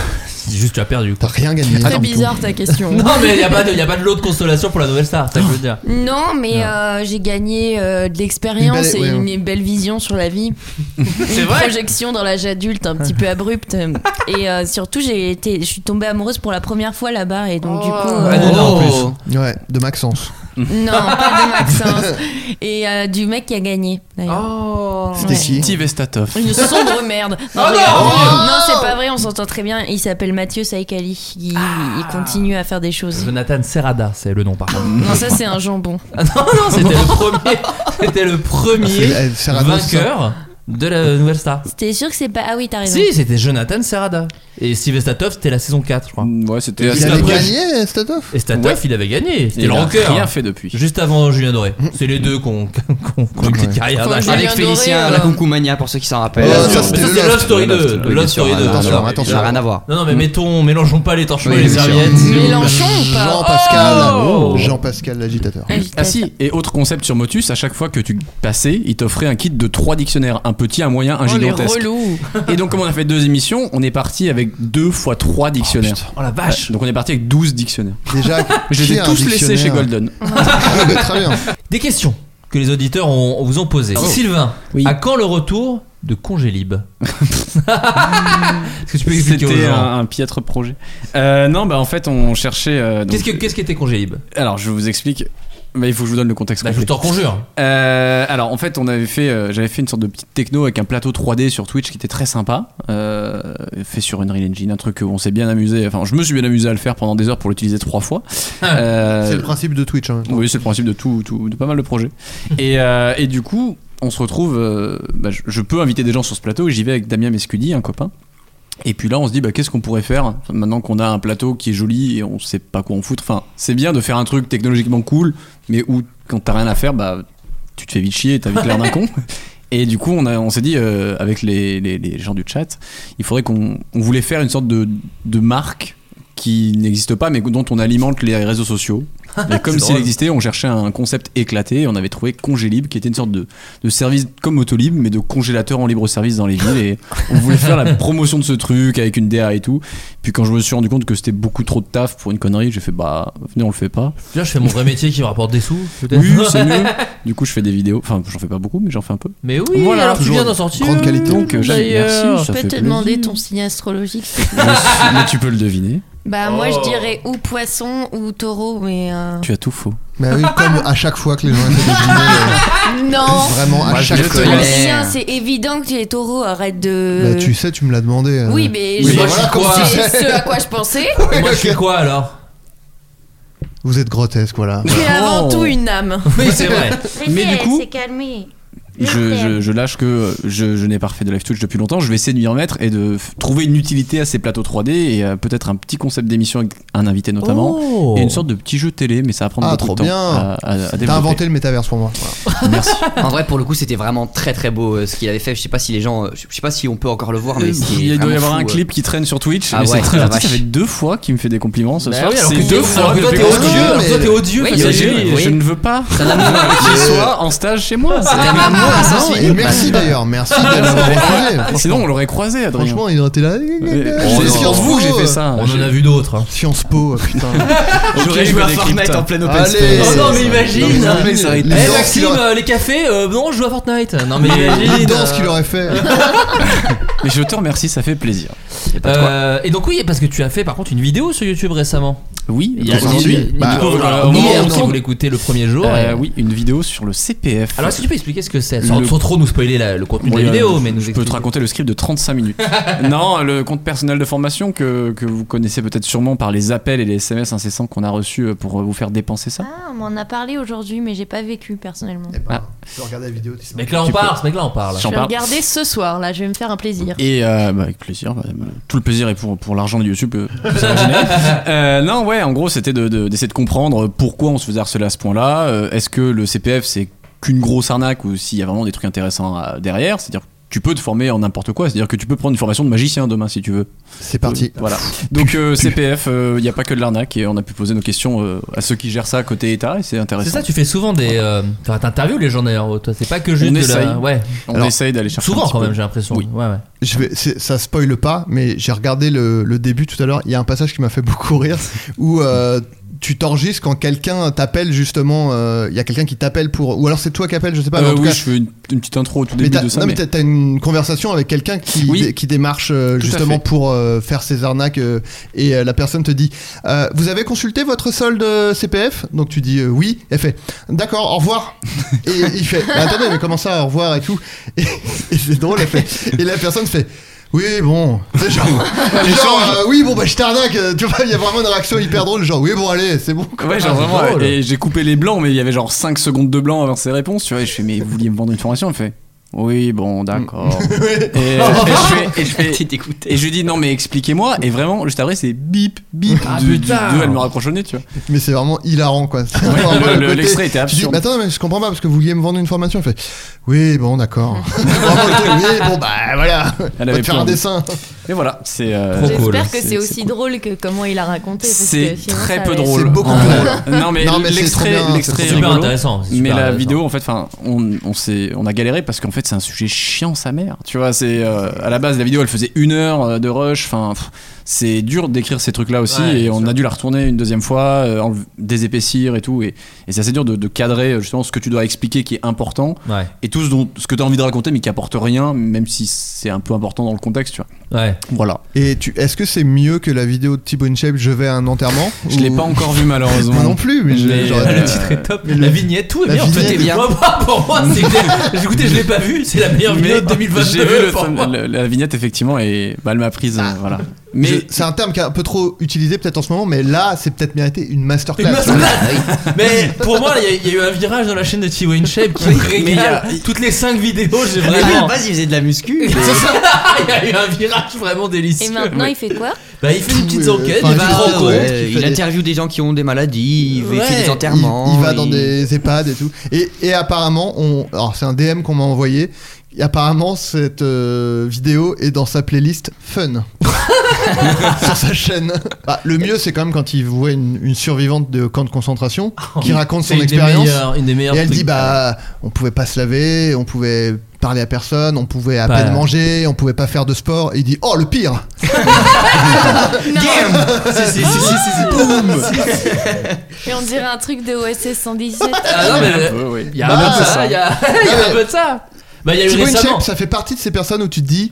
C'est juste, tu as perdu. T'as rien gagné. Ah, Très bizarre ta question. Non, mais il n'y a, pas de- y a pas de lot de consolation pour la nouvelle star, ça que je veux dire. Non, mais euh, j'ai gagné euh, de Une l'expérience belle- et ouais, une belle vision sur la vie. C'est une vrai projection dans l'âge adulte un petit peu abrupte. Et euh, surtout, j'ai été, je suis tombée amoureuse pour la première fois là-bas. Et donc, du coup. Ah, euh, Oh. Ouais, de Maxence. Non, pas de Maxence. Et euh, du mec qui a gagné. Oh. d'ailleurs. C'était Ouais. qui Steve Estatov. Une sombre merde. Non, Oh je rigole. non Non, c'est pas vrai, on s'entend très bien. Il s'appelle Mathieu Saïkali. Il, il continue à faire des choses. Jonathan Serrada, c'est le nom par contre. Non, ça c'est un jambon. Ah non, non, c'était le premier, c'était le premier C'est- eh, Serrano, vainqueur de la nouvelle star. T'es sûr que c'est pas. Ah oui, t'as raison. Si, c'était Jonathan Serrada. Et Steve Statov, c'était la saison 4, je crois. Mm, Ouais, c'était Il avait gagné, Statov Et Statov, Ouais. il avait gagné. C'était Il le a rocker. rien fait depuis. Juste avant Julien Doré. C'est les deux qu'on qu'on qu'on une petite carrière. Avec d'âge. Félicien euh, la Concumania pour ceux qui s'en rappellent. Bien sûr. Mais Oh, euh, ça, c'est Love Story 2. Oui, bien Love sûr, Story 2. rien à voir. Alors, Ça n'a rien à voir. Non, non, mais mettons, mélangeons pas les torchons Oui, et les bien sûr. serviettes. Oh, Mélenchon ou pas Jean-Pascal, Oh Jean-Pascal l'agitateur. Ah si, et autre concept sur Motus, à chaque fois que tu passais, il t'offrait un kit de trois dictionnaires, un petit, un moyen, un Oh, les gigantesque. relous. Et donc comme on a fait deux émissions, on est parti avec deux fois trois dictionnaires. Oh, la vache Ouais, Donc on est parti avec 12 dictionnaires. Déjà, Je qui les ai a un tous laissés dictionnaire chez Golden. Ouais, Très bien. Des questions que les auditeurs ont- vous ont posées. Oh. Sylvain, Oui. à quand le retour de Congé Libre Est-ce que tu peux expliquer aux C'était gens un, un piètre projet. Euh, non, bah en fait on cherchait... euh, donc- Qu'est-ce que- qu'est-ce qu'était Congé Libre Alors je vous explique, mais il faut que je vous donne le contexte. Bah, Je complet. t'en conjure. Euh, alors en fait, on avait fait, euh, j'avais fait une sorte de petite techno avec un plateau 3D sur Twitch qui était très sympa, euh, fait sur Unreal Engine, un truc où on s'est bien amusé. Enfin, je me suis bien amusé à le faire pendant des heures pour l'utiliser trois fois. Ah, Euh, C'est le principe de Twitch. hein. oui, c'est le principe de tout, tout- de pas mal de projets. Et, euh, et du coup, on se retrouve. euh, bah, je, je peux inviter des gens sur ce plateau et j'y vais avec Damien Mescudi, un copain. Et puis là, on se dit, bah, qu'est-ce qu'on pourrait faire maintenant qu'on a un plateau qui est joli et on sait pas quoi en foutre. Enfin, c'est bien de faire un truc technologiquement cool, mais où quand t'as rien à faire, bah, tu te fais vite chier et t'as vite l'air d'un con. Et du coup, on, a- on s'est dit, euh, avec les, les- les gens du chat, il faudrait qu'on on voulait faire une sorte de, de marque qui n'existe pas, mais dont on alimente les réseaux sociaux. Et comme C'est s'il drôle. existait, on cherchait un concept éclaté. et on avait trouvé Congé Libre, qui était une sorte de, de service comme Autolib, mais de congélateur en libre service dans les villes. Et on voulait faire la promotion de ce truc avec une DA et tout. Puis quand je me suis rendu compte que c'était beaucoup trop de taf pour une connerie, j'ai fait, bah, venez, on le fait pas. Tu vois, je fais mon vrai métier qui me rapporte des sous, peut-être. Oui, c'est mieux. Du coup, je fais des vidéos. Enfin, j'en fais pas beaucoup, mais j'en fais un peu. Mais oui, Voilà, alors tu toujours viens d'en sortir. grande qualité. Donc, euh, j'avais- D'ailleurs, merci, Je ça peux fait te plaisir. demander ton signe astrologique s'il te plaît Mais c- mais tu peux le deviner. Bah, Oh. moi je dirais ou poisson ou taureau, mais. euh, Tu as tout faux. Bah oui, comme à chaque fois que les gens essaient de deviner, euh, Non vraiment à Moi, je chaque le fois. connais. Lucien, c'est évident que tu es taureau, arrête de. Bah, tu sais, tu me l'as demandé. euh. Oui, mais Oui, je- moi, je suis c'est quoi ce à quoi je pensais. Et moi, je suis quoi alors Vous êtes grotesque, voilà. Tu es avant tout une âme. Oui, c'est vrai. Oh. Mais du coup, calmé. je, je- je lâche que euh, je, je n'ai pas refait de live Twitch depuis longtemps. Je vais essayer de m'y remettre et de f- trouver une utilité à ces plateaux 3D et euh, peut-être un petit concept d'émission avec un invité notamment. Oh. Et une sorte de petit jeu télé, mais ça va prendre Ah, beaucoup trop de temps bien. à, à- à développer. T'as inventé le métaverse pour moi. Voilà. Merci. En vrai, pour le coup, c'était vraiment très très beau euh, ce qu'il avait fait. Je sais pas si les gens, euh, je sais pas si on peut encore le voir, mais c'était Il doit y vraiment avoir fou, un euh. clip qui traîne sur Twitch. Ah mais ouais, c'est très la gentil. Ça vache. fait deux fois qu'il me fait des compliments ce Bah soir. oui, alors c'est que deux toi- alors fois. que toi, depuis t'es Ah, qu'on se odieux. connaît. alors que toi, t'es odieux. Oui, face il y a à des lui. gens- oui. Je ne veux pas Ça n'a rien à voir. qu'il soit en stage chez moi. Ça n'a rien à voir, ça Ah, Non, suit. et merci d'ailleurs, merci de Ah, l'avoir refusé. Franchement, Sinon, on l'aurait croisé, Adrien. franchement, il aurait été là. C'est C'est sur Sciences vous Po, que Ah, j'ai euh, fait ça. On en a vu d'autres. hein. Sciences Po, euh, putain. J'aurais joué à Fortnite en plein open space. Oh non, mais imagine Non, mais ça aurait été- Eh Les danses Maxime, qu'il aurait- euh, les cafés, euh, non, je joue à Fortnite. Non mais les imagine, danses euh, qu'il aurait fait. Mais je te remercie, ça fait plaisir. euh, et donc oui, parce que tu as fait par contre une vidéo sur YouTube récemment. Oui, Il y a Aujourd'hui, une- euh, bah, une- voilà, une- au moment hier, où on si tourne. vous l'écoutez le premier jour. Euh, et- oui, une vidéo sur le CPF. Alors est-ce que tu peux expliquer ce que c'est sans, Le- sans trop nous spoiler la- le contenu de la Oui, vidéo, euh, mais nous je peux te expliquer. raconter le script de 35 minutes. non, le compte personnel de formation que, que vous connaissez peut-être sûrement par les appels et les SMS incessants qu'on a reçus euh, pour vous faire dépenser ça. Ah, on m'en a parlé aujourd'hui, mais j'ai pas vécu personnellement. Eh ben, Tu peux regarder la vidéo. tu sais. Ce mec là on Tu parle, peux- ce mec là on parle. J'en Je vais parle. regarder ce soir, là, je vais me faire un plaisir. Et euh, bah, avec plaisir, bah, bah, tout le plaisir est pour, pour l'argent de YouTube. euh, vous imaginez. Euh, non, ouais, en gros, c'était de- de- d'essayer de, comprendre pourquoi on se faisait harceler à ce point-là. Euh, Est-ce que le CPF, c'est qu'une grosse arnaque ou s'il y a vraiment des trucs intéressants à- derrière C'est-à-dire, tu peux te former en n'importe quoi. C'est-à-dire que tu peux prendre une formation de magicien demain si tu veux. C'est parti. Voilà. Donc, euh, CPF, il n'y a pas que de l'arnaque et on a pu poser nos questions euh, à ceux qui gèrent ça côté État et c'est C'est intéressant. ça, tu fais souvent des. Euh, enfin, t'interviews les gens d'ailleurs, toi. C'est pas que juste On de essaye. la. Ouais. On Alors, essaye d'aller chercher. un Souvent petit quand peu. même, j'ai l'impression. Oui. Ouais, ouais. Je vais, c'est- ça spoile pas, mais j'ai regardé le, le début tout à l'heure. Il y a un passage qui m'a fait beaucoup rire où euh, tu t'enregistres quand quelqu'un t'appelle justement. euh, Il y a quelqu'un qui t'appelle pour, ou alors c'est toi qui appelle, je sais pas. mais Euh, en tout oui, cas, je fais une, une petite intro au tout mais début t'as, de ça. non, mais mais- t'as- t'as une conversation avec quelqu'un qui, Oui. dé- qui démarche euh, Tout à justement fait. pour euh, faire ses arnaques euh, et euh, la personne te dit euh, vous avez consulté votre solde euh, CPF donc tu dis euh, oui elle fait d'accord au revoir et il fait Mais attendez mais comment ça au revoir et tout et, et c'est drôle elle fait et la personne fait oui bon c'est genre, genre, euh, oui bon bah je t'arnaque euh, tu vois il y a vraiment une réaction hyper drôle genre oui bon allez c'est bon quoi. Ouais, genre Ah, c'est vraiment. drôle. Et j'ai coupé les blancs, mais il y avait genre 5 secondes de blanc avant ses réponses, tu vois. Et je fais, mais vous vouliez me vendre une formation Elle fait, Oui, bon, d'accord. Ouais. et, euh, et je fais, et, je fais- T'es dégoûté. et je lui dis non, mais expliquez-moi. Et vraiment, juste après, c'est bip, bip. Ah, du- du- putain. d'où elle me raccroche au nez, tu vois. Mais c'est vraiment hilarant quoi. C'est Ouais, vraiment le- le le- côté- l'extrait était Je dis, absurde. mais attends, mais je comprends pas parce que vous vouliez me vendre une formation. Je fais, oui, bon, d'accord. Vraiment, le truc, oui, bon, bah voilà. Elle On va avait te faire plus un envie. dessin. Et voilà, c'est. euh, Trop cool. J'espère que c'est c'est aussi drôle que comment il a raconté. parce C'est que finalement, très ça peu va être- drôle. C'est beaucoup en plus vrai. drôle. Non mais, Non, mais c'est l'extrait, trop bien, l'extrait c'est est trop Super rigolo. intéressant. c'est super Mais la intéressant. vidéo, en fait, enfin, on, on s'est, on a galéré parce qu'en fait, c'est un sujet chiant sa mère. Tu vois, c'est euh, à la base la vidéo, elle faisait une heure euh, de rush. Enfin, pff, c'est dur d'écrire ces trucs-là aussi, Ouais, et bien on sûr. a dû la retourner une deuxième fois, euh, enlever- désépaissir et tout, et, et c'est assez dur de, de cadrer euh, justement ce que tu dois expliquer qui est important Ouais. et tout ce, dont, ce que tu as envie de raconter mais qui apporte rien, même si c'est un peu important dans le contexte. Tu vois. Ouais. Voilà. Et tu, est-ce que c'est mieux que la vidéo de Thibaut InShape Je vais à un enterrement Je l'ai Ou- pas encore vu malheureusement. Moi non plus, mais, je- Mais, j'aurais- euh, Le titre est top, mais la le- vignette, tout est la bien. vignette tout est est bien. bien. pour moi, c'est que- écoutez, je l'ai pas vu, c'est la meilleure vidéo de 2022. J'ai vu le pour thumb- moi. le- la vignette effectivement et bah, elle m'a prise Ah. euh, voilà. Mais je- c'est un terme qui est un peu trop utilisé peut-être en ce moment, mais là, c'est peut-être mérité une masterclass. Une masterclass. Mais pour moi, il y a- il y, a eu un virage dans la chaîne de T. Wayne Shape qui mais il y régale a- toutes les 5 vidéos. J'ai Mais à la vraiment. base, il faisait de la muscu. C'est ça, il y a eu un virage vraiment délicieux. Et maintenant, il fait quoi Bah, il fait des petites euh, enquêtes, enfin, il va il à fait- Rocco. ouais. Euh, il interviewe des gens qui ont des maladies, il Ouais. fait des Il, enterrements. il va dans des EHPAD et tout. Et, et apparemment, on, alors c'est un DM qu'on m'a envoyé. Et apparemment, cette euh, vidéo est dans sa playlist Fun sur sa chaîne. Bah, le mieux, c'est quand même quand il voit une, une survivante de camp de concentration qui raconte C'est son une des expérience. meilleures- Une des meilleures. Et elle trucs. dit bah on pouvait pas se laver, on pouvait parler à personne, on pouvait à Pas- peine manger, on pouvait pas faire de sport. Et il dit oh le pire. Damn Si, si, si, si, si, si. Et on dirait un truc de OSS 117. Ah non, mais. Ouais, ouais. Il y a Bah, un peu de ça. ça, il y a il y a un peu de ça. Bah, il y a eu Thibaut récemment. Inchep, ça fait partie de ces personnes où tu te dis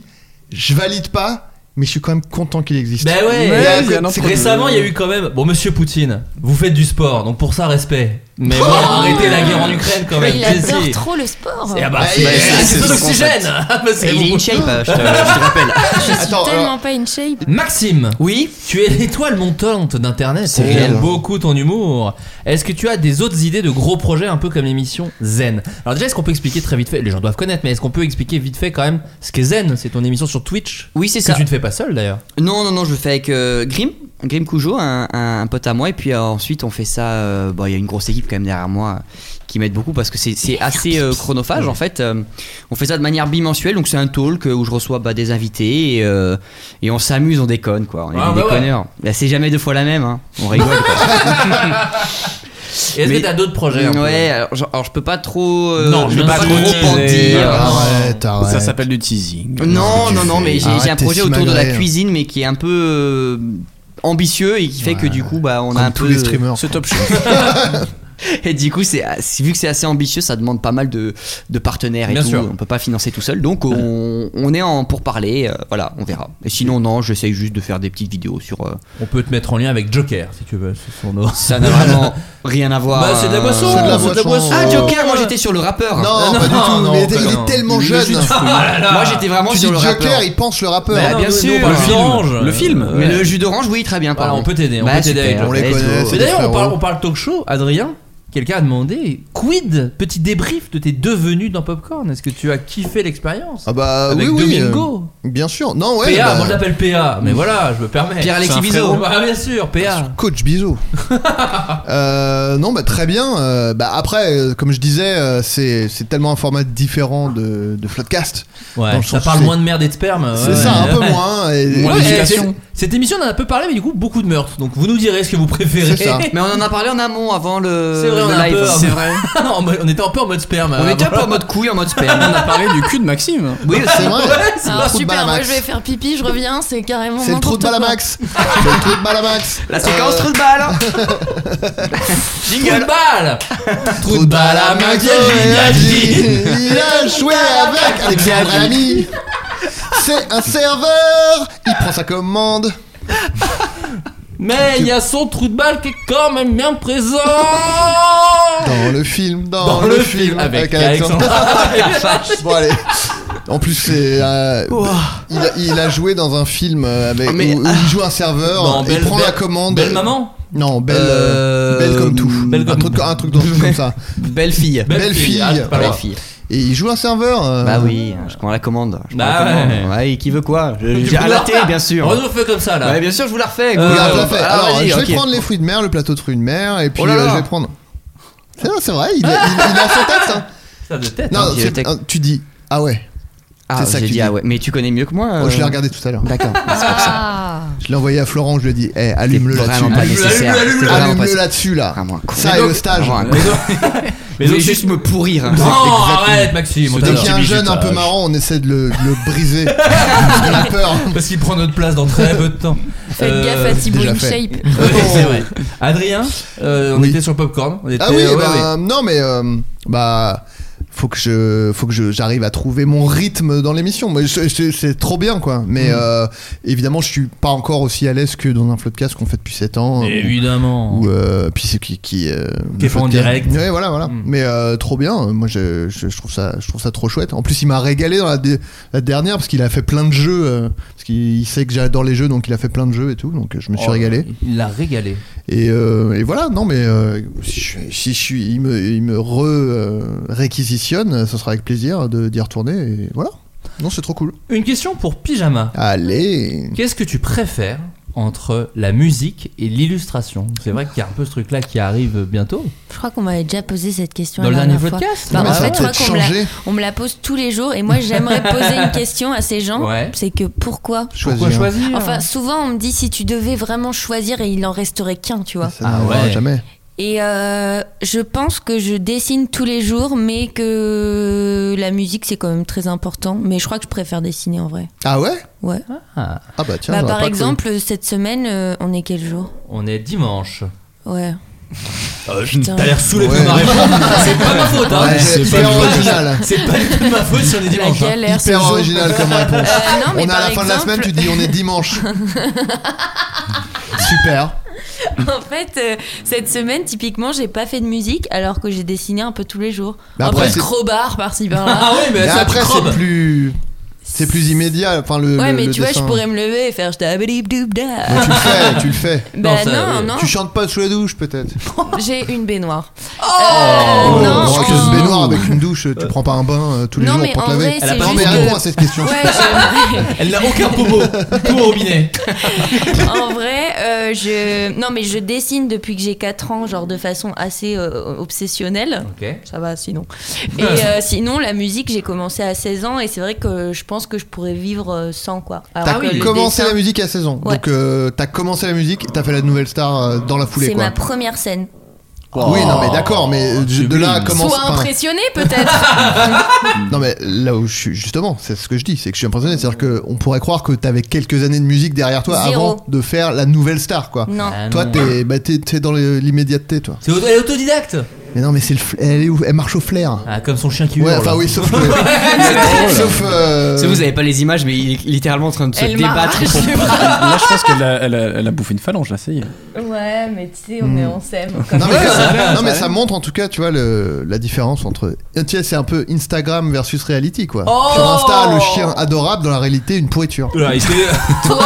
je valide pas, mais je suis quand même content qu'il existe. Bah ouais, Ouais, et à il y a côté- un autre- récemment il y a eu quand même. Bon, monsieur Poutine, vous faites du sport, donc pour ça, respect. Mais bon, arrêtez la guerre en Ukraine quand même. Il Si, adore si. trop le sport. Et ah bah, Bah, c'est il- c'est- c'est c'est son son oxygène Parce que Et il est vous- in shape, euh, je te, je te rappelle. Je suis Attends, tellement alors- pas in shape. Maxime, Oui, tu es l'étoile montante d'internet. C'est J'aime réel. beaucoup ton humour. Est-ce que tu as des autres idées de gros projets un peu comme l'émission Zen Alors déjà, est-ce qu'on peut expliquer très vite fait Les gens doivent connaître, mais est-ce qu'on peut expliquer vite fait quand même ce qu'est Zen C'est ton émission sur Twitch oui c'est que ça. tu ne fais pas seul d'ailleurs. Non, non, non, je le fais avec euh, Grim, Grim Cougeot, un, un- un pote à moi, et puis euh, ensuite on fait ça. euh, bon, il y a une grosse équipe quand même derrière moi euh, qui m'aide beaucoup parce que c'est- c'est assez euh, chronophage en fait. Euh, on fait ça de manière bimensuelle, donc c'est un talk euh, où je reçois bah, des invités et, euh, et on s'amuse, on déconne quoi. On est Ah, des bah ouais. déconneurs. Là, c'est jamais deux fois la même, hein. on rigole. quoi. Et Est-ce Mais- que tu as d'autres projets un peu ouais, alors, genre- alors, je peux pas trop. euh, Non, je je peux viens pas de trop en teaser. dire. Ah, Arrête, arrête. Ça s'appelle du teasing. Non, non, non, mais j'ai j'ai un Arrête, t'es projet autour de la hein. simagré. cuisine, mais qui est un peu euh, ambitieux et qui fait que du coup, bah, on Comme a un tous peu. les streamers. Ce top show. Et du coup, c'est c'est- vu que c'est assez ambitieux, ça demande pas mal de, de partenaires et Bien tout. sûr. On peut pas financer tout seul, donc on, on est en pour parler. euh, voilà, on verra. Et sinon, non, j'essaye juste de faire des petites vidéos sur. euh, On peut te mettre en lien avec Joker si tu veux. c'est son nom. ça n'a vraiment rien à voir. Bah, c'est de la euh, boisson, c'est de la c'est de la boisson. boisson. Ah, Ah, Joker, moi j'étais sur le rappeur. Ah, Non, non, pas du tout. non, mais pas il non. est tellement jeune. Ah, Moi j'étais vraiment Tu dis sur le Joker, rappeur. il pense le rappeur. hein. Bah, non, bien nous, sûr. nous, on Le parle du film. orange. Le film. Ouais. Mais le jus d'orange, oui, très bien. Voilà, pardon. on peut t'aider, on Bah, peut t'aider super, avec on Joker. les let's connaît, go. c'est Mais d'ailleurs, on frérot. parle, on parle talk show. Adrien, quelqu'un a demandé quid Petit débrief de tes deux venues dans Popcorn. Est-ce que tu as kiffé l'expérience Ah bah Avec oui, oui. Domingo. euh, bien sûr. Non, ouais. PA, bah, moi je l'appelle PA, mais voilà, je me permets. Pierre-Alexis C'est un Bizot. frérot. Bah, bien sûr, PA. Coach Bisou. Euh, non, bah très bien. Euh, bah après, euh, comme je disais, euh, c'est c'est tellement un format différent de, de Floodcast. Dans Ouais, le ça sens parle où moins de merde et de sperme. C'est ouais, ça, un ouais. peu moins. hein, Et, Ouais, et- et c'est- cette émission, on en a peu parlé, mais du coup, beaucoup de meurtres. Donc, vous nous direz ce que vous préférez. C'est ça. Mais on en a parlé en amont avant le, C'est vrai, le on a un live. peu- C'est vrai. En mode- on était un peu en mode sperme. On euh, était un peu voilà. en mode couille, en mode On sperme. a parlé du cul de Maxime. Oui, c'est vrai. c'est Alors trou de Ah, super, moi Balamax. je vais faire pipi, je reviens, c'est carrément. C'est le trou de n'importe quoi. Balamax. C'est le trou de Balamax. La séquence Euh. trou de hein. balle. Trou de balle Trou de balle à ma gueule, il a j'ai dit. dit, Il a joué avec Alexandre Ami. C'est un serveur. Il prend sa commande. Mais il y a son trou de balle qui est quand même bien présent Dans le film. Dans, Dans le film avec Alexandre. Bon, allez. En plus, c'est. euh, il, a, il a joué dans un film euh, avec, Ah, mais- où, où il joue un serveur, Dans il Belle- prend la Belle- commande. Belle maman Non, belle, Euh, euh, belle comme tout. belle un, comme- truc, un truc dans- comme ça. Belle fille. Belle fille. ah, c'est pas Belle grave. fille. Et il joue un serveur. euh, Bah oui, je prends la commande. Je prends Bah la commande. ouais. et qui veut quoi Je- Tu J'ai peux un la latte, refaire. bien sûr. Redouble fait comme ça, là. Ouais, bien sûr, je vous la refais. Regarde, Vous- je Euh, la fais. Ah, Alors, vas-y, je vais ok. prendre les fruits de mer, le plateau de fruits de mer, et puis Oh là euh, là. je vais prendre. C'est vrai, c'est vrai, il, est- il- il a son texte. hein. Ça de tête. Non, hein, c'est- bibliothèque. hein, tu dis ah ouais. Ah, C'est ça j'ai que tu dit, dis. ah ouais, mais tu connais mieux que moi. Oh, je l'ai euh, regardé tout à l'heure. D'accord. Ah. Je l'ai envoyé à Florent, je lui ai dit eh, allume-le C'est là-dessus. vraiment pas nécessaire. C'est Allume-le, vraiment allume-le pas- là-dessus là. Vraiment un con. Ça Mais et donc- le stage. Vraiment un con. Mais donc, juste me pourrir. hein. Non, Exactement. arrête, Maxime, on Dès t'a- qu'il y a un Petit jeune un peu bizutage. marrant, on essaie de le, de le briser. On a peur. Parce qu'il prend notre place dans très peu de temps. Faites Euh, gaffe à Thibaut déjà in fait. shape. Ouais, c'est vrai. Oh. Adrien, euh, on était sur Popcorn. On était, Ah oui, ouais, bah, ouais. non mais euh, bah faut que je faut que je- j'arrive à trouver mon rythme dans l'émission. Mais je- je- c'est trop bien quoi. Mais Mm. euh, évidemment, je suis pas encore aussi à l'aise que dans un floodcast qu'on fait depuis 7 ans. Évidemment. Ou euh, puis c'est qui qui euh, Qui est le fait en floodcast. direct. Mm. Ouais, voilà voilà. Mais euh, trop bien. Moi je, je, je trouve ça je trouve ça trop chouette. En plus, il m'a régalé dans la, dé- la dernière parce qu'il a fait plein de jeux euh, parce qu'il sait que j'adore les jeux donc il a fait plein de jeux et tout. Donc euh, je me suis Oh, régalé. Il l'a régalé. Et, euh, et voilà, non mais euh, si, je, si je suis, il me, il me re, euh, réquisitionne, ce sera avec plaisir de d'y retourner. Et voilà. Non, c'est trop cool. Une question pour Pyjama. Allez. Qu'est-ce que tu préfères entre la musique et l'illustration C'est vrai qu'il y a un peu ce truc-là qui arrive bientôt. Je crois qu'on m'avait déjà posé cette question Dans la le dernière dernier fois. podcast, Bah, non en Ah fait, ouais. je crois Peut-être qu'on me la- changer. on me la pose tous les jours et moi j'aimerais poser une question à ces gens. Ouais. C'est que pourquoi Choisir. Pourquoi choisir Enfin, souvent on me dit si tu devais vraiment choisir et il en resterait qu'un, tu vois. Ça n'arrivera ouais. jamais. Et euh, je pense que je dessine tous les jours, mais que la musique c'est quand même très important. Mais je crois que je préfère dessiner en vrai. Ah ouais Ouais. Ah, bah Bah, par exemple, cette semaine, euh, on est quel jour On est dimanche. Ouais. Ah Euh, je- Putain. T'as l'air saoulé de Ouais. ma réponse. C'est pas ma faute. Hein. Ouais, c'est c'est pas, hyper du tout- original. c'est pas du tout de ma faute si on est dimanche. hein. galère, Hyper original comme réponse. Euh, non, mais on est à par la fin de la exemple- semaine, tu dis on est dimanche. Super. en fait, euh, cette semaine, typiquement, j'ai pas fait de musique alors que j'ai dessiné un peu tous les jours. Mais un Bah après, peu de c'est- crowbar par-ci par-là. Ah ouais, mais, Mais ça après, crobe. c'est plus, c'est plus immédiat. Enfin le. ouais, le- mais le tu vois, dessin. Ah, je pourrais me lever et faire je Mais tu le fais, tu le fais. Bah non, non, euh, Tu chantes pas sous la douche peut-être. j'ai une baignoire. Euh, Oh, non, parce que en- ce baignoire avec une douche, tu prends pas un bain euh, tous les Non, jours mais pour te en laver. vrai, c'est non, mais juste réponds que- à cette question. Ouais, j'aimerais- Elle n'a aucun bobo. Tout au robinet. en vrai, euh, je. Non, mais je dessine depuis que j'ai 4 ans, genre de façon assez euh, obsessionnelle. Ok. Ça va sinon. Et euh, sinon, la musique, j'ai commencé à 16 ans et c'est vrai que je pense que je pourrais vivre euh, sans quoi. Alors T'as que le commencé dessin, la musique à 16 ans. Ouais. Donc euh, t'as commencé la musique, t'as fait la nouvelle star euh, dans la foulée C'est quoi. ma première scène. Oh. Oui, non Oh. mais d'accord, mais euh, je- de là à commencer. Sois enfin, impressionné peut-être. non mais là où je suis justement, c'est ce que je dis, c'est que je suis impressionné, c'est-à-dire que on pourrait croire que t'avais quelques années de musique derrière toi Zéro. avant de faire la nouvelle star quoi. non. Ah, Toi non. t'es bah, t'es- t'es dans le- l'immédiateté toi. C'est auto- elle est autodidacte. Mais non mais c'est le fl- elle est où Elle marche au flair. Ah, comme son chien qui Ouais, hurle. enfin oui, sauf que- Ah, sauf euh, Si vous avez pas les images, mais il est littéralement en train de se Elle débattre. m'arrache pour- les bras. Là, je pense qu'elle a, elle a- elle a bouffé une phalange, là, ça y est. Ouais, mais tu sais, on est on s'aime. Hmm. Non mais, ça, va, non, ça mais va. ça montre en tout cas, tu vois, le, la différence entre. Tu sais, c'est un peu Instagram versus reality, quoi. Oh Sur Insta, le chien adorable, dans la réalité, une pourriture. Oula, il s'est- Toi,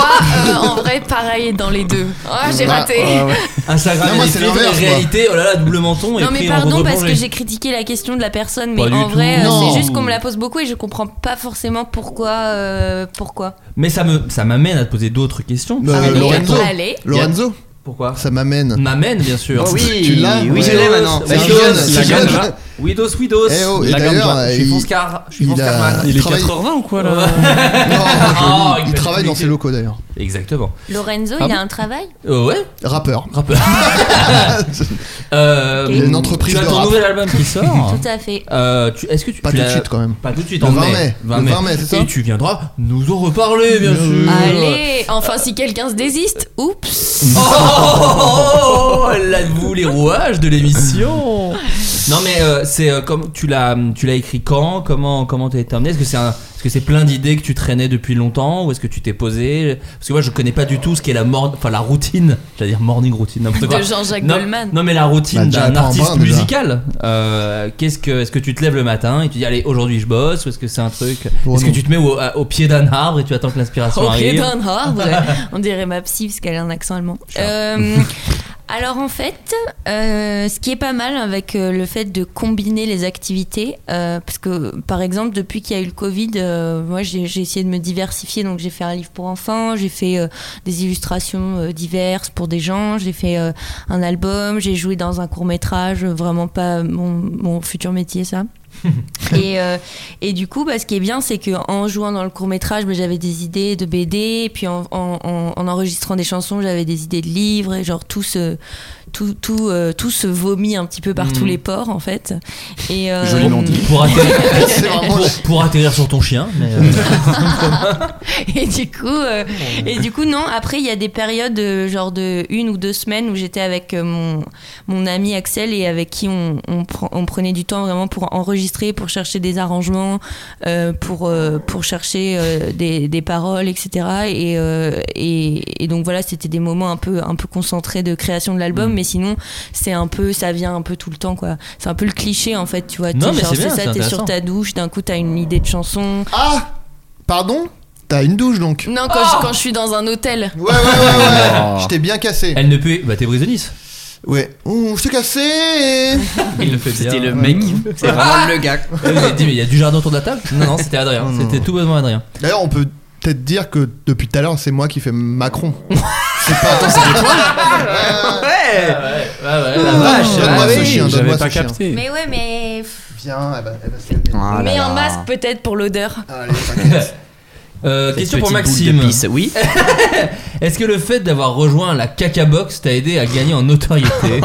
euh, en vrai, pareil dans les deux. Ah, j'ai Ah, raté. ouais, ouais. Instagram, Non, moi, elle c'est fait une l'inverse, moi. réalité. Oh là là, double menton. et Non mais pris en pardon parce contre-plongée. que j'ai critiqué la question de la personne Pas mais du en tout. vrai euh, Non. c'est juste qu'on me la pose beaucoup et je comprends pas forcément pourquoi euh, pourquoi. Ah, Mais ça me, ça m'amène à te poser d'autres questions. Euh, Allez, Lorenzo. Gaëtan. Allez. Lorenzo, Pourquoi ça m'amène. M'amène, bien sûr. Oh oui, Tu l'as oui, Ouais. je l'ai maintenant. C'est Bah, un je jeune, l'ai, c'est un je l'ai. jeune. Widows, Widows. Eh oh, et La d'ailleurs, Ganja. Je suis il- Foncar. Je suis il Fonce a- Carman. Il est Travaille- 80 ou quoi, là Non, Ah, il travaille dans ses locaux d'ailleurs. Exactement. Lorenzo il a un travail Euh, ouais. Rappeur. Rappeur. Euh, Il y a une entreprise Tu as de ton rap. nouvel album qui sort. Tout à fait. Euh, tu- Est-ce que tu Pas tu tout de l'as- suite, quand même. Pas tout de suite Le en 20 mai. Le 20 mai, c'est ça Et tu viendras nous en reparler bien sûr. Allez, enfin si quelqu'un se désiste, oups. Oh, oh, là vous les rouages de l'émission. Non mais euh, c'est euh, comme tu l'as tu l'as écrit quand comment comment t'as été emmené est-ce que c'est un- est-ce que c'est plein d'idées que tu traînais depuis longtemps ou est-ce que tu t'es posé parce que moi je connais pas du tout ce qu'est la mor- enfin la routine j'allais dire morning routine n'importe De quoi Jean-Jacques non, Goldman. non mais la routine Bah, déjà, d'un prends un artiste bain, déjà. musical Euh, qu'est-ce que est-ce que tu te lèves le matin et tu dis allez aujourd'hui je bosse ou est-ce que c'est un truc Oh, est-ce que non. tu te mets au, à- au pied d'un arbre et tu attends que l'inspiration Au arrive pied d'un arbre. On dirait ma psy parce qu'elle a un accent allemand. Euh, Alors en fait, euh, ce qui est pas mal avec euh, le fait de combiner les activités, euh, parce que par exemple depuis qu'il y a eu le Covid, euh, moi j'ai j'ai essayé de me diversifier, donc j'ai fait un livre pour enfants, j'ai fait euh, des illustrations euh, diverses pour des gens, j'ai fait euh, un album, j'ai joué dans un court métrage, vraiment pas mon, mon futur métier ça. et, euh, et du coup, bah, ce qui est bien, c'est qu'en jouant dans le court métrage, bah, j'avais des idées de BD, et puis en, en- en- en enregistrant des chansons, j'avais des idées de livres, et genre tout se, tout, tout, euh, tout se vomit un petit peu par Mhm. tous les ports, en fait. Et, euh, Pour- Pour atterrir, pour- pour atterrir sur ton chien. mais, euh, et du coup, euh, et du coup, non. Après, il y a des périodes, euh, genre de une ou deux semaines, où j'étais avec euh, mon mon ami Axel et avec qui on on, pre- on prenait du temps vraiment pour enregistrer, pour chercher des arrangements, euh, pour euh, pour chercher euh, des, des paroles, etc. Et, euh, et et donc voilà, c'était des moments un peu un peu concentrés de création de Mm. l'album, mais sinon c'est un peu ça vient un peu tout le temps quoi. C'est un peu le cliché en fait, tu vois. Non, T'es mais genre, c'est bien, c'est ça, t'es sur intéressant. ta douche, d'un coup t'as une idée de chanson. Ah Pardon T'as une douche donc Non, quand, je, quand je suis dans un hôtel. Ouais, ouais, ouais, ouais. Je t'ai bien cassé. Elle ne peut. Bah, t'es brisé Nice. Ouais. Ouh, je t'ai cassé Il le fait bien. C'était le mec. C'est vraiment le gars. Vous avez dit, mais il y a du jardin autour de la table Non, non, c'était Adrien. C'était tout bonnement Adrien. D'ailleurs, on peut peut-être dire que depuis tout à l'heure, c'est moi qui fais Macron. c'est pas. Attends, Ouais Ouais, ouais, la Ah, vache donne-moi la ce vache. chien, j'avais donne-moi pas ce chien. capté. Mais ouais, mais. Viens, eh ben, eh ben, c'est- Ah là mais un là. masque peut-être pour l'odeur. Allez, t'inquiète. Euh, Cette question pour petite boule Maxime. de pisse, oui. Est-ce que le fait d'avoir rejoint la caca box t'a aidé à gagner en notoriété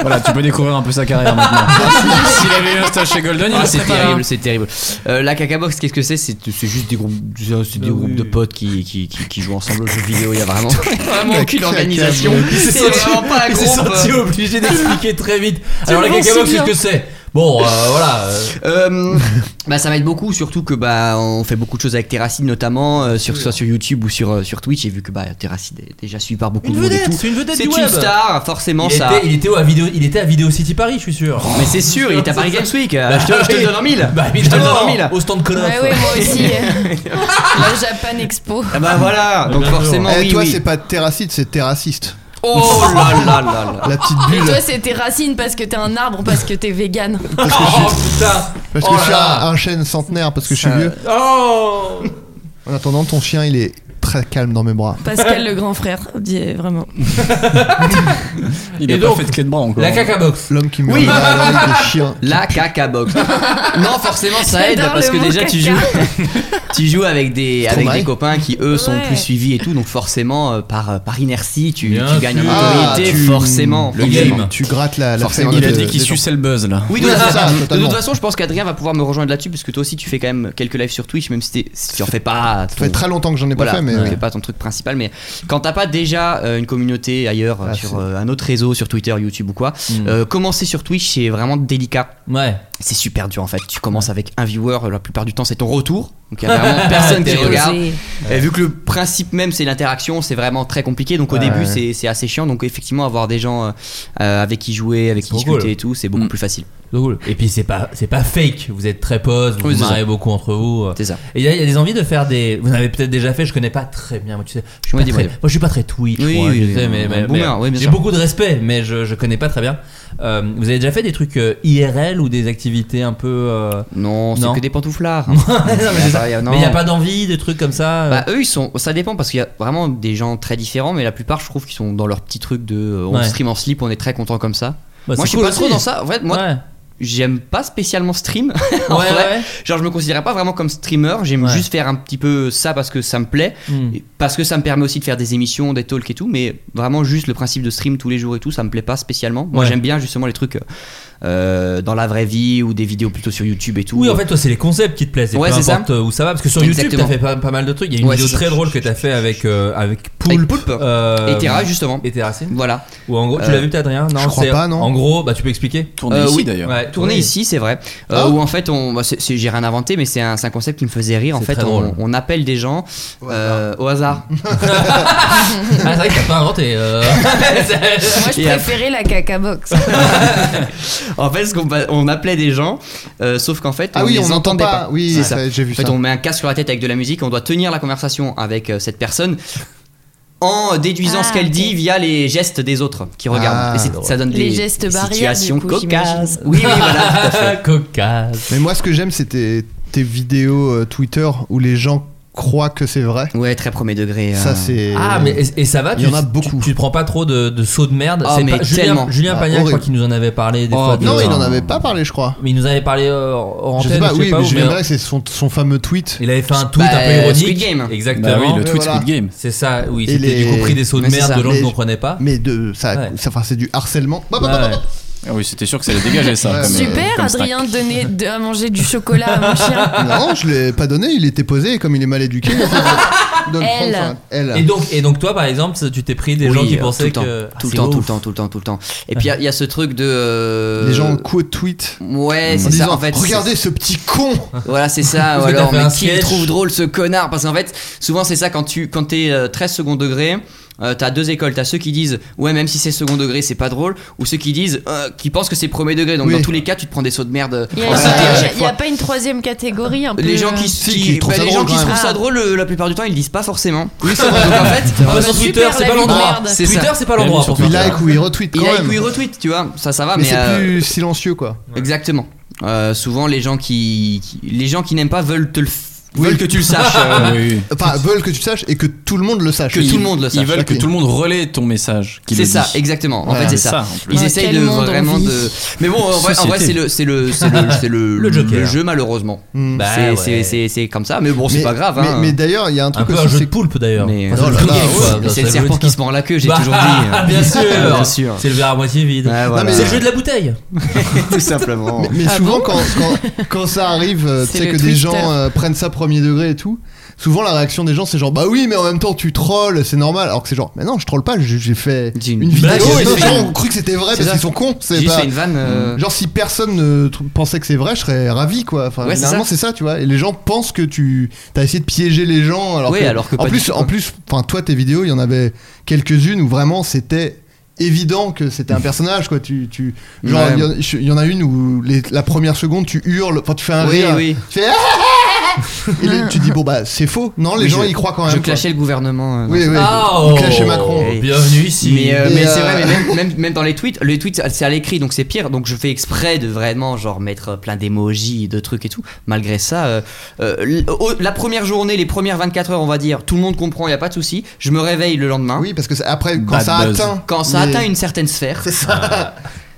Voilà, tu peux découvrir un peu sa carrière maintenant. Ah, S'il avait eu un stage chez Golden, il Ah, le c'est serait pas terrible, c'est terrible. Euh, la cacabox, qu'est-ce que c'est C'est c'est juste des groupes, c'est- c'est des Oui. groupes de potes qui, qui, qui, qui jouent ensemble aux jeux vidéo. Il y a vraiment, vraiment La aucune organisation. Cacabox. C'est vraiment pas un Il s'est groupe. senti obligé d'expliquer très vite. Alors la m'en caca box, souviens. qu'est-ce que c'est Bon, euh, voilà. euh, Euh, bah ça m'aide beaucoup, surtout que bah on fait beaucoup de choses avec Terracid notamment, euh, sur, soit sur YouTube ou sur, euh, sur Twitch. J'ai vu que bah Terracid est déjà suivi par beaucoup Une de monde et vedette, tout. c'est une vedette C'est du une web. star, forcément il, ça. était, il, était au- à vidéo, il était à Vidéo City Paris, je suis sûr. Mais c'est sûr, il est à Paris Games Week. Bah, je te, je te oui. donne en mille. Bah, je te le donne en évidemment, mille. Au stand Conan. Ouais, ouais, moi aussi. La Japan Expo. Ah bah voilà, donc bien sûr. forcément Eh, oui. toi, oui. c'est pas terraciste, c'est terraciste. Oh là là là là. La petite Et bulle. toi, c'est tes racines parce que t'es un arbre, parce que t'es vegan. Parce que je Oh suis, putain parce que Oh je suis là un, là. un chêne centenaire, parce que je suis Ça- vieux. Oh En attendant, ton chien, il est très calme dans mes bras. Pascal, le grand frère, dit vraiment. capté. Il Et a donc, pas fait de clé de bras encore. La caca box. L'homme qui me Oui. regarde avec les chiens. La caca box. non, forcément, ça aide J'adore parce le que mot déjà tu caca. joues, tu joues avec des avec Stromae. des copains qui eux sont Ouais. plus suivis et tout, donc forcément euh, par euh, par inertie tu, Bien tu gagnes en sûr. notoriété, Ah, tu- forcément. Le forcément. game. Tu grattes la, la Forcément, famille Il a de- dit qu'il des suçait le buzz là. Oui, Oui, de, c'est ça, de totalement. toute façon, je pense qu'Adrien va pouvoir me rejoindre là-dessus, parce que toi aussi, tu fais quand même quelques lives sur Twitch, même si, t'es- si tu en fais pas. Ça fait très longtemps que j'en ai pas Voilà, fait, mais tu fais pas ton truc principal, mais quand t'as pas déjà euh, une communauté ailleurs, euh, Ah, c'est- sur euh, un autre réseau, sur Twitter, YouTube ou quoi, Mm. euh, commencer sur Twitch, c'est vraiment délicat. Ouais. C'est super dur en fait. Tu commences avec un viewer, la plupart du temps c'est ton retour. Donc il y a vraiment personne qui T'es regarde. Et vu que le principe même c'est l'interaction, c'est vraiment très compliqué. Donc au Ouais, début ouais. c'est- c'est assez chiant. Donc effectivement avoir des gens euh, euh, avec qui jouer, avec qui trop discuter cool. et tout, c'est beaucoup Mm. plus facile. Donc, cool. Et puis c'est pas c'est pas fake, vous êtes très pose, vous Oui, vous c'est ça. marrez beaucoup entre vous. C'est ça. Et il y, a- il y a des envies de faire des. Vous en avez peut-être déjà fait, je connais pas très bien. Moi, tu sais, je suis, Oui, pas, dis-moi. très, moi, je suis pas très Twitch. Oui, moi, oui, je oui, sais, un- mais, un mais- boomer, mais- oui, bien J'ai sûr. beaucoup de respect, mais je, je connais pas très bien. Euh, vous avez déjà fait des trucs euh, IRL ou des activités un peu. euh, Non, c'est Non. que des pantouflards. non, mais c'est ça. Ah, y a- non. Mais il n'y a pas d'envie, des trucs comme ça. euh, Bah, eux ils sont, ça dépend parce qu'il y a vraiment des gens très différents, mais la plupart je trouve qu'ils sont dans leur petit truc de euh, on Ouais. stream en slip, on est très content comme ça. Bah, moi c'est je suis cool pas trop aussi. dans ça. En fait, moi ouais. j'aime pas spécialement stream. en Ouais, vrai. ouais. Genre je me considérais pas vraiment comme streamer, j'aime Ouais. juste faire un petit peu ça parce que ça me plaît, Hmm. et parce que ça me permet aussi de faire des émissions, des talks et tout, mais vraiment juste le principe de stream tous les jours et tout, ça me plaît pas spécialement. Moi Ouais. j'aime bien justement les trucs euh, dans la vraie vie ou des vidéos plutôt sur YouTube et tout. Oui, en fait, toi, c'est les concepts qui te plaisent. Et Ouais, peu c'est ça. importe euh, où ça va. Parce que sur YouTube, Exactement. t'as fait pas, pas mal de trucs. Il y a une Ouais, vidéo c'est ça. très drôle que t'as fait avec, euh, avec Poulpe. Avec Poulpe. euh, et Terra justement. Et Terracine. Voilà. Ou en gros, tu Euh, l'as vu peut-être rien Non, je crois c'est- pas, non En gros, bah tu peux expliquer. Tourné Euh, ici oui. d'ailleurs. Ouais, Tourner oui. ici, c'est vrai. Euh, Ah. Où en fait, on, bah, c'est- c'est- j'ai rien inventé, mais c'est un, c'est un concept qui me faisait rire. En C'est fait, très drôle. on, on appelle des gens euh, au hasard. Ah, c'est vrai que t'as pas inventé. euh. Moi, je Et après- préférais la caca box. En fait, ce qu'on va- on appelait des gens, euh, sauf qu'en fait, Ah oui, les on n'entend entendait pas. Oui, c'est ça, ça. j'ai vu En fait, ça. on met un casque sur la tête avec de la musique, on doit tenir la conversation avec euh, cette personne en déduisant Ah, ce qu'elle ok. dit via les gestes des autres Ah, qui regardent. Et c'est- ça donne des Les gestes barrières, situations du coup, cocasses. j'imagine. Oui, oui, voilà, tout à fait. Cocasse. Mais moi, ce que j'aime, c'est tes, tes vidéos euh, Twitter où les gens croient que c'est vrai. Ouais, très premier degré. euh, Ça, c'est. Ah, mais et, et ça va Il y tu, en a beaucoup. Tu, tu te prends pas trop de, de sauts de merde. Ah, C'est mais pas- Julien, tellement. Oh, Julien Ah, Pagnac, je crois horrible. qu'il nous en avait parlé des fois. de- Non, il en avait pas parlé, je crois. Mais il nous avait parlé euh, en Je antenne, sais pas, je sais oui, pas mais où, Julien mais- Drey, c'est son, son fameux tweet. Il avait fait un tweet Bah, un peu ironique. Squid Game. Exactement. Bah oui, le Mais tweet voilà. Squid Game. C'est ça, oui, Et c'était les- du coup pris des sauts de Mais c'est merde ça, de gens qui mais- ne comprenaient pas. Mais de, ça, Ouais. ça, enfin, c'est du harcèlement. Bah, bah, bah, bah, Ouais. bah. Ah oui, c'était sûr que ça allait dégager ça. Ouais. comme, euh, Super, comme snack. Adrien, de donner de- à manger du chocolat à mon chien. Non, je l'ai pas donné, il était posé, et comme il est mal éduqué. en fait, je- donc, Elle. enfin, elle. Et donc, et donc toi, par exemple, ça, tu t'es pris des gens Oui, qui euh, pensaient tout le que temps, Ah, tout, le c'est temps tout le ouf. temps, tout le temps, tout le temps. Et puis il y a- il y, a ce truc de. euh, Les gens quote tweet Ouais, en c'est disant ça. En fait, Regardez ce petit con Voilà, c'est ça. Parce Ou que t'as alors, fait mais un qui le sketch. trouve drôle ce connard Parce qu'en fait, souvent c'est ça quand tu quand t'es euh, très second degré. euh, t'as deux écoles, t'as ceux qui disent ouais même si c'est second degré c'est pas drôle ou ceux qui disent euh, qui pensent que c'est premier degré donc Oui. dans tous les cas tu te prends des sauts de merde euh, Il y a, en cité à chaque il y a fois. pas une troisième catégorie un peu. euh, les gens qui, Si, qui trouvent bah, ça les drôle, gens qui quand même. trouvent ça Ah. drôle euh, la plupart du temps ils le disent pas forcément oui c'est vrai donc en fait Ah, bah, sur super, Twitter, c'est la pas vie de l'endroit. merde. C'est ça. Twitter, c'est pas l'endroit pour Il faire ça. like ou il retweet quand il a même. il retweet tu vois ça ça va mais mais, c'est euh, plus silencieux quoi. Exactement. Euh, souvent, les gens qui, qui- les gens qui n'aiment pas veulent te le f- Oui. veulent que tu le saches. Ah euh, oui, oui. Enfin, veulent que tu le saches et que tout le monde le sache. Que Oui. tout le monde le sache. Ils veulent que Ok. tout le monde relaie ton message. qui c'est le ça, dit. exactement. En Voilà, fait, c'est c'est ça. ça, en plus. Ils Dans essayent quel de monde on vraiment vit de. Mais bon, en vrai, en vrai, Société. c'est le, c'est le, c'est le, c'est le, Le Joker. jeu malheureusement. Mm. Bah, c'est, ouais. c'est, c'est, c'est comme ça. Mais bon, c'est Mais- pas grave. mais- hein. Mais, d'ailleurs, il y a un Un truc peu un aussi. jeu de c'est- poulpe d'ailleurs. Mais, Enfin, Oh le là jeu de là, game, ouais. quoi. Mais Ça, c'est le ça serpent veut qui dire- se mord la queue. J'ai Bah, toujours dit. bien sûr. bien sûr. C'est le verre à moitié vide. Ouais, voilà. C'est le jeu de la bouteille. tout simplement. Mais, mais souvent, quand, quand, quand ça arrive, euh, tu Ah C'est sais le que des Twitter. gens euh, prennent ça premier degré et tout. Souvent, la réaction des gens, c'est genre bah oui, mais en même temps, tu trolls, c'est normal. Alors que c'est genre, mais non, je troll pas, j'ai j'ai fait J'ai une, une blague, vidéo j'ai et les fait gens une- ont cru que c'était vrai C'est parce ça. qu'ils sont cons. C'est J'ai juste pas- fait une vanne. euh, Genre, si personne ne tr- pensait que c'est vrai, je serais ravi quoi. Enfin, Ouais, c'est généralement, ça. c'est ça, tu vois. Et les gens pensent que tu as essayé de piéger les gens. Alors Oui, que, alors que en pas plus, du tout, hein. en quoi. plus, enfin, toi, tes vidéos, il y en avait quelques-unes où vraiment c'était évident que c'était un personnage quoi tu, tu genre Ouais. il y en- je- il y, en a une où les- la première seconde tu hurles enfin tu fais un Oui, rire oui. tu fais Ah, ah, ah et là, tu dis bon bah c'est faux non les Oui, gens je- y croient quand même Je quoi. clashais le gouvernement. euh, oui oui Ah, vous oh, clashez Macron Bienvenue ici. Mais, euh, Et mais euh, c'est vrai, mais même, même, même dans les tweets, les tweets c'est à l'écrit donc c'est pire. Donc je fais exprès de vraiment genre mettre plein d'émojis, de trucs et tout. Malgré ça, euh, euh, l- au- la première journée, les premières 24 heures, on va dire, tout le monde comprend, il y a pas de souci. Je me réveille le lendemain. oui parce que c'est- après quand Bad ça buzz. atteint Quand ça les- atteint une certaine sphère, c'est ça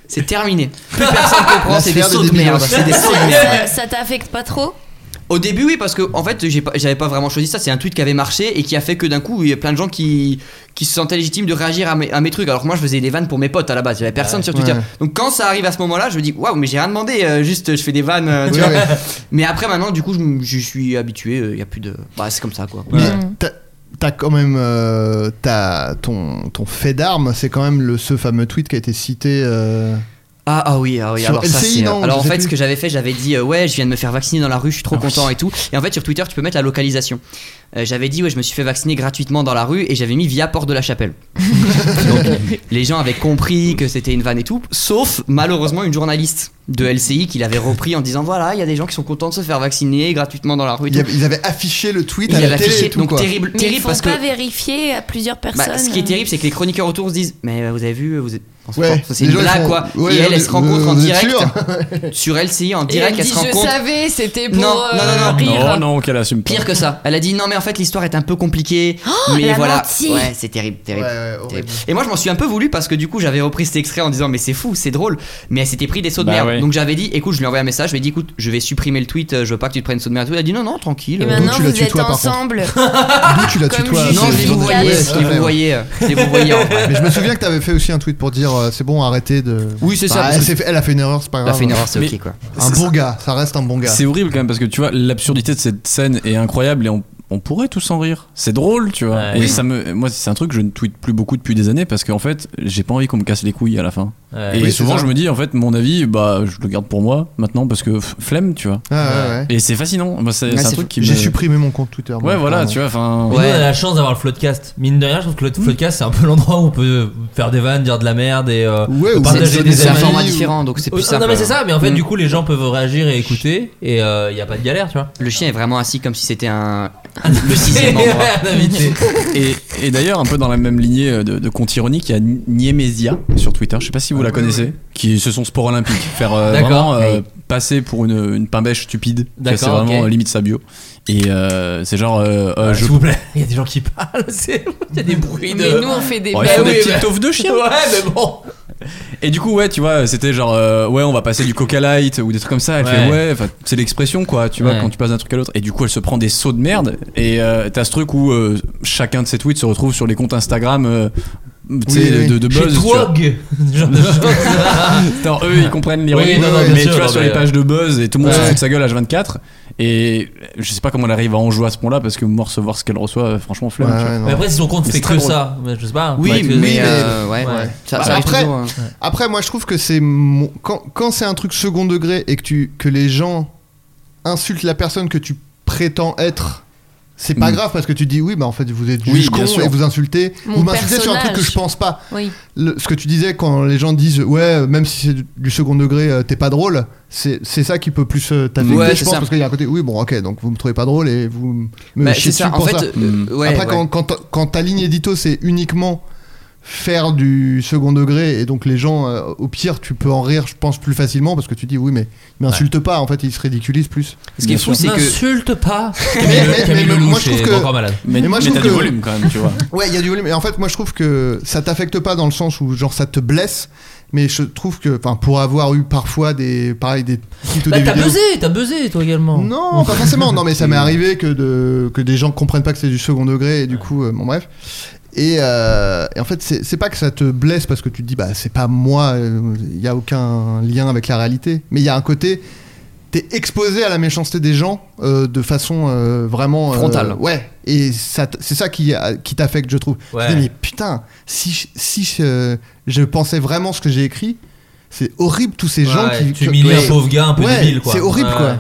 c'est terminé. Plus personne comprend, La c'est des sphère hein. des sauts de débiles. merde. C'est des sauts de merde. Ça, ça t'affecte pas trop Au début, oui, parce que en fait, j'ai pas- j'avais pas vraiment choisi ça. C'est un tweet qui avait marché et qui a fait que d'un coup, il y a plein de gens qui, qui se sentaient légitimes de réagir à mes, à mes trucs. Alors que moi, je faisais des vannes pour mes potes à la base. J'avais personne sur Twitter. Ouais. Donc quand ça arrive à ce moment-là, je me dis waouh, mais j'ai rien demandé. euh, juste, je fais des vannes. euh, tu Oui, vois. oui. Mais après, maintenant, du coup, je, m- je suis habitué. Il y a plus de. Bah, c'est comme ça, quoi. Mais Mm. t'as- t'as quand même euh, t'as- ton, ton fait d'arme, c'est quand même le, ce fameux tweet qui a été cité. euh, Ah, ah oui, ah oui. Sur Alors, ça, LCI, c'est- non, alors je en sais fait, plus. Ah ce que j'avais fait, j'avais dit euh, ouais, je viens de me faire vacciner dans la rue, je suis trop content et tout. Et en fait, sur Twitter, tu peux mettre la localisation. Euh, j'avais dit ouais, je me suis fait vacciner gratuitement dans la rue et j'avais mis via Porte de la Chapelle. Donc, les gens avaient compris que c'était une vanne et tout, sauf malheureusement une journaliste de LCI qui l'avait repris en disant voilà, il y a des gens qui sont contents de se faire vacciner gratuitement dans la rue. et ils, tout. avaient, ils avaient affiché le tweet Ils à la avaient télé affiché et tout, donc quoi. terrible, Mais terrible faut parce que pas hein. vérifier à plusieurs bah, personnes. ce qui est terrible, c'est que les chroniqueurs autour se disent Mais euh, vous avez vu, vous êtes- on se Ouais, pense, c'est les une gens, ils blague font- quoi. ouais, et elle, elle vous- se rencontre en vous êtes direct sûr sur LCI en Et elle direct, elle, dit, se rencontre. je savais, c'était pour Non, non, non, euh, non. rire. Non, non, qu'elle assume pas. Pire que ça, elle a dit non mais en fait l'histoire est un peu compliquée, mais la voilà. mentie. Ouais, c'est terrible, Ouais, terrible. ouais, horrible. terrible. Et moi je m'en suis un peu voulu parce que du coup j'avais repris cet extrait en disant mais c'est fou, c'est drôle, mais elle s'était pris des sauts de Bah merde. ouais. Donc j'avais dit écoute je lui ai envoyé un message, je lui ai dit écoute je vais supprimer le tweet, euh, je veux pas que tu te prennes saut de merde. et tout. Elle a dit non non Et tranquille. euh, maintenant, tu l'as vous tué, êtes toi, par ensemble. D'où tu l'as euh, tué Comme toi Juju. c'est- non je les vous efficace. voyais, Ouais, je c'est les vrai, vous ouais. voyais, euh, je les vous voyais en vrai. Mais je me souviens que t'avais fait aussi un tweet pour dire euh, c'est bon, arrêtez de. Oui, c'est ça, Bah, parce elle, que- s'est fait- elle a fait une erreur, c'est pas Elle a grave. fait une erreur, c'est Mais- ok quoi. Un bon gars, ça reste un bon gars. C'est horrible quand même parce que tu vois, l'absurdité de cette scène est incroyable et on, on pourrait tous en rire. C'est drôle, tu vois. Ouais. Et Oui. ça me, moi, c'est un truc que je ne tweete plus beaucoup depuis des années parce qu'en fait, j'ai pas envie qu'on me casse les couilles à la fin. Ouais. et Oui, c'est souvent, ça. je me dis, en fait, mon avis, bah, je le garde pour moi maintenant parce que f- flemme, tu vois. Ouais, ouais, ouais. Et c'est fascinant. Moi, c'est Ouais, c'est un c'est- truc qui me. J'ai supprimé mon compte Twitter. Ouais, voilà, tu vois. Enfin, Mais Ouais. nous, on a la chance d'avoir le floodcast. Mine de rien, je trouve que le floodcast, c'est un peu l'endroit où on peut faire des vannes, dire de la merde et euh, Ouais, ou partager c'est- des C'est un amis format ou- différent donc c'est Oh, Euh, plus non, simple. mais c'est ça, mais en fait, Mm. du coup, les gens peuvent réagir et écouter, et il n'y euh, a pas de galère, tu vois. Le chien est vraiment assis comme si c'était un, le sixième endroit. Un invité. Et, et d'ailleurs, un peu dans la même lignée euh, de, de compte ironique, il y a Niemesia sur Twitter. Je sais pas si vous la connaissez, qui ce sont sport olympique, faire euh, Ah D'accord. vraiment euh, Oui. passer pour une, une pimbèche stupide. Ça, C'est D'accord, vraiment ok. euh, limite sa bio. Et euh, c'est genre, euh, euh, je S'il vous plaît, il y a des gens qui parlent, c'est- il y a des bruits de. Mais nous, on fait des Ouais, ils font Bah des oui, petites bah- taufes de chien. Ouais, mais bon. Et du coup, ouais, tu vois, c'était genre, euh, ouais, on va passer du coca light ou des trucs comme ça. Elle Ouais. fait, ouais, enfin, c'est l'expression, quoi, tu vois, Ouais. quand tu passes d'un truc à l'autre. Et du coup, elle se prend des sauts de merde. Et euh, t'as ce truc où euh, chacun de ses tweets se retrouve sur les comptes Instagram. euh, tu sais, Oui, oui. de, de Chez buzz. tu vois. Twog, ce genre de choses. Genre, eux, ils comprennent les Oui, non, non, bien mais sûr, tu vois, non, sur mais- les pages de buzz, et tout le monde se Ouais. fout de sa gueule H24. Et je sais pas comment elle arrive à en jouer à ce point-là, parce que moi, recevoir ce qu'elle reçoit, euh, franchement, flemme. Ouais, tu vois. Mais après, si son compte Mais fait c'est très que drôle. ça, mais je sais pas. Oui, Faudrait que- mais, euh, euh, Bah, après, hein. après, moi je trouve que c'est mon- quand, quand c'est un truc second degré et que tu que les gens insultent la personne que tu prétends être. C'est pas Mm. grave parce que tu dis oui, bah en fait vous êtes Oui, juste bien con sûr. et vous insultez. Mon vous m'insultez sur un truc personnage. que je pense pas. Oui. Le- ce que tu disais quand les gens disent ouais, euh, même si c'est du, du second degré, euh, t'es pas drôle, c'est c'est ça qui peut plus euh, t'affecter, Ouais, je c'est pense, ça. parce qu'il y a un côté oui, bon, ok, donc vous me trouvez pas drôle et vous m- me Bah, chiez c'est ça, dessus en pour fait, ça. Mm. euh, ouais, Après, Quand, ouais. quand, ta- quand ta ligne édito, c'est uniquement faire du second degré et donc les gens euh, au pire tu peux en rire je pense plus facilement parce que tu dis oui mais il m'insulte pas en fait il se ridiculise plus Ce qui est fou, c'est que. N'insulte pas mais, Camille- mais- Camille mais moi Lelouch je trouve est que encore malade. Mais- moi, je mais trouve t'as du que- volume, quand même, tu vois. ouais il y a du volume et en fait moi je trouve que ça t'affecte pas dans le sens où genre ça te blesse mais je trouve que enfin pour avoir eu parfois des pareil des tweets ou Bah, des t'as vidéos- buzzé, t'as buzzé toi également. non, pas forcément. Non, mais ça m'est arrivé que, de, que des gens comprennent pas que c'est du second degré et du coup, euh, bon, bref. Et, euh, et en fait, c'est c'est pas que ça te blesse parce que tu te dis, bah, c'est pas moi, il y a aucun lien avec la réalité. Mais il y a un côté, t'es exposé à la méchanceté des gens euh, de façon euh, vraiment. euh, Frontale. Ouais. Et ça t- c'est ça qui, a- qui t'affecte, je trouve. Tu te Ouais. dis, mais putain, si, je- si je- je pensais vraiment ce que j'ai écrit, c'est horrible tous ces Ouais, gens qui. tu qui- humilies un Ouais. pauvre gars un peu Ouais, débile, quoi. C'est horrible, Ouais. quoi.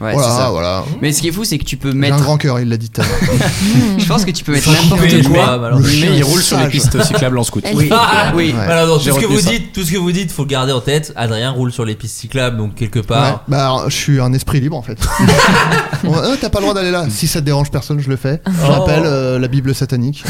Ouais, Voilà, c'est ça. voilà. Mais ce qui est fou, c'est que tu peux J'ai mettre. un grand cœur, il l'a dit tout à l'heure. Je pense que tu peux Le mettre chien n'importe est quoi. jouable, alors. Le chien est sage. Oui, Ah, oui. Voilà, donc, J'ai tout, ce que retenu vous ça. dites, tout ce que vous dites, faut le garder en tête. Adrien roule sur les pistes cyclables, donc quelque Ouais, part. bah, alors, je suis un esprit libre en fait. On va, Euh, T'as pas le droit d'aller là. Si ça te dérange personne, je le fais. Je rappelle euh, la Bible satanique.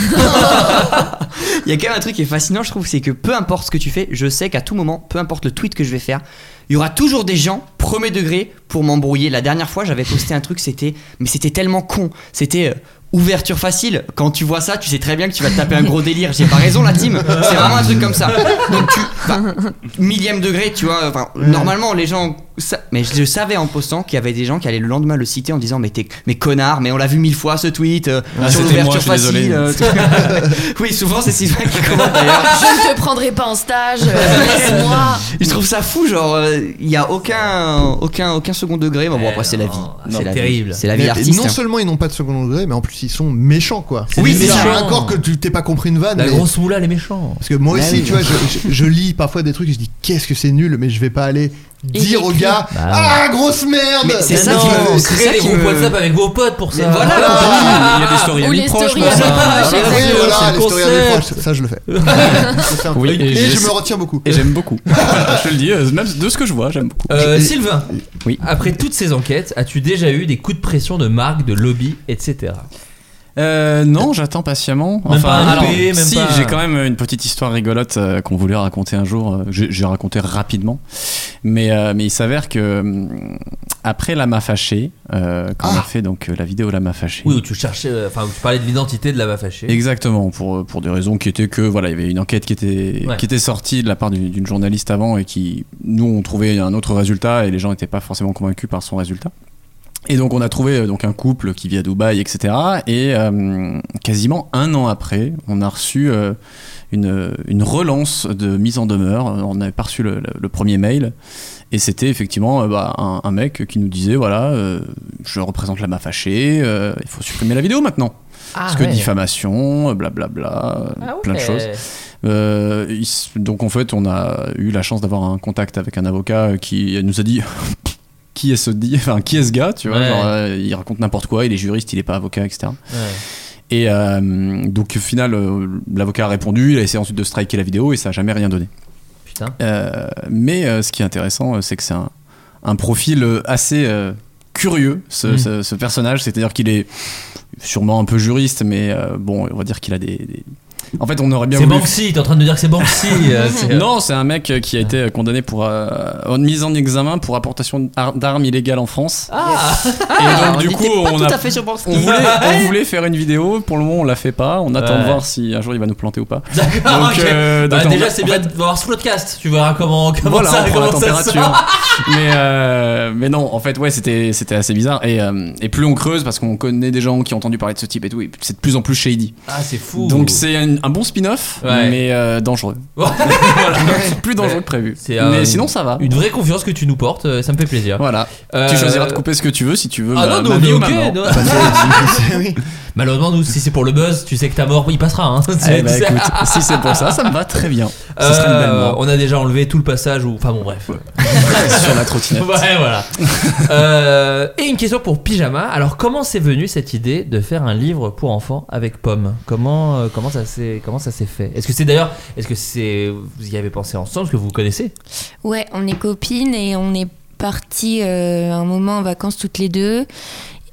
Il y a quand même un truc qui est fascinant, je trouve, c'est que peu importe ce que tu fais, je sais qu'à tout moment, peu importe le tweet que je vais faire, il y aura toujours des gens, premier degré, pour m'embrouiller. La dernière fois, j'avais posté un truc, c'était. Mais c'était tellement con. C'était. euh, Ouverture facile, quand tu vois ça, tu sais très bien que tu vas te taper un gros délire. J'ai pas raison, la team. C'est vraiment un truc comme ça. Donc tu. enfin, millième degré, tu vois. Enfin, Normalement, les gens. sa- mais je savais en postant qu'il y avait des gens qui allaient le lendemain le citer en disant Mais, t'es- mais connard, mais on l'a vu mille fois ce tweet. euh, Ah, sur c'était moi, l'ouverture je suis désolé. facile. euh, tout- oui, souvent c'est Sylvain qui commente d'ailleurs. Je ne te prendrai pas en stage, euh, laisse-moi. Je trouve ça fou, genre, euh, il y a aucun, aucun, aucun second degré. Mais bon, après, c'est la vie. C'est la vie. C'est la vie Mais d'artiste. Non hein. seulement ils n'ont pas de second degré, mais en plus ils sont méchants quoi. C'est Oui, des c'est méchants. ça. Encore que tu t'es pas compris une vanne. La mais- grosse moula, les méchants. Parce que moi Bah aussi, oui. tu vois, je, je- je lis parfois des trucs et je dis qu'est-ce que c'est nul, mais je vais pas aller dire aux gars Bah, ah grosse merde. Mais c'est ça non, qui me- c'est ça créez des qui groupes me- WhatsApp avec vos potes pour ça. Mais voilà, Ah, il y a des stories à Ou les proches, stories amis proches, Ah, oui, exactement, voilà, c'est le les stories amis concept. proches, ça je le fais. Oui, et, et je j'ai- me retiens beaucoup. Et j'aime beaucoup. je te le dis, euh, même de ce que je vois, j'aime beaucoup. Euh, Je- Sylvain, Oui. après toutes ces enquêtes, as-tu déjà eu des coups de pression de marque, de lobby, etc. Euh, non, j'attends patiemment. Même pas un alors, EP, même si, pas- j'ai quand même une petite histoire rigolote euh, qu'on voulait raconter un jour. euh, J'ai j'ai raconté rapidement, mais euh, mais il s'avère que hum, après la m'a fâché, euh, quand Ah. on a fait donc euh, la vidéo la m'a fâché. Oui, où tu cherchais, euh, enfin, où tu parlais de l'identité de la fâchée. Exactement, pour, euh, pour des raisons qui étaient que, voilà, il y avait une enquête qui était, Ouais. qui était sortie de la part d'une d'une journaliste avant et qui, nous, on trouvait un autre résultat et les gens n'étaient pas forcément convaincus par son résultat. Et donc on a trouvé euh, donc un couple qui vit à Dubaï, etc. Et euh, quasiment un an après, on a reçu euh, une, une relance de mise en demeure. On n'avait pas reçu le, le- le premier mail. Et c'était effectivement euh, bah, un, un mec qui nous disait, voilà, euh, je représente la ma fâchée, euh, il faut supprimer la vidéo maintenant. Ah Parce que ouais. diffamation, euh, blablabla, euh, Ah ouais. plein de choses. Euh, il s- donc en fait, on a eu la chance d'avoir un contact avec un avocat euh, qui nous a dit qui est ce di- enfin, qui est ce gars, tu vois, Ouais. genre, euh, il raconte n'importe quoi, il est juriste, il est pas avocat, etc. Ouais. Et euh, donc au final, euh, l'avocat a répondu, il a essayé ensuite de striker la vidéo et ça a jamais rien donné. Putain. Euh, mais euh, ce qui est intéressant, euh, c'est que c'est un, un profil euh, assez euh, curieux, ce, Mm. ce- ce personnage. C'est-à-dire qu'il est sûrement un peu juriste, mais euh, bon, on va dire qu'il a des- des, en fait, on aurait bien C'est voulu- Banksy, t'es en train de nous dire que c'est Banksy. euh, c'est- non, c'est un mec euh, qui a été condamné pour euh, mise en examen pour apportation d'ar- d'armes illégales en France. Ah. Et donc, On du était coup, pas on tout a- à fait sur Banksy. on voulait, on voulait faire une vidéo. Pour le moment, on la fait pas. On attend de Ouais. voir si un jour il va nous planter ou pas. Ah, Donc, ok. euh, Bah, donc, en déjà, fait- c'est bien de voir ce podcast. Tu verras comment, comment voilà, ça, on prend la comment ça se température. mais, euh, mais non, en fait, ouais, c'était c'était assez bizarre. Et, euh, et plus on creuse, parce qu'on connaît des gens qui ont entendu parler de ce type et tout, et c'est de plus en plus shady. Ah, c'est fou. Donc c'est un, un bon spin-off, Ouais. mais euh, dangereux. Voilà. Plus dangereux que prévu. C'est, Mais euh, sinon, ça va. Une vraie confiance que tu nous portes, euh, ça me fait plaisir. Euh, Voilà. Tu choisiras de couper ce que tu veux si tu veux. Ah ma- non, ma non, vie mais ou ok, ma mort. non. Bah, Malheureusement, nous, si c'est pour le buzz, tu sais que ta mort, il passera. Hein. Eh bah, écoute, si c'est pour ça, ça me va très bien. Ça serait une belle Euh, mort. On a déjà enlevé tout le passage où. Enfin bon, bref. Sur la trottinette. Ouais, voilà. Euh, et une question pour Pyjama. Alors, comment c'est venu cette idée de faire un livre pour enfants avec Pomme Comment euh, comment ça s'est comment ça s'est fait Est-ce que c'est d'ailleurs est-ce que c'est vous y avez pensé ensemble Est-ce que vous vous connaissez Ouais, on est copines et on est parties euh, un moment en vacances toutes les deux.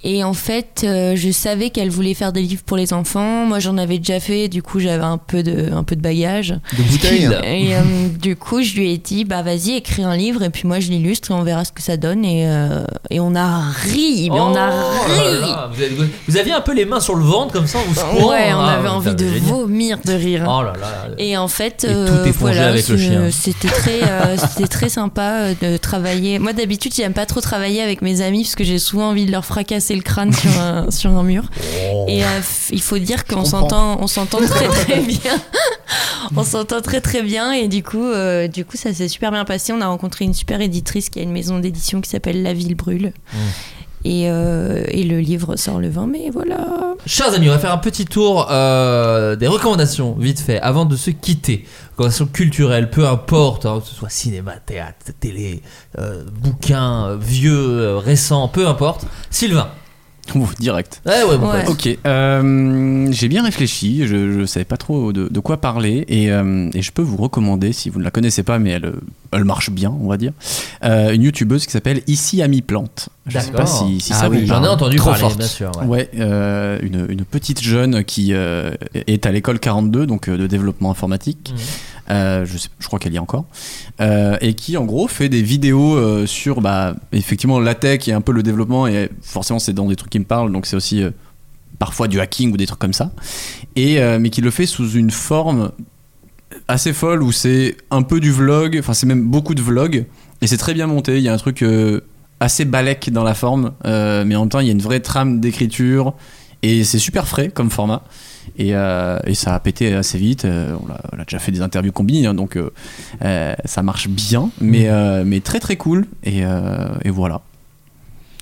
Et en fait, euh, je savais qu'elle voulait faire des livres pour les enfants. Moi, j'en avais déjà fait, du coup, j'avais un peu de, un peu de bagage. De bouteille. Et euh, du coup, je lui ai dit, bah vas-y, écris un livre et puis moi, je l'illustre et on verra ce que ça donne. Et, euh, et on a ri, mais Eh on a Oh ri. là là, vous, avez- vous aviez un peu les mains sur le ventre comme ça, vous secouant. Ouais, on Ah, avait putain, envie de hein. génial. vomir de rire. Oh là là. Et en fait, Et euh, tout est plongé voilà, avec le c'est- chien. c'était très, euh, c'était très sympa euh, de travailler. Moi, d'habitude, j'aime pas trop travailler avec mes amis parce que j'ai souvent envie de leur fracasser le crâne sur un, sur un mur. Oh. Et euh, f- il faut dire qu'on comprends. s'entend, on s'entend très très bien. on s'entend très très bien et du coup, euh, du coup, ça s'est super bien passé. On a rencontré une super éditrice qui a une maison d'édition qui s'appelle La Ville Brûle. Mmh. Et, euh, et le livre sort le 20 mai, voilà. Chers amis, on va faire un petit tour euh, des recommandations, vite fait, avant de se quitter. Recommandations culturelles, peu importe, hein, que ce soit cinéma, théâtre, télé, euh, bouquin, euh, vieux, euh, récent, peu importe. Sylvain. Ouf, direct. Ouais, ouais, bon, Ouais. Ok, euh, j'ai bien réfléchi, je ne savais pas trop de, de quoi parler et, euh, et je peux vous recommander, si vous ne la connaissez pas, mais elle, euh, elle marche bien, on va dire, euh, une youtubeuse qui s'appelle Ici Ami Plante. Je sais pas D'accord. si, si Ah ça vous oui, j'en parle. ai entendu Trop parler, forte. bien sûr, ouais. Ouais, euh, une, une petite jeune qui euh, est à l'école 42, donc euh, de développement informatique. Euh, je, sais- je crois qu'elle y est encore. Euh, et qui, en gros, fait des vidéos euh, sur, bah, effectivement, la tech et un peu le développement. Et forcément, c'est dans des trucs qui me parlent, donc c'est aussi euh, parfois du hacking ou des trucs comme ça. Et, euh, mais qui le fait sous une forme assez folle où c'est un peu du vlog, enfin c'est même beaucoup de vlog, et c'est très bien monté, il y a un truc euh, assez balèque dans la forme, euh, mais en même temps il y a une vraie trame d'écriture, et c'est super frais comme format, et, euh, et ça a pété assez vite, euh, on, l'a, on a déjà fait des interviews combinées, hein, donc euh, euh, ça marche bien, mais, Mhm. euh, mais très très cool, et, euh, et voilà.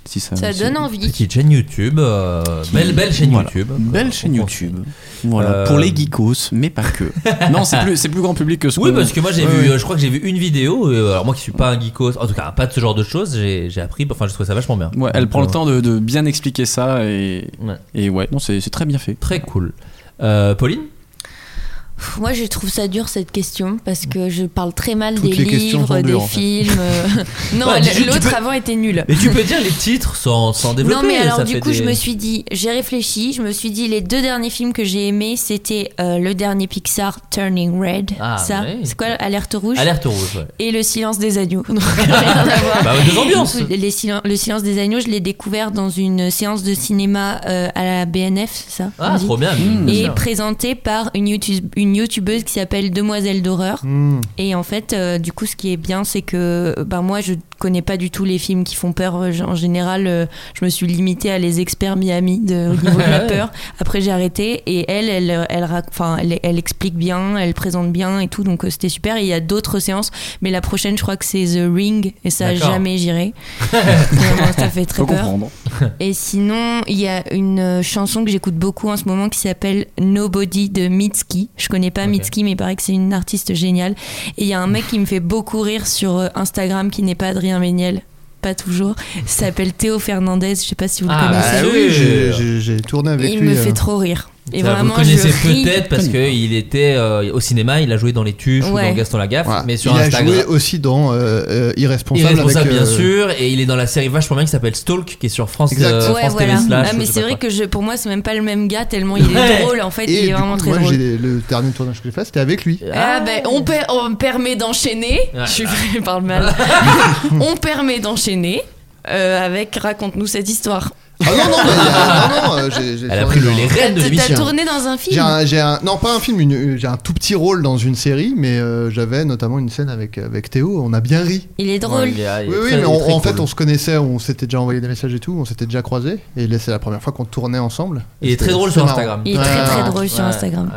Si Ça si- donne envie. Petite chaîne YouTube, euh, Qui- belle, belle chaîne voilà. YouTube. Belle chaîne YouTube. Voilà, Euh, pour les geekos, mais pas que. non, c'est plus, c'est plus grand public que ce Oui, qu'on- parce que moi j'ai Ouais, vu, ouais. euh, je crois que j'ai vu une vidéo. euh, alors moi qui suis pas un geekos, en tout cas pas de ce genre de choses, j'ai j'ai appris. Enfin, je trouve ça vachement bien. Ouais, elle prend le Donc, euh, temps de, de bien expliquer ça et ouais, et ouais non, c'est c'est très bien fait. Très cool. Euh, Pauline Pff, Moi, je trouve ça dur cette question parce que je parle très mal Toutes des les questions livres, sont des dures, en fait. films. euh, non, Ouais, le- tu- tu l'autre peux- avant était nul. Mais tu peux dire les titres sans, sans développer. Non, mais alors ça du fait coup, je des- me suis dit, j'ai réfléchi, je me suis dit, les deux derniers films que j'ai aimés, c'était euh, le dernier Pixar, Turning Red. Ah, ça, ouais. c'est quoi Alerte rouge Alerte rouge, ouais. Et Le silence des agneaux. Donc, rien à voir. Bah, deux ambiances. Du coup, les silen- le silence des agneaux, je l'ai découvert dans une séance de cinéma euh, à la BNF, c'est ça Ah, on dit trop bien, bien Et sûr. présenté par une, youtube- une youtubeuse qui s'appelle Demoiselle d'horreur. Mm. Et en fait, euh, du coup, ce qui est bien, c'est que euh, ben, moi, je connais pas du tout les films qui font peur. Euh, j- En général, euh, je me suis limitée à les experts Miami de, au niveau de la Ouais. peur. Après, j'ai arrêté. Et elle, elle, euh, elle, rac- enfin, elle, elle explique bien, elle présente bien et tout. Donc, euh, c'était super. Et il y a d'autres séances. Mais la prochaine, je crois que c'est The Ring. Et ça, D'accord. jamais j'irai. Vraiment, ça fait très Faut peur. comprendre. Et sinon, il y a une euh, chanson que j'écoute beaucoup en ce moment qui s'appelle Nobody de Mitski. Je connais pas Mitski, mais il paraît que c'est une artiste géniale. Et il y a un mec qui me fait beaucoup rire sur euh, Instagram qui n'est pas Adrien Méniel. Pas toujours. Il s'appppelle Théo Fernandez. Je sais pas si vous le Ah, connaissez. bah, oui, j'ai- j'ai j'ai tourné avec il lui. me euh. fait trop rire. Et Ça, Bah, vous vraiment, le connaissez je ris. peut-être parce qu'il était euh, au cinéma, il a joué dans Les Tuches ou Ouais. dans Gaston Lagaffe, Voilà. mais sur il Instagram. a joué aussi dans euh, euh, Irresponsable. Irresponsable, avec, bien euh, sûr, et il est dans la série vachement bien qui s'appelle Stalk, qui est sur France, Exact. euh, Ouais, France voilà. TV slash. Ah, mais je sais c'est pas vrai quoi. que je, pour moi, c'est même pas le même gars tellement il est Ouais. drôle. En fait, Et il est du vraiment coup, très moi, drôle. Euh. j'ai le dernier tournage que j'ai fait, c'était avec lui. Eh Ah, ben on, per- on me permet d'enchaîner. Ouais. Je suis je parle mal. on permet d'enchaîner euh, avec raconte-nous cette histoire. Ah non, non, mais, euh, non, non, euh, j'ai- j'ai Elle a tourné pris le- dans- les hein. T'as t'as tourné dans un film. J'ai un, j'ai un- non, pas un film, une- une- j'ai un tout petit rôle dans une série, mais euh, j'avais notamment une scène avec, avec Théo, on a bien ri. Il est drôle. Oui, oui, mais on- en fait, on se connaissait, on s'était déjà envoyé des messages et tout, on s'était déjà croisés, et là, c'est la première fois qu'on tournait ensemble. Il est C'était- très drôle c'était sur marrant. Instagram. Il est très très drôle sur Ouais, Instagram.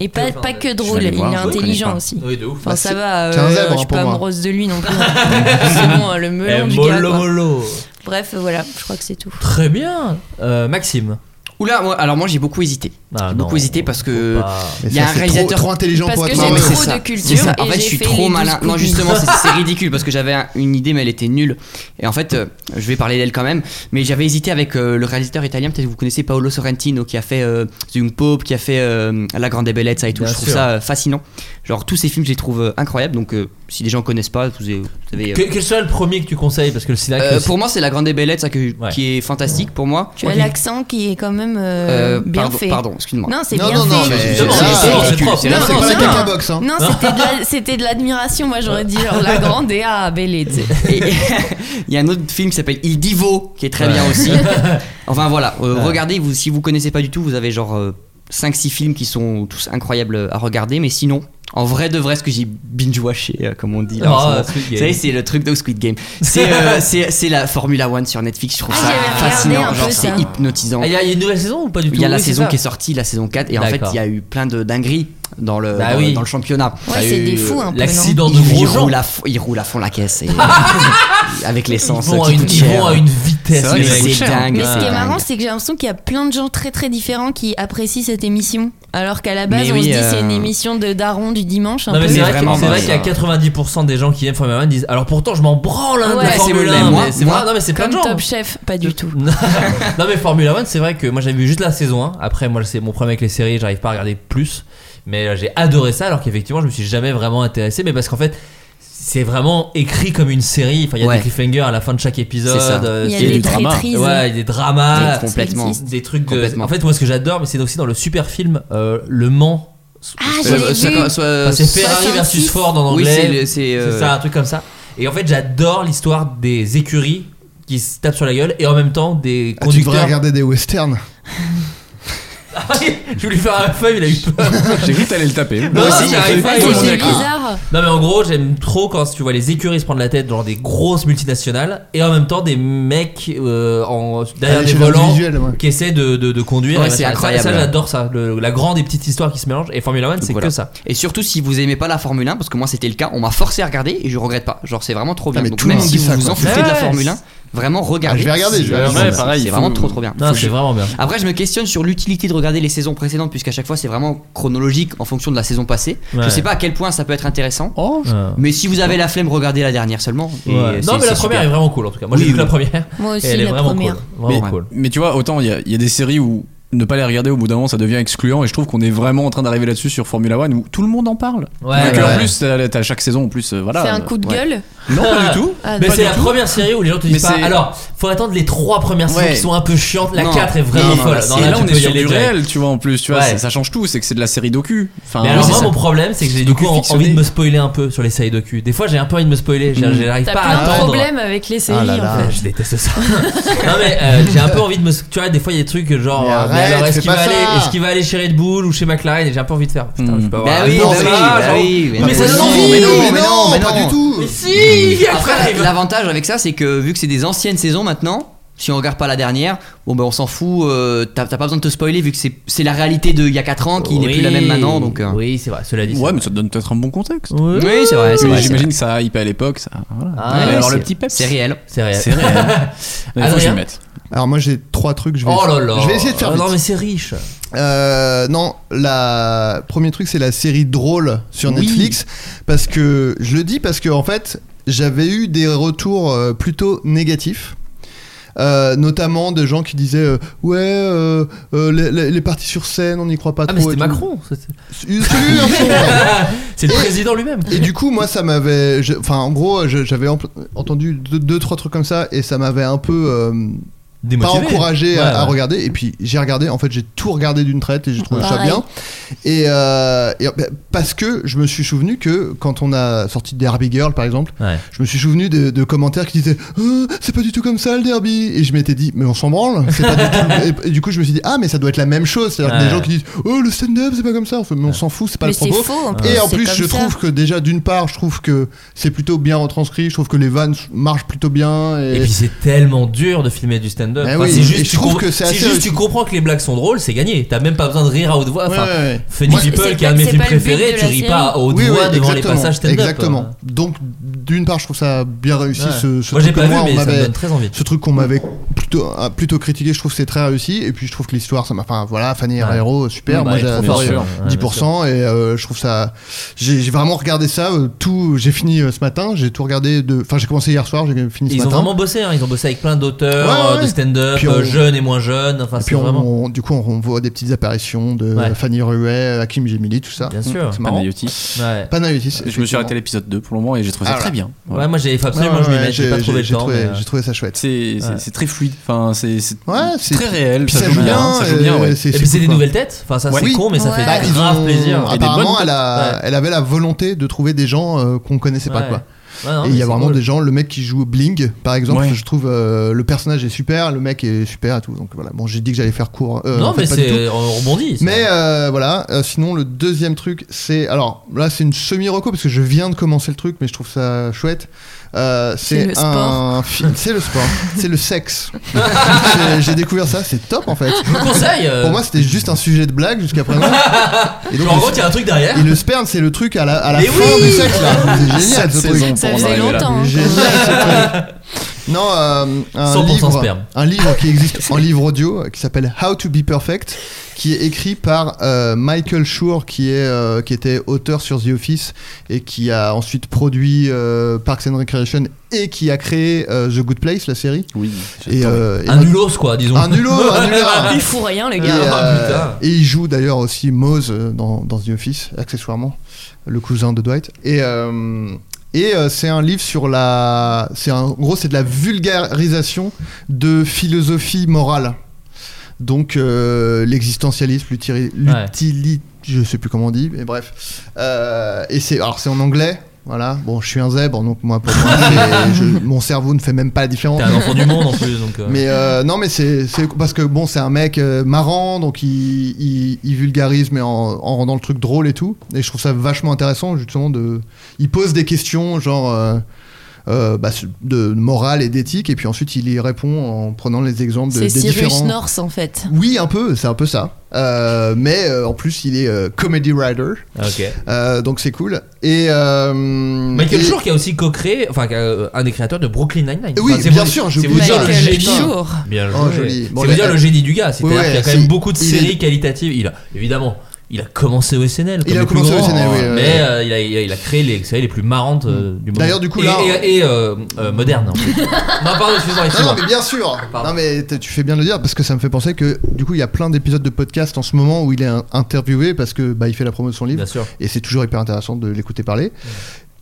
Et pas, pas que drôle, aller il voir, est je connais intelligent pas. aussi. Oui, de ouf. Enfin, Bah, ça c'est- va, c'est un euh, zèbre, je hein, suis pour pas moi. amoureuse de lui non plus. hein. c'est bon, hein, le melon Eh, du gars. mollo, quoi. mollo. Bref, euh, voilà, je crois que c'est tout. Très bien. Euh, Maxime. Oula, moi, alors moi j'ai beaucoup hésité. Ah, j'ai non, beaucoup hésité parce que pas. il y Mais a ça, un c'est réalisateur trop- trop intelligent Parce pour que être j'ai malin. trop C'est ça. de culture. C'est ça. En et fait, je j'ai suis fait trop les malin. douze Non, coups. justement, c'est c'est ridicule parce que j'avais un- une idée, mais elle était nulle. Et en fait, euh, je vais parler d'elle quand même. Mais j'avais hésité avec euh, le réalisateur italien. Peut-être que vous connaissez Paolo Sorrentino qui a fait euh, Zoom Pope, qui a fait euh, La Grande Bellezza et tout. Bien je trouve sûr. ça euh, fascinant. Genre tous ces films, je les trouve euh, incroyables. Donc, euh, si les gens connaissent pas, vous, avez- vous avez. euh, Que- quel serait le premier que tu conseilles Parce que le cinéma. euh, pour moi, c'est La Grande Bellezza que- qui est fantastique pour moi. Tu as l'accent qui est quand même euh, Euh, bien pardon- fait. Pardon, excuse-moi. Non, c'est Non, bien non, fait. non, mais c'est- c'est- c'est- c'est- c'est- c'est- c'est- Non, c'est- non, c'est- non. c'est- c'est- box, hein. Non, c'était de la- c'était de l'admiration. Moi, j'aurais dit genre la grande et ah, belle Il y a un autre film qui s'appelle Il Divo qui est très Ouais. bien aussi. Enfin voilà, euh, Ouais. regardez, vous, si vous connaissez pas du tout, vous avez genre 5-6 films qui sont tous incroyables à regarder, mais sinon. En vrai de vrai, ce que j'ai binge-watché, euh, comme on dit là. en Oh, ce moment. Squid Vous Game. savez, c'est le truc de Squid Game. C'est euh, c'est- c'est la Formula One sur Netflix, je trouve Ah, ça j'avais regardé un fascinant, peu genre ça. c'est hypnotisant. Ah, Il y, a il y a une nouvelle saison ou pas du tout Il y a la Oui, c'est saison ça. qui est sortie, la saison 4, et en fait, D'accord. il y a eu plein de dingueries dans le, Bah dans, oui. dans le championnat. Ouais, T'as c'est eu, des fous un peu, L'accident non de Ils gros roulent gens. à fond- Ils roulent à fond la caisse. Et, avec l'essence. Ils vont qui à une- coûte ils cher. vont à une vitesse, C'est vrai, les c'est mecs. dingue. Mais ce qui est dingue. marrant, c'est que j'ai l'impression qu'il y a plein de gens très très différents qui apprécient cette émission. Alors qu'à la base, Mais on oui, se dit euh, c'est une émission de daron du dimanche. Un Non, mais peu. c'est vrai, que- vraiment c'est vrai bon, qu'il y a ça. 90% des gens qui aiment Formule 1 disent alors pourtant je m'en branle hein, de Ouais. la C'est Formule le 1 même. mais Moi- c'est moi- vrai- non mais c'est plein Comme de gens Top Chef, pas du tout. non mais Formule 1 c'est vrai que moi j'avais vu juste la saison 1 après moi c'est mon problème avec les séries j'arrive pas à regarder plus mais euh, j'ai adoré ça alors qu'effectivement je me suis jamais vraiment intéressé mais parce qu'en fait c'est vraiment écrit comme une série enfin il y a Ouais. des cliffhangers à la fin de chaque épisode C'est ça. euh, Il y a c'est- des traîtrises. ouais il y a des dramas Des- complètement. des trucs de- Complètement. en fait moi ce que j'adore mais c'est aussi dans le super film euh, Le Mans ah je l'ai vu. c'est Ferrari 66. versus Ford en Bah, Oui, anglais c'est le- c'est, euh, ça un truc comme ça. Et en fait, j'adore l'histoire des écuries qui se tapent sur la gueule et en même temps Ah, des tu devrais conducteurs. regarder des westerns. Je voulais faire un feuille, il a eu peur. J'ai cru que t'allais le taper. Non, Moi si, aussi, j'ai j'arrive cru pas que à y tout le monde penser. y a cru. Non, mais en gros, j'aime trop quand tu vois les écuries se prendre la tête, genre des grosses multinationales, et en même temps des mecs euh, en, derrière Ah, À des l'échelle volants individuelle, ouais. qui essaient de, de- de conduire. Ouais, Et c'est ça- incroyable. Ça, j'adore ça. le- la grande et petite histoire qui se mélange. Et Formula One, c'est Voilà. que ça. Et surtout, si vous aimez pas la Formule 1, parce que moi c'était le cas, on m'a forcé à regarder et je regrette pas. Genre, c'est vraiment trop bien. Ah, mais Donc, tout le même monde si dit vous ça, vous quoi. enfoutez de la Ouais. Formule 1, vraiment regardez. Ah, je vais regarder, je vais C'est- regarder. c'est- Ouais, pareil, C'est faut- vraiment trop trop bien. Non, Faut- c'est vraiment bien. Après, je me questionne sur l'utilité de regarder les saisons précédentes, puisqu'à chaque fois c'est vraiment chronologique en fonction de la saison passée. Ouais. Je sais pas à quel point ça peut être intéressant. Oh, Ah, je- Ouais. Mais si vous avez la flemme, regardez la dernière seulement. Et Ouais. c'est- Non, mais c'est la première super. est vraiment cool en tout cas. Moi, Oui, j'ai vu que la oui. première. Moi aussi, et elle est la vraiment première. cool. Vraiment Mais, cool. mais tu vois, autant il y, a- il y a des séries où ne pas les regarder au bout d'un moment ça devient excluant et je trouve qu'on est vraiment en train d'arriver là-dessus sur Formula One où tout le monde en parle. Ouais, Donc ouais, en ouais. plus t'as t'as chaque saison en plus euh, voilà. C'est un coup de Ouais. gueule Non pas du tout. Ah, mais pas c'est du la tout. première série où les gens te disent Mais pas. c'est- Alors, faut attendre les trois premières séries Ouais. qui sont un peu chiantes. La Non. 4 est vraiment Non, non, folle. non, Non, c'est- là, là, tu on peux est y sur aller du direct. réel, tu vois, en plus, tu vois, Ouais. ça, ça change tout, c'est que c'est de la série docu. Enfin, Ah, mais alors c'est moi ça. mon problème c'est que j'ai du coup en- envie de me spoiler un peu sur les séries docu. Des fois j'ai un peu envie de me spoiler, J'ai- Mm. j'arrive T'as pas plein à de attendre. problèmes avec les séries Ah là là. en fait. Je déteste ça. non mais euh, j'ai un peu envie de me tu vois des fois il y a des trucs genre Mais euh, mais arrête, alors est-ce fais qu'il va pas aller ça. est-ce qu'il va aller chez Red Bull ou chez McLaren et j'ai un peu envie de faire putain je peux avoir Bah un oui, peu bah de oui, ça, bah genre. oui, mais ça donne envie Mais non, mais non, mais pas non. Mm. du tout. Mais si Après, après il va- l'avantage avec ça, c'est que vu que c'est des anciennes saisons maintenant, si on regarde pas la dernière, bon ben on s'en fout, euh, t'as t'as pas besoin de te spoiler vu que c'est c'est la réalité de il y a 4 ans qui n'est plus la même maintenant donc. euh, Oui, c'est vrai, cela dit. Ouais, mais ça te donne peut-être un bon contexte. Oui, Oui, c'est vrai, c'est Mais vrai, c'est J'imagine que ça a hypé à l'époque, ça. voilà. Ah, Ouais, ouais, alors c'est- le petit peps. C'est réel. C'est réel. C'est réel. hein. Il faut que je Euh, Adrien le mette. Alors moi j'ai trois trucs, je vais, Oh là là. je vais essayer de faire Ah vite. Non mais c'est riche. Euh, non, la premier truc c'est la série drôle sur Netflix parce que je le dis parce que en fait j'avais eu des retours euh, plutôt négatifs. euh, notamment des gens qui disaient euh, ouais euh, euh, les, les- les parties sur scène, on n'y croit pas Ah, trop. mais c'était et tout. Macron, c'était- Celui- celui-là, Macron, pardon. C'est le Et- président lui-même. Et du coup, moi, ça m'avait, je- enfin, en gros, je- j'avais empl- entendu deux, deux, trois trucs comme ça, et ça m'avait un peu euh, pas Démotivé. encouragé à- Ouais, à, ouais. regarder. Et puis j'ai regardé, en fait, j'ai tout regardé d'une traite et j'ai trouvé ça Pareil. bien. Et, euh, et, bah, parce que je me suis souvenu que quand on a sorti Derby Girl, par exemple, je me suis souvenu de, de commentaires qui disaient Euh, c'est pas du tout comme ça le derby, et je m'étais dit mais on s'en branle. c'est pas du tout- Et, et du coup, je me suis dit ah mais ça doit être la même chose, c'est-à-dire que Ouais. des gens qui disent oh le stand-up c'est pas comme ça, Enfin, mais on s'en fout, c'est pas Mais le propos. Ah. c'est faux, en plus, et en Euh, c'est plus, comme je ça. trouve que déjà d'une part, je trouve que c'est plutôt bien retranscrit, je trouve que les vannes marchent plutôt bien. Et, Et puis c'est tellement dur de filmer du stand-up. Eh Enfin, oui, c'est et juste, je tu, trouve com- que c'est c'est assez- juste tu comprends que les blagues sont drôles, c'est gagné. T'as même pas besoin de rire à haute voix. Enfin, Ouais, ouais, ouais. Funny Moi, People, c'est- qui est un de mes c'est films pas le but préférés, de tu la ris série. pas à haute Oui, oui, voix devant les exactement, passages stand-up. Exactement. Donc, d'une part, je trouve ça bien réussi Ouais. ce, ce Moi, j'ai truc que pas vu, on mais ça me m'avait- donne très envie. Ce truc qu'on m'avait plutôt, ah, plutôt critiqué, je trouve que c'est très réussi. Et puis, je trouve que l'histoire, ça m'a. Enfin, voilà, Fanny Herrero, super. Oui, bah, Moi, elle est j'ai trop forte, adoré bien sûr. euh, Ouais, bien 10%. Et euh, je trouve ça. J'ai j'ai vraiment regardé ça. euh, Tout. J'ai fini euh, ce matin. J'ai tout regardé. de- Enfin, j'ai commencé hier soir. J'ai fini ce Ils ont matin. vraiment bossé, hein. ils ont bossé avec plein d'auteurs Ouais, ouais, euh, de ouais. stand-up, Puis on- euh, jeunes et moins jeunes. Enfin, Et c'est puis on, vraiment. on- du coup, on, on voit des petites apparitions de Ouais. Fanny Ruet, Hakim Gemili, tout ça. Bien sûr. c'est marrant. Panayotis. Panayotis, Je me suis arrêté à l'épisode 2 pour le moment et j'ai trouvé ça Ah, très voilà. bien. Ouais, moi, j'ai- absolument, je m'y mets, j'ai pas trouvé le temps, trouvé- mais, euh, J'ai trouvé ça chouette. C'est c'est- c'est très fluide. Enfin, c'est c'est c'est- très réel. puis ça joue bien, euh, Ça joue bien. euh, ouais. c'est- Et puis c'est c'est des cool, quoi. nouvelles têtes. Enfin, ça, Ouais. c'est Oui. con, mais ça Ouais. fait Bah, ils grave ont- plaisir. Apparemment, elle, a- Ouais. elle avait la volonté de trouver des gens euh, qu'on connaissait pas. Ouais. Quoi. Ouais, non, et mais il y a c'est vraiment cool. des gens, le mec qui joue Bling, par exemple, Ouais. je trouve euh, le personnage est super, le mec est super et tout. Donc voilà, bon, j'ai dit que j'allais faire court. euh, Non, en fait, mais pas du c'est- tout. on rebondit, ça. Mais euh, voilà, euh, sinon, le deuxième truc, c'est. Alors là, c'est une semi-reco parce que je viens de commencer le truc, mais je trouve ça chouette. Euh, C'est c'est le un sport. film. C'est le sport. c'est le sexe. C'est- J'ai découvert ça, c'est top en fait. Je vous conseille, euh. Pour moi, c'était juste un sujet de blague jusqu'à présent. Et Genre, en gros, il y a un truc derrière. Et le sperme, c'est le truc à la, à la Mais fin oui du sexe là. C'est génial Cette ce saison, truc. Ça pour en faisait arriver là. longtemps, hein, Génial ce truc. Non, euh, un 100% livre, sperme. un livre qui existe en livre audio euh, qui s'appelle How to Be Perfect, qui est écrit par euh, Michael Schur, qui est euh, qui était auteur sur The Office et qui a ensuite produit euh, Parks and Recreation et qui a créé euh, The Good Place, la série. Oui. Et, euh, et Un moi- nullos, quoi, disons. Un nullo, un Ah, nulard. Il fout rien, les Et, gars. euh, putain. et il joue d'ailleurs aussi Mose euh, dans, dans The Office, accessoirement, le cousin de Dwight. Et, euh, et euh, c'est un livre sur la. c'est un- en gros, c'est de la vulgarisation de philosophie morale. Donc, euh, l'existentialisme, l'utili- l'utili- Je sais plus comment on dit, mais bref. Euh, et c'est. Alors, c'est en anglais. Voilà, bon, je suis un zèbre, donc moi, pour moi, c'est- je- mon cerveau ne fait même pas la différence. T'es un enfant du monde en plus, donc. euh. Mais euh, non, mais c'est c'est- parce que bon, c'est un mec euh, marrant, donc il, il- il vulgarise, mais en, en rendant le truc drôle et tout. Et je trouve ça vachement intéressant, justement. De, il pose des questions, genre euh, euh, bah, de morale et d'éthique, et puis ensuite il y répond en prenant les exemples de, C'est des Cyrus différents. North en fait. Oui, un peu, c'est un peu ça. Euh, mais euh, en plus, il est euh, comedy writer, ah, Ok. Euh, donc c'est cool. Et euh, Michael et- Schur qui a aussi co-créé, enfin qui a, euh, un des créateurs de Brooklyn Nine-Nine. Oui, Enfin, c'est bien vous- sûr, je c'est vous oublie dire le Michael génie. Schur. Bien Oh, joué. joli. Bon, c'est là, vous dire euh, le génie du gars. C'est-à-dire ouais, qu'il y a quand si, même beaucoup de il est- séries qualitatives. Il a, évidemment, il a commencé au SNL. Il comme a les plus commencé au grands, SNL, oui, hein, ouais. Mais euh, il, a, il a- il a créé les séries les plus marrantes euh, du monde. D'ailleurs, du coup, Et- là, Et, et, euh, euh, modernes. en fait. non, pardon, excuse-moi. Non, non, excuse-moi. mais bien sûr. Pardon. Non, mais t- tu fais bien de le dire parce que ça me fait penser que du coup, il y a plein d'épisodes de podcast en ce moment où il est un- interviewé parce que bah, il fait la promo de son livre. Bien sûr. Et c'est toujours hyper intéressant de l'écouter parler.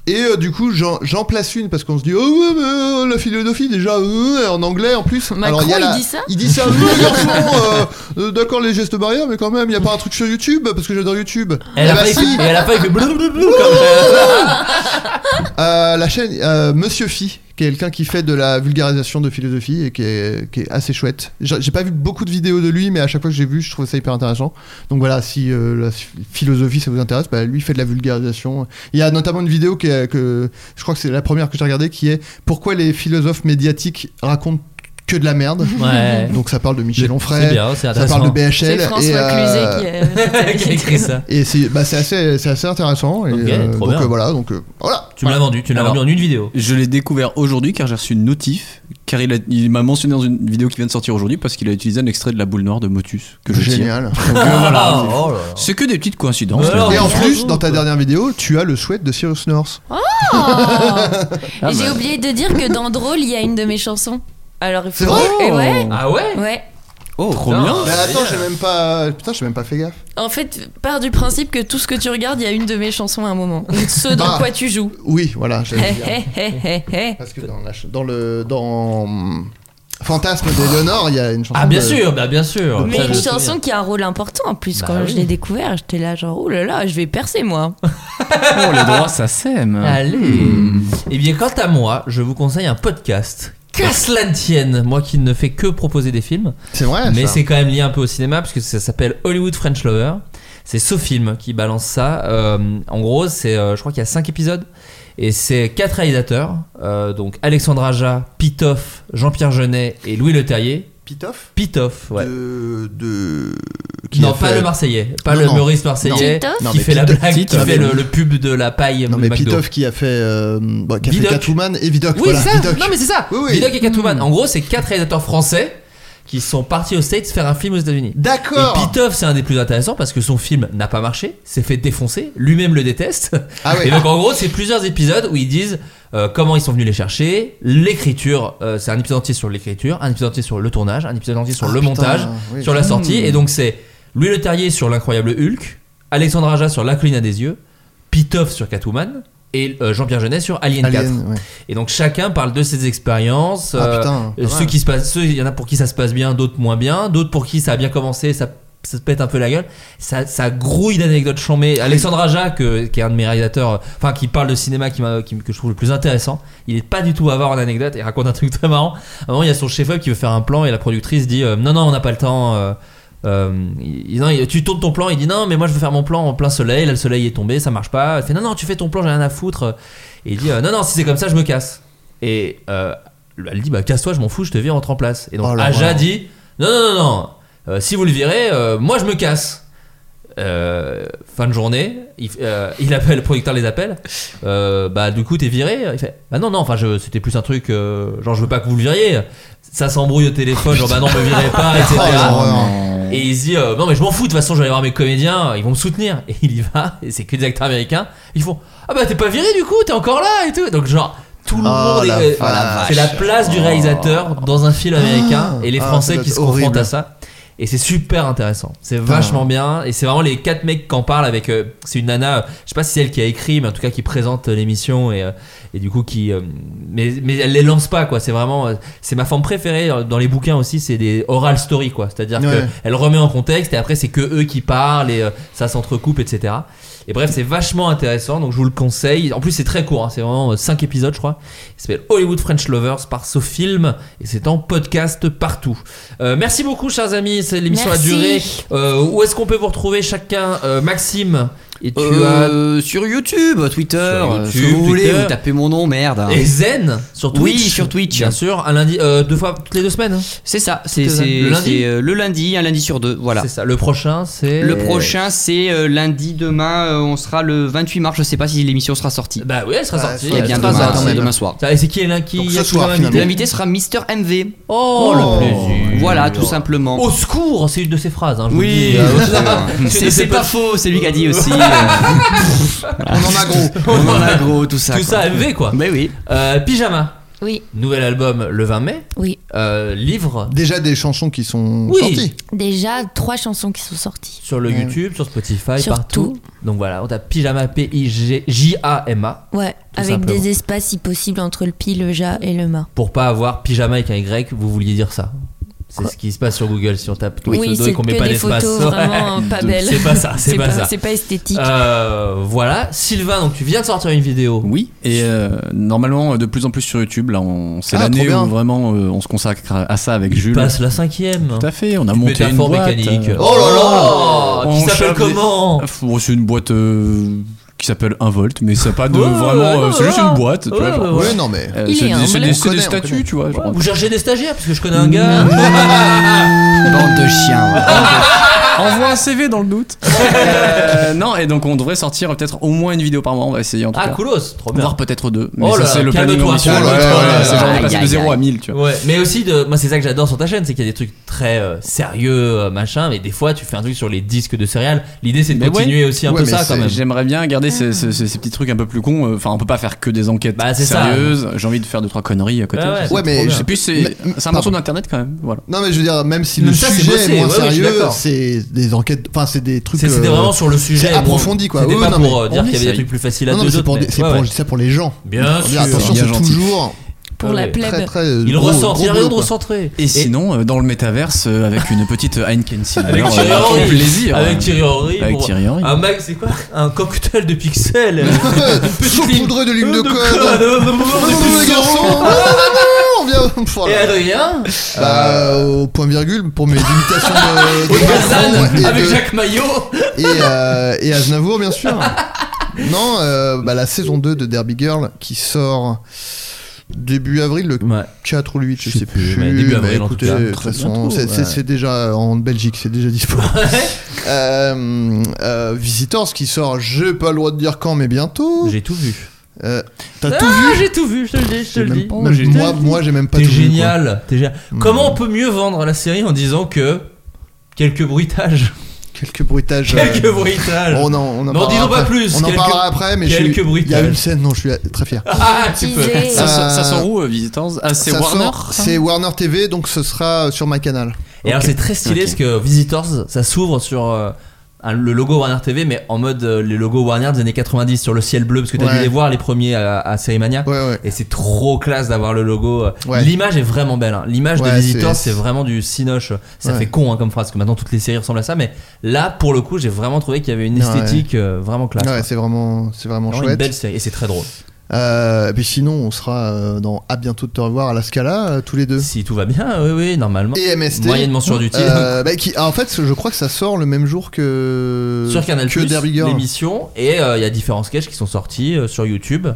Et euh, du coup, j'en j'en place une parce qu'on se dit oh ouais, mais, euh, la philosophie déjà euh, en anglais en plus. Macron, y a il la- dit ça Il dit ça. euh, garçon, euh, euh, D'accord les gestes barrières, mais quand même, il y a pas un truc sur YouTube parce que j'adore YouTube. Elle Eh a bah, pas si. et elle a pas il fait blablabla comme. euh, Euh, la chaîne euh, Monsieur Phi, qui est quelqu'un qui fait de la vulgarisation de philosophie et qui est, qui est assez chouette. J'ai j'ai pas vu beaucoup de vidéos de lui, mais à chaque fois que j'ai vu, je trouvais ça hyper intéressant. Donc voilà, si euh, la s- philosophie ça vous intéresse, bah, lui il fait de la vulgarisation. Il y a notamment une vidéo qui est- que je crois que c'est la première que j'ai regardée, qui est pourquoi les philosophes médiatiques racontent que de la merde. Ouais. Donc ça parle de Michel Le- Onfray, c'est bien, c'est ça intéressant. parle de BHL. C'est François et, euh, Cluzet qui a- Qui a écrit ça et c'est bah, c'est assez, c'est assez intéressant. Et, Ok, euh, trop donc bien. euh, voilà, donc euh, voilà. Tu me l'as vendu, tu me l'as Alors, vendu en une vidéo. Je l'ai découvert aujourd'hui car j'ai reçu une notif car il, a- il m'a mentionné dans une vidéo qui vient de sortir aujourd'hui parce qu'il a utilisé un extrait de la boule noire de Motus que je tire. Génial. Donc, euh, voilà. Oh là là. C'est que des petites coïncidences. Alors, Et en Bravo, plus, dans quoi. ta dernière vidéo, tu as le sweat de Cyrus North. Oh Ah J'ai bah. oublié de dire que dans Drôle, il y a une de mes chansons. Alors, il C'est faut- vrai Et ouais. Ah ouais Ouais. Oh, trop putain, bien. c'est Mais attends, génial. j'ai même pas. Putain, j'ai même pas fait gaffe. En fait, part du principe que tout ce que tu regardes, il y a une de mes chansons à un moment. Ce dans Bah. quoi tu joues. Oui, voilà. j'allais dire. Hé, hé, hé, hé, hé. Parce que dans, la ch- dans le dans Fantasme d'Eleonore, il y a une chanson. Ah, bien de- sûr, bah, bien sûr. Mais Ça, je une me souviens. chanson qui a un rôle important en plus. Bah Quand oui. je l'ai découvert, j'étais là genre, oh là là, je vais percer moi. Oh, les droits, ça sème. Allez. Eh bien, quant à moi, je vous conseille un podcast. Qu'à cela ne tienne, moi qui ne fais que proposer des films. C'est vrai. Mais Ah, ça. c'est quand même lié un peu au cinéma parce que ça s'appelle Hollywood French Lover. C'est ce film qui balance ça. Euh, en gros, c'est, euh, je crois qu'il y a 5 épisodes. Et c'est quatre réalisateurs, euh, donc Alexandre Aja, Pitoff, Jean-Pierre Jeunet et Louis Leterrier. Pitoff Pitoff, ouais. de, de- qui Non, a pas fait- le Marseillais, pas Non, le non. Maurice Marseillais Titoff Non, qui mais fait la Titoff- blague, qui Titoff. fait le, le pub de la paille. Non mais McDo. Pitoff qui a fait, euh, bah, qui a fait Vidocq. Catwoman et Vidocq. Oui, voilà, c'est ça. Vidocq. Non, mais c'est ça. Oui, Mm. oui. Vidocq et Catwoman. En gros, c'est quatre réalisateurs français qui sont partis aux States faire un film aux États-Unis. D'accord. Et Pitoff, c'est un des plus intéressants parce que son film n'a pas marché, s'est fait défoncer, lui-même le déteste. Ah ouais. Et donc, en gros, c'est plusieurs épisodes où ils disent euh, comment ils sont venus les chercher, l'écriture. euh, c'est un épisode entier sur l'écriture, un épisode entier sur le tournage, un épisode entier sur Ah, le putain, montage, oui. sur la sortie. Mmh. Et donc, c'est Louis Leterrier sur l'incroyable Hulk, Alexandre Aja sur La colline à des yeux, Pitoff sur Catwoman. Et euh, Jean-Pierre Jeunet sur Alien, Alien, 4. ouais. Et donc chacun parle de ses expériences. Ah, putain, pas Euh, ceux mal. qui se passent, ceux, il y en a pour qui ça se passe bien, d'autres moins bien, d'autres pour qui ça a bien commencé, ça, ça se pète un peu la gueule. Ça, ça grouille d'anecdotes chambées. Alexandre Aja, que- qui est un de mes réalisateurs, euh, enfin qui parle de cinéma, qui, m'a- qui- que je trouve le plus intéressant. Il est pas du tout avare en anecdotes et raconte un truc très marrant. À un moment, il y a son chef-op qui veut faire un plan et la productrice dit euh, non non on n'a pas le temps. euh, euh, il- il- non, il- tu tournes ton plan, il dit non, mais moi je veux faire mon plan en plein soleil. Là, le soleil est tombé, ça marche pas. Il fait non, non, tu fais ton plan, j'ai rien à foutre. Et il dit euh, non, non, si c'est comme ça, je me casse. Et euh, elle dit bah casse-toi, je m'en fous, je te vire, rentre en place. Et donc Oh là Aja là. dit non, non, non, non, euh, si vous le virez, euh, moi je me casse. Euh, fin de journée, il, euh, il appelle, le producteur les appelle. Euh, bah du coup t'es viré. Il fait bah non non, enfin je- c'était plus un truc euh, genre je veux pas que vous le viriez. Ça s'embrouille au téléphone, genre bah non me virez pas, etc. Oh, l'horreur. Et il se dit euh, non mais je m'en fous de toute façon je vais aller voir mes comédiens ils vont me soutenir et il y va et c'est que des acteurs américains ils font ah bah t'es pas viré du coup t'es encore là et tout donc genre tout Oh, le monde est- la euh, vache. Oh. c'est la place du réalisateur dans un film américain et les Ah, ça français doit qui être se confrontent horrible. Ah. à ça et c'est super intéressant c'est vachement bien et c'est vraiment les quatre mecs qui en parlent avec euh, c'est une nana euh, je sais pas si c'est elle qui a écrit mais en tout cas qui présente euh, l'émission et, euh, et du coup qui euh, mais, mais elle les lance pas quoi c'est vraiment euh, c'est ma forme préférée euh, dans les bouquins aussi c'est des oral stories quoi c'est à dire Ouais. qu'elle remet en contexte et après c'est que eux qui parlent et euh, ça s'entrecoupe etc et bref c'est vachement intéressant donc je vous le conseille en plus c'est très court hein, c'est vraiment 5 épisodes je crois il s'appelle Hollywood French Lovers par Sofilm et c'est en podcast partout Euh, merci beaucoup chers amis c'est l'émission a Merci. duré Euh, où est-ce qu'on peut vous retrouver chacun Euh, Maxime et tu Euh, Sur YouTube, Twitter, Sur euh, YouTube, ce que vous voulez, Twitter. vous tapez mon nom, merde. as et Zen sur Twitch Ah. Oui, sur Twitch. bien sûr un lundi euh, deux fois toutes les deux semaines C'est ça, c'est Toutes les c'est- semaines. le lundi c'est, euh, le lundi, un lundi sur deux, voilà. c'est ça le prochain c'est Le prochain, c'est euh, lundi, demain, euh, on sera le 28 mars, je sais pas si l'émission sera sortie. bah oui elle sera Ouais, sortie Eh ouais, bien, elle sera demain, sortie. c'est demain soir. Ça, et c'est qui est l'un qui Donc y ce a soir, toujours un invité finalement. L'invité sera Mister MV. Oh, Oh. le plaisir Voilà, tout simplement. Au secours, c'est une de ses phrases. Hein, je Oui, vous le dis. Ah, c'est- de c'est ses c'est pas potes. faux, c'est lui qui a dit aussi. euh, On en a gros. on en a gros, tout ça. Tout ça MV quoi. Mais oui. Euh, Pyjama, Oui, nouvel album le 20 mai. oui. Euh, livre Déjà des chansons qui sont Oui. sorties. Déjà trois chansons qui sont sorties. sur le Ouais. YouTube, sur Spotify, Sur partout. Donc voilà, on tape Pyjama P I G J A M A Ouais, Tout avec simplement. des espaces si possible entre le pi, le ja et le ma. pour pas avoir pyjama avec un Y. Vous vouliez dire ça C'est Quoi ce qui se passe sur Google si on tape tout oui, pseudo et c'est qu'on que met pas des d'espace. photos Ouais. vraiment pas belles. C'est pas ça, c'est pas ça. C'est pas esthétique. Euh, voilà, Sylvain, donc tu viens de sortir une vidéo. Oui, et euh, normalement euh, de plus en plus sur YouTube, là, on, c'est Ah, trop l'année bien. où vraiment euh, on se consacre à, à ça avec Jules. Passe la cinquième. Tout à fait, on a Une monté une métaphore boîte. mécanique. euh, Oh là là on Qui s'appelle chope comment des- Bon, C'est une boîte euh, qui s'appelle 1 volt, mais ça n'a pas de Ouais, vraiment. euh, ouais, c'est juste ouais. une boîte, tu Ouais, vois. genre. ouais, Ouais, non mais. Euh, Il c'est est hein, des- humble. c'est On des, c'est des connaît, on statues, connaît. tu vois. genre. Ah. Vous cherchez des stagiaires parce que je connais un gars. Bande de chiens. ouais. Ah. Envoie un CV dans le doute. Euh, non, et donc on devrait sortir peut-être au moins une vidéo par mois, on va essayer en tout Ah, cas. coolos, trop bien. Voire peut-être deux. Mais Oh ça, là c'est là, le planning calme-toi. ambitieux. Oh là là Ouais, ouais, là C'est là genre on là. passe de Aïe, 0 aïe, à 1000, tu vois. Ouais, mais aussi de moi c'est ça que j'adore sur ta chaîne, c'est qu'il y a des trucs très euh, sérieux euh, machin mais des fois tu fais un truc sur les disques de céréales. L'idée c'est de Mais continuer ouais. aussi un Ouais, peu mais ça c'est- quand même. J'aimerais bien garder ces, ces- ces- ces petits trucs un peu plus cons. Enfin, on peut pas faire que des enquêtes Ah. Bah, c'est ça. sérieuses. J'ai envie de faire deux trois conneries à côté. Ah Ouais, ouais, C'est ouais, trop mais bien. je- Et puis c'est Mais- c'est un pardon. morceau d'internet quand même. Voilà. Non mais je veux dire même si Même le ça, c'est sujet bossé, est moins ouais, ouais, je suis sérieux, d'accord. c'est des enquêtes, enfin c'est des trucs. C'est- c'était euh, vraiment sur le sujet, c'est bon, approfondi quoi. c'était Ouais, pas non, pour, mais euh, dire on qu'il y avait des essaye. trucs plus faciles à Non, non, deux mais c'est autres, pour, mais- c'est ouais, pour- ouais. je dis ça pour les gens. Bien On dit, sûr. Attention, Bien c'est gentil. toujours Pour la plèbe. très très. euh, Il gros- ressort, gros il y a boulot, rien de quoi. recentré. Et, sinon, euh, dans le métaverse, euh, avec une petite Heineken Silver. Avec Thierry euh, Henry. au plaisir. Avec Thierry Henry. Avec pour- Thierry Henry. Un mag, c'est quoi Un cocktail de pixels. Une petite ligne- Saupoudré de l'huile de de code. code. Non, non, non, les garçons. Non, non, non, on vient- Voilà. Et Adrien Bah, au point virgule pour mes imitations de, de Macron Kazan et avec de- Jacques Maillot. et, euh, et Aznavour, bien sûr. Non, euh, bah, la saison 2 de Derby Girl qui sort début avril, le 4 ou le 8, je, sais plus. mais début avril, en écoutez, tout cas. de toute Très façon, bientôt, c'est c'est- ouais. c'est déjà en Belgique, c'est déjà dispo. Euh, euh, Visitors qui sort, j'ai pas le droit de dire quand, mais bientôt. J'ai tout vu. Euh, T'as Ah, tout vu J'ai tout vu, je te le dis, je te le même dis. pas- même Je te moi- le dis. moi, j'ai même pas T'es tout vu, Hmm. génial, t'es génial. Comment on peut mieux vendre la série en disant que quelques bruitages Quelques bruitages. Quelques euh, bruitages. Oh non, on en Non, parlera disons pas après. plus. On en Quelques- parlera après, mais je suis- quelques Il y a bruitages. une scène, non, je suis très fier. Ah, tu peux. Ça, ça- ça Euh, sort où, euh, Visitors Ah, c'est Ça Warner sort- ça C'est Warner TV, donc ce sera sur ma canal. Et alors c'est très stylé parce que Visitors, ça s'ouvre sur euh, un- le logo Warner TV, mais en mode euh, les logos Warner des années 90 sur le ciel bleu, parce que t'as Ouais. dû les voir les premiers à, à Série Mania. Et c'est trop classe d'avoir le logo. euh. Ouais. L'image est vraiment belle. hein. L'image de Ouais, Visitors, c'est- c'est vraiment du cinoche. Ça Ouais. fait con hein, comme phrase, parce que maintenant toutes les séries ressemblent à ça, mais là, pour le coup, j'ai vraiment trouvé qu'il y avait une Ouais. esthétique euh, vraiment classe. Ouais, c'est vraiment, c'est vraiment Vraiment une chouette. belle série et c'est très drôle. Euh, et puis sinon, on sera euh, dans à bientôt de te revoir à la Scala euh, tous les deux. Si tout va bien, oui, oui, normalement. Et MST. Moyennement sur du titre. Euh, bah, qui, en fait, je crois que ça sort le même jour que sur Canal Euh, que Derby Girl. l'émission et euh, il y a différents sketchs qui sont sortis euh, sur YouTube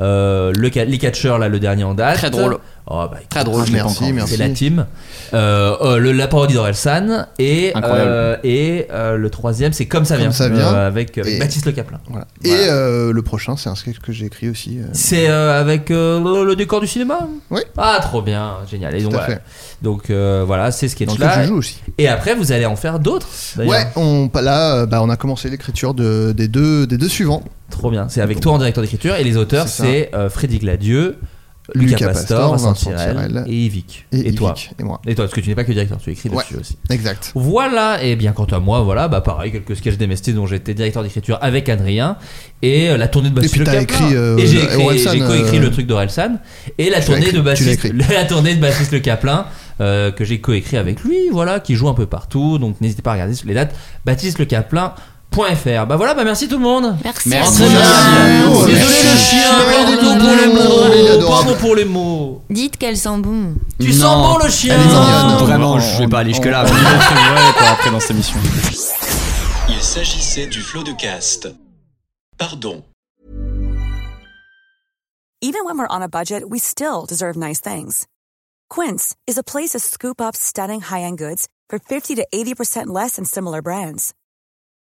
Euh, le ca- les catcheurs là le dernier en date Très drôle. Oh, bah, Très drôle, écoute, je l'ai pas Ah, merci, encore. merci. c'est la team Euh, euh, le- la parodie d'Orelsan et Incroyable. euh, et euh, le troisième c'est comme ça Comme vient, ça vient. euh, avec, avec Et- Baptiste Le Caplin Voilà. Et euh, le prochain, c'est un sketch que j'ai écrit aussi. euh. c'est euh, avec euh, le, le décor du cinéma Oui. Ah, trop bien, génial. Et donc, Tout à voilà. fait. Donc, euh, voilà, c'est ce qui Dans est lequel là. je joue aussi. Et après, vous allez en faire d'autres. d'ailleurs. Ouais, on là, euh, bah, on a commencé l'écriture de, des deux des deux suivants. Trop bien. C'est avec toi en directeur d'écriture et les auteurs, C'est ça. c'est euh, Freddy Gladieux, Lucas, Lucas Pastor, Pastor, Vincent Vincent Tirel, Tirel et Yvick. et Yvick, toi. et moi. Et toi, parce que tu n'es pas que directeur, tu écris Ouais. dessus aussi. Exact. Voilà, et bien quant à moi, voilà, bah pareil, quelques sketchs d'MST dont j'étais directeur d'écriture avec Adrien, et euh, la tournée de Et Baptiste puis Le t'as Caplin. écrit, euh, et j'ai écrit- Orelsan, j'ai coécrit euh, le truc d'Orelsan, et la tu tournée, l'as écrit, de tu l'as Baptiste, écrit. la tournée de Baptiste Le Caplin, euh, que j'ai coécrit avec lui, voilà, qui joue un peu partout, donc n'hésitez pas à regarder sur les dates, baptistelecaplin.fr. Bah voilà, bah merci tout le monde. Merci. Entrez Merci. bien. Merci. Désolé le chien, pardon pour les Il est mots. adorable. Pardon pour les mots. Dites qu'elle sent bon. Tu sens bon le chien Ah. Vraiment, je vais pas aller jusque là. On dit des trucs vrais, quoi, après dans cette émission. Il s'agissait du flot de cast. Pardon. Even when we're on a budget, we still deserve nice things. Quince is a place to scoop up stunning high-end goods for 50 to 80% less than similar brands.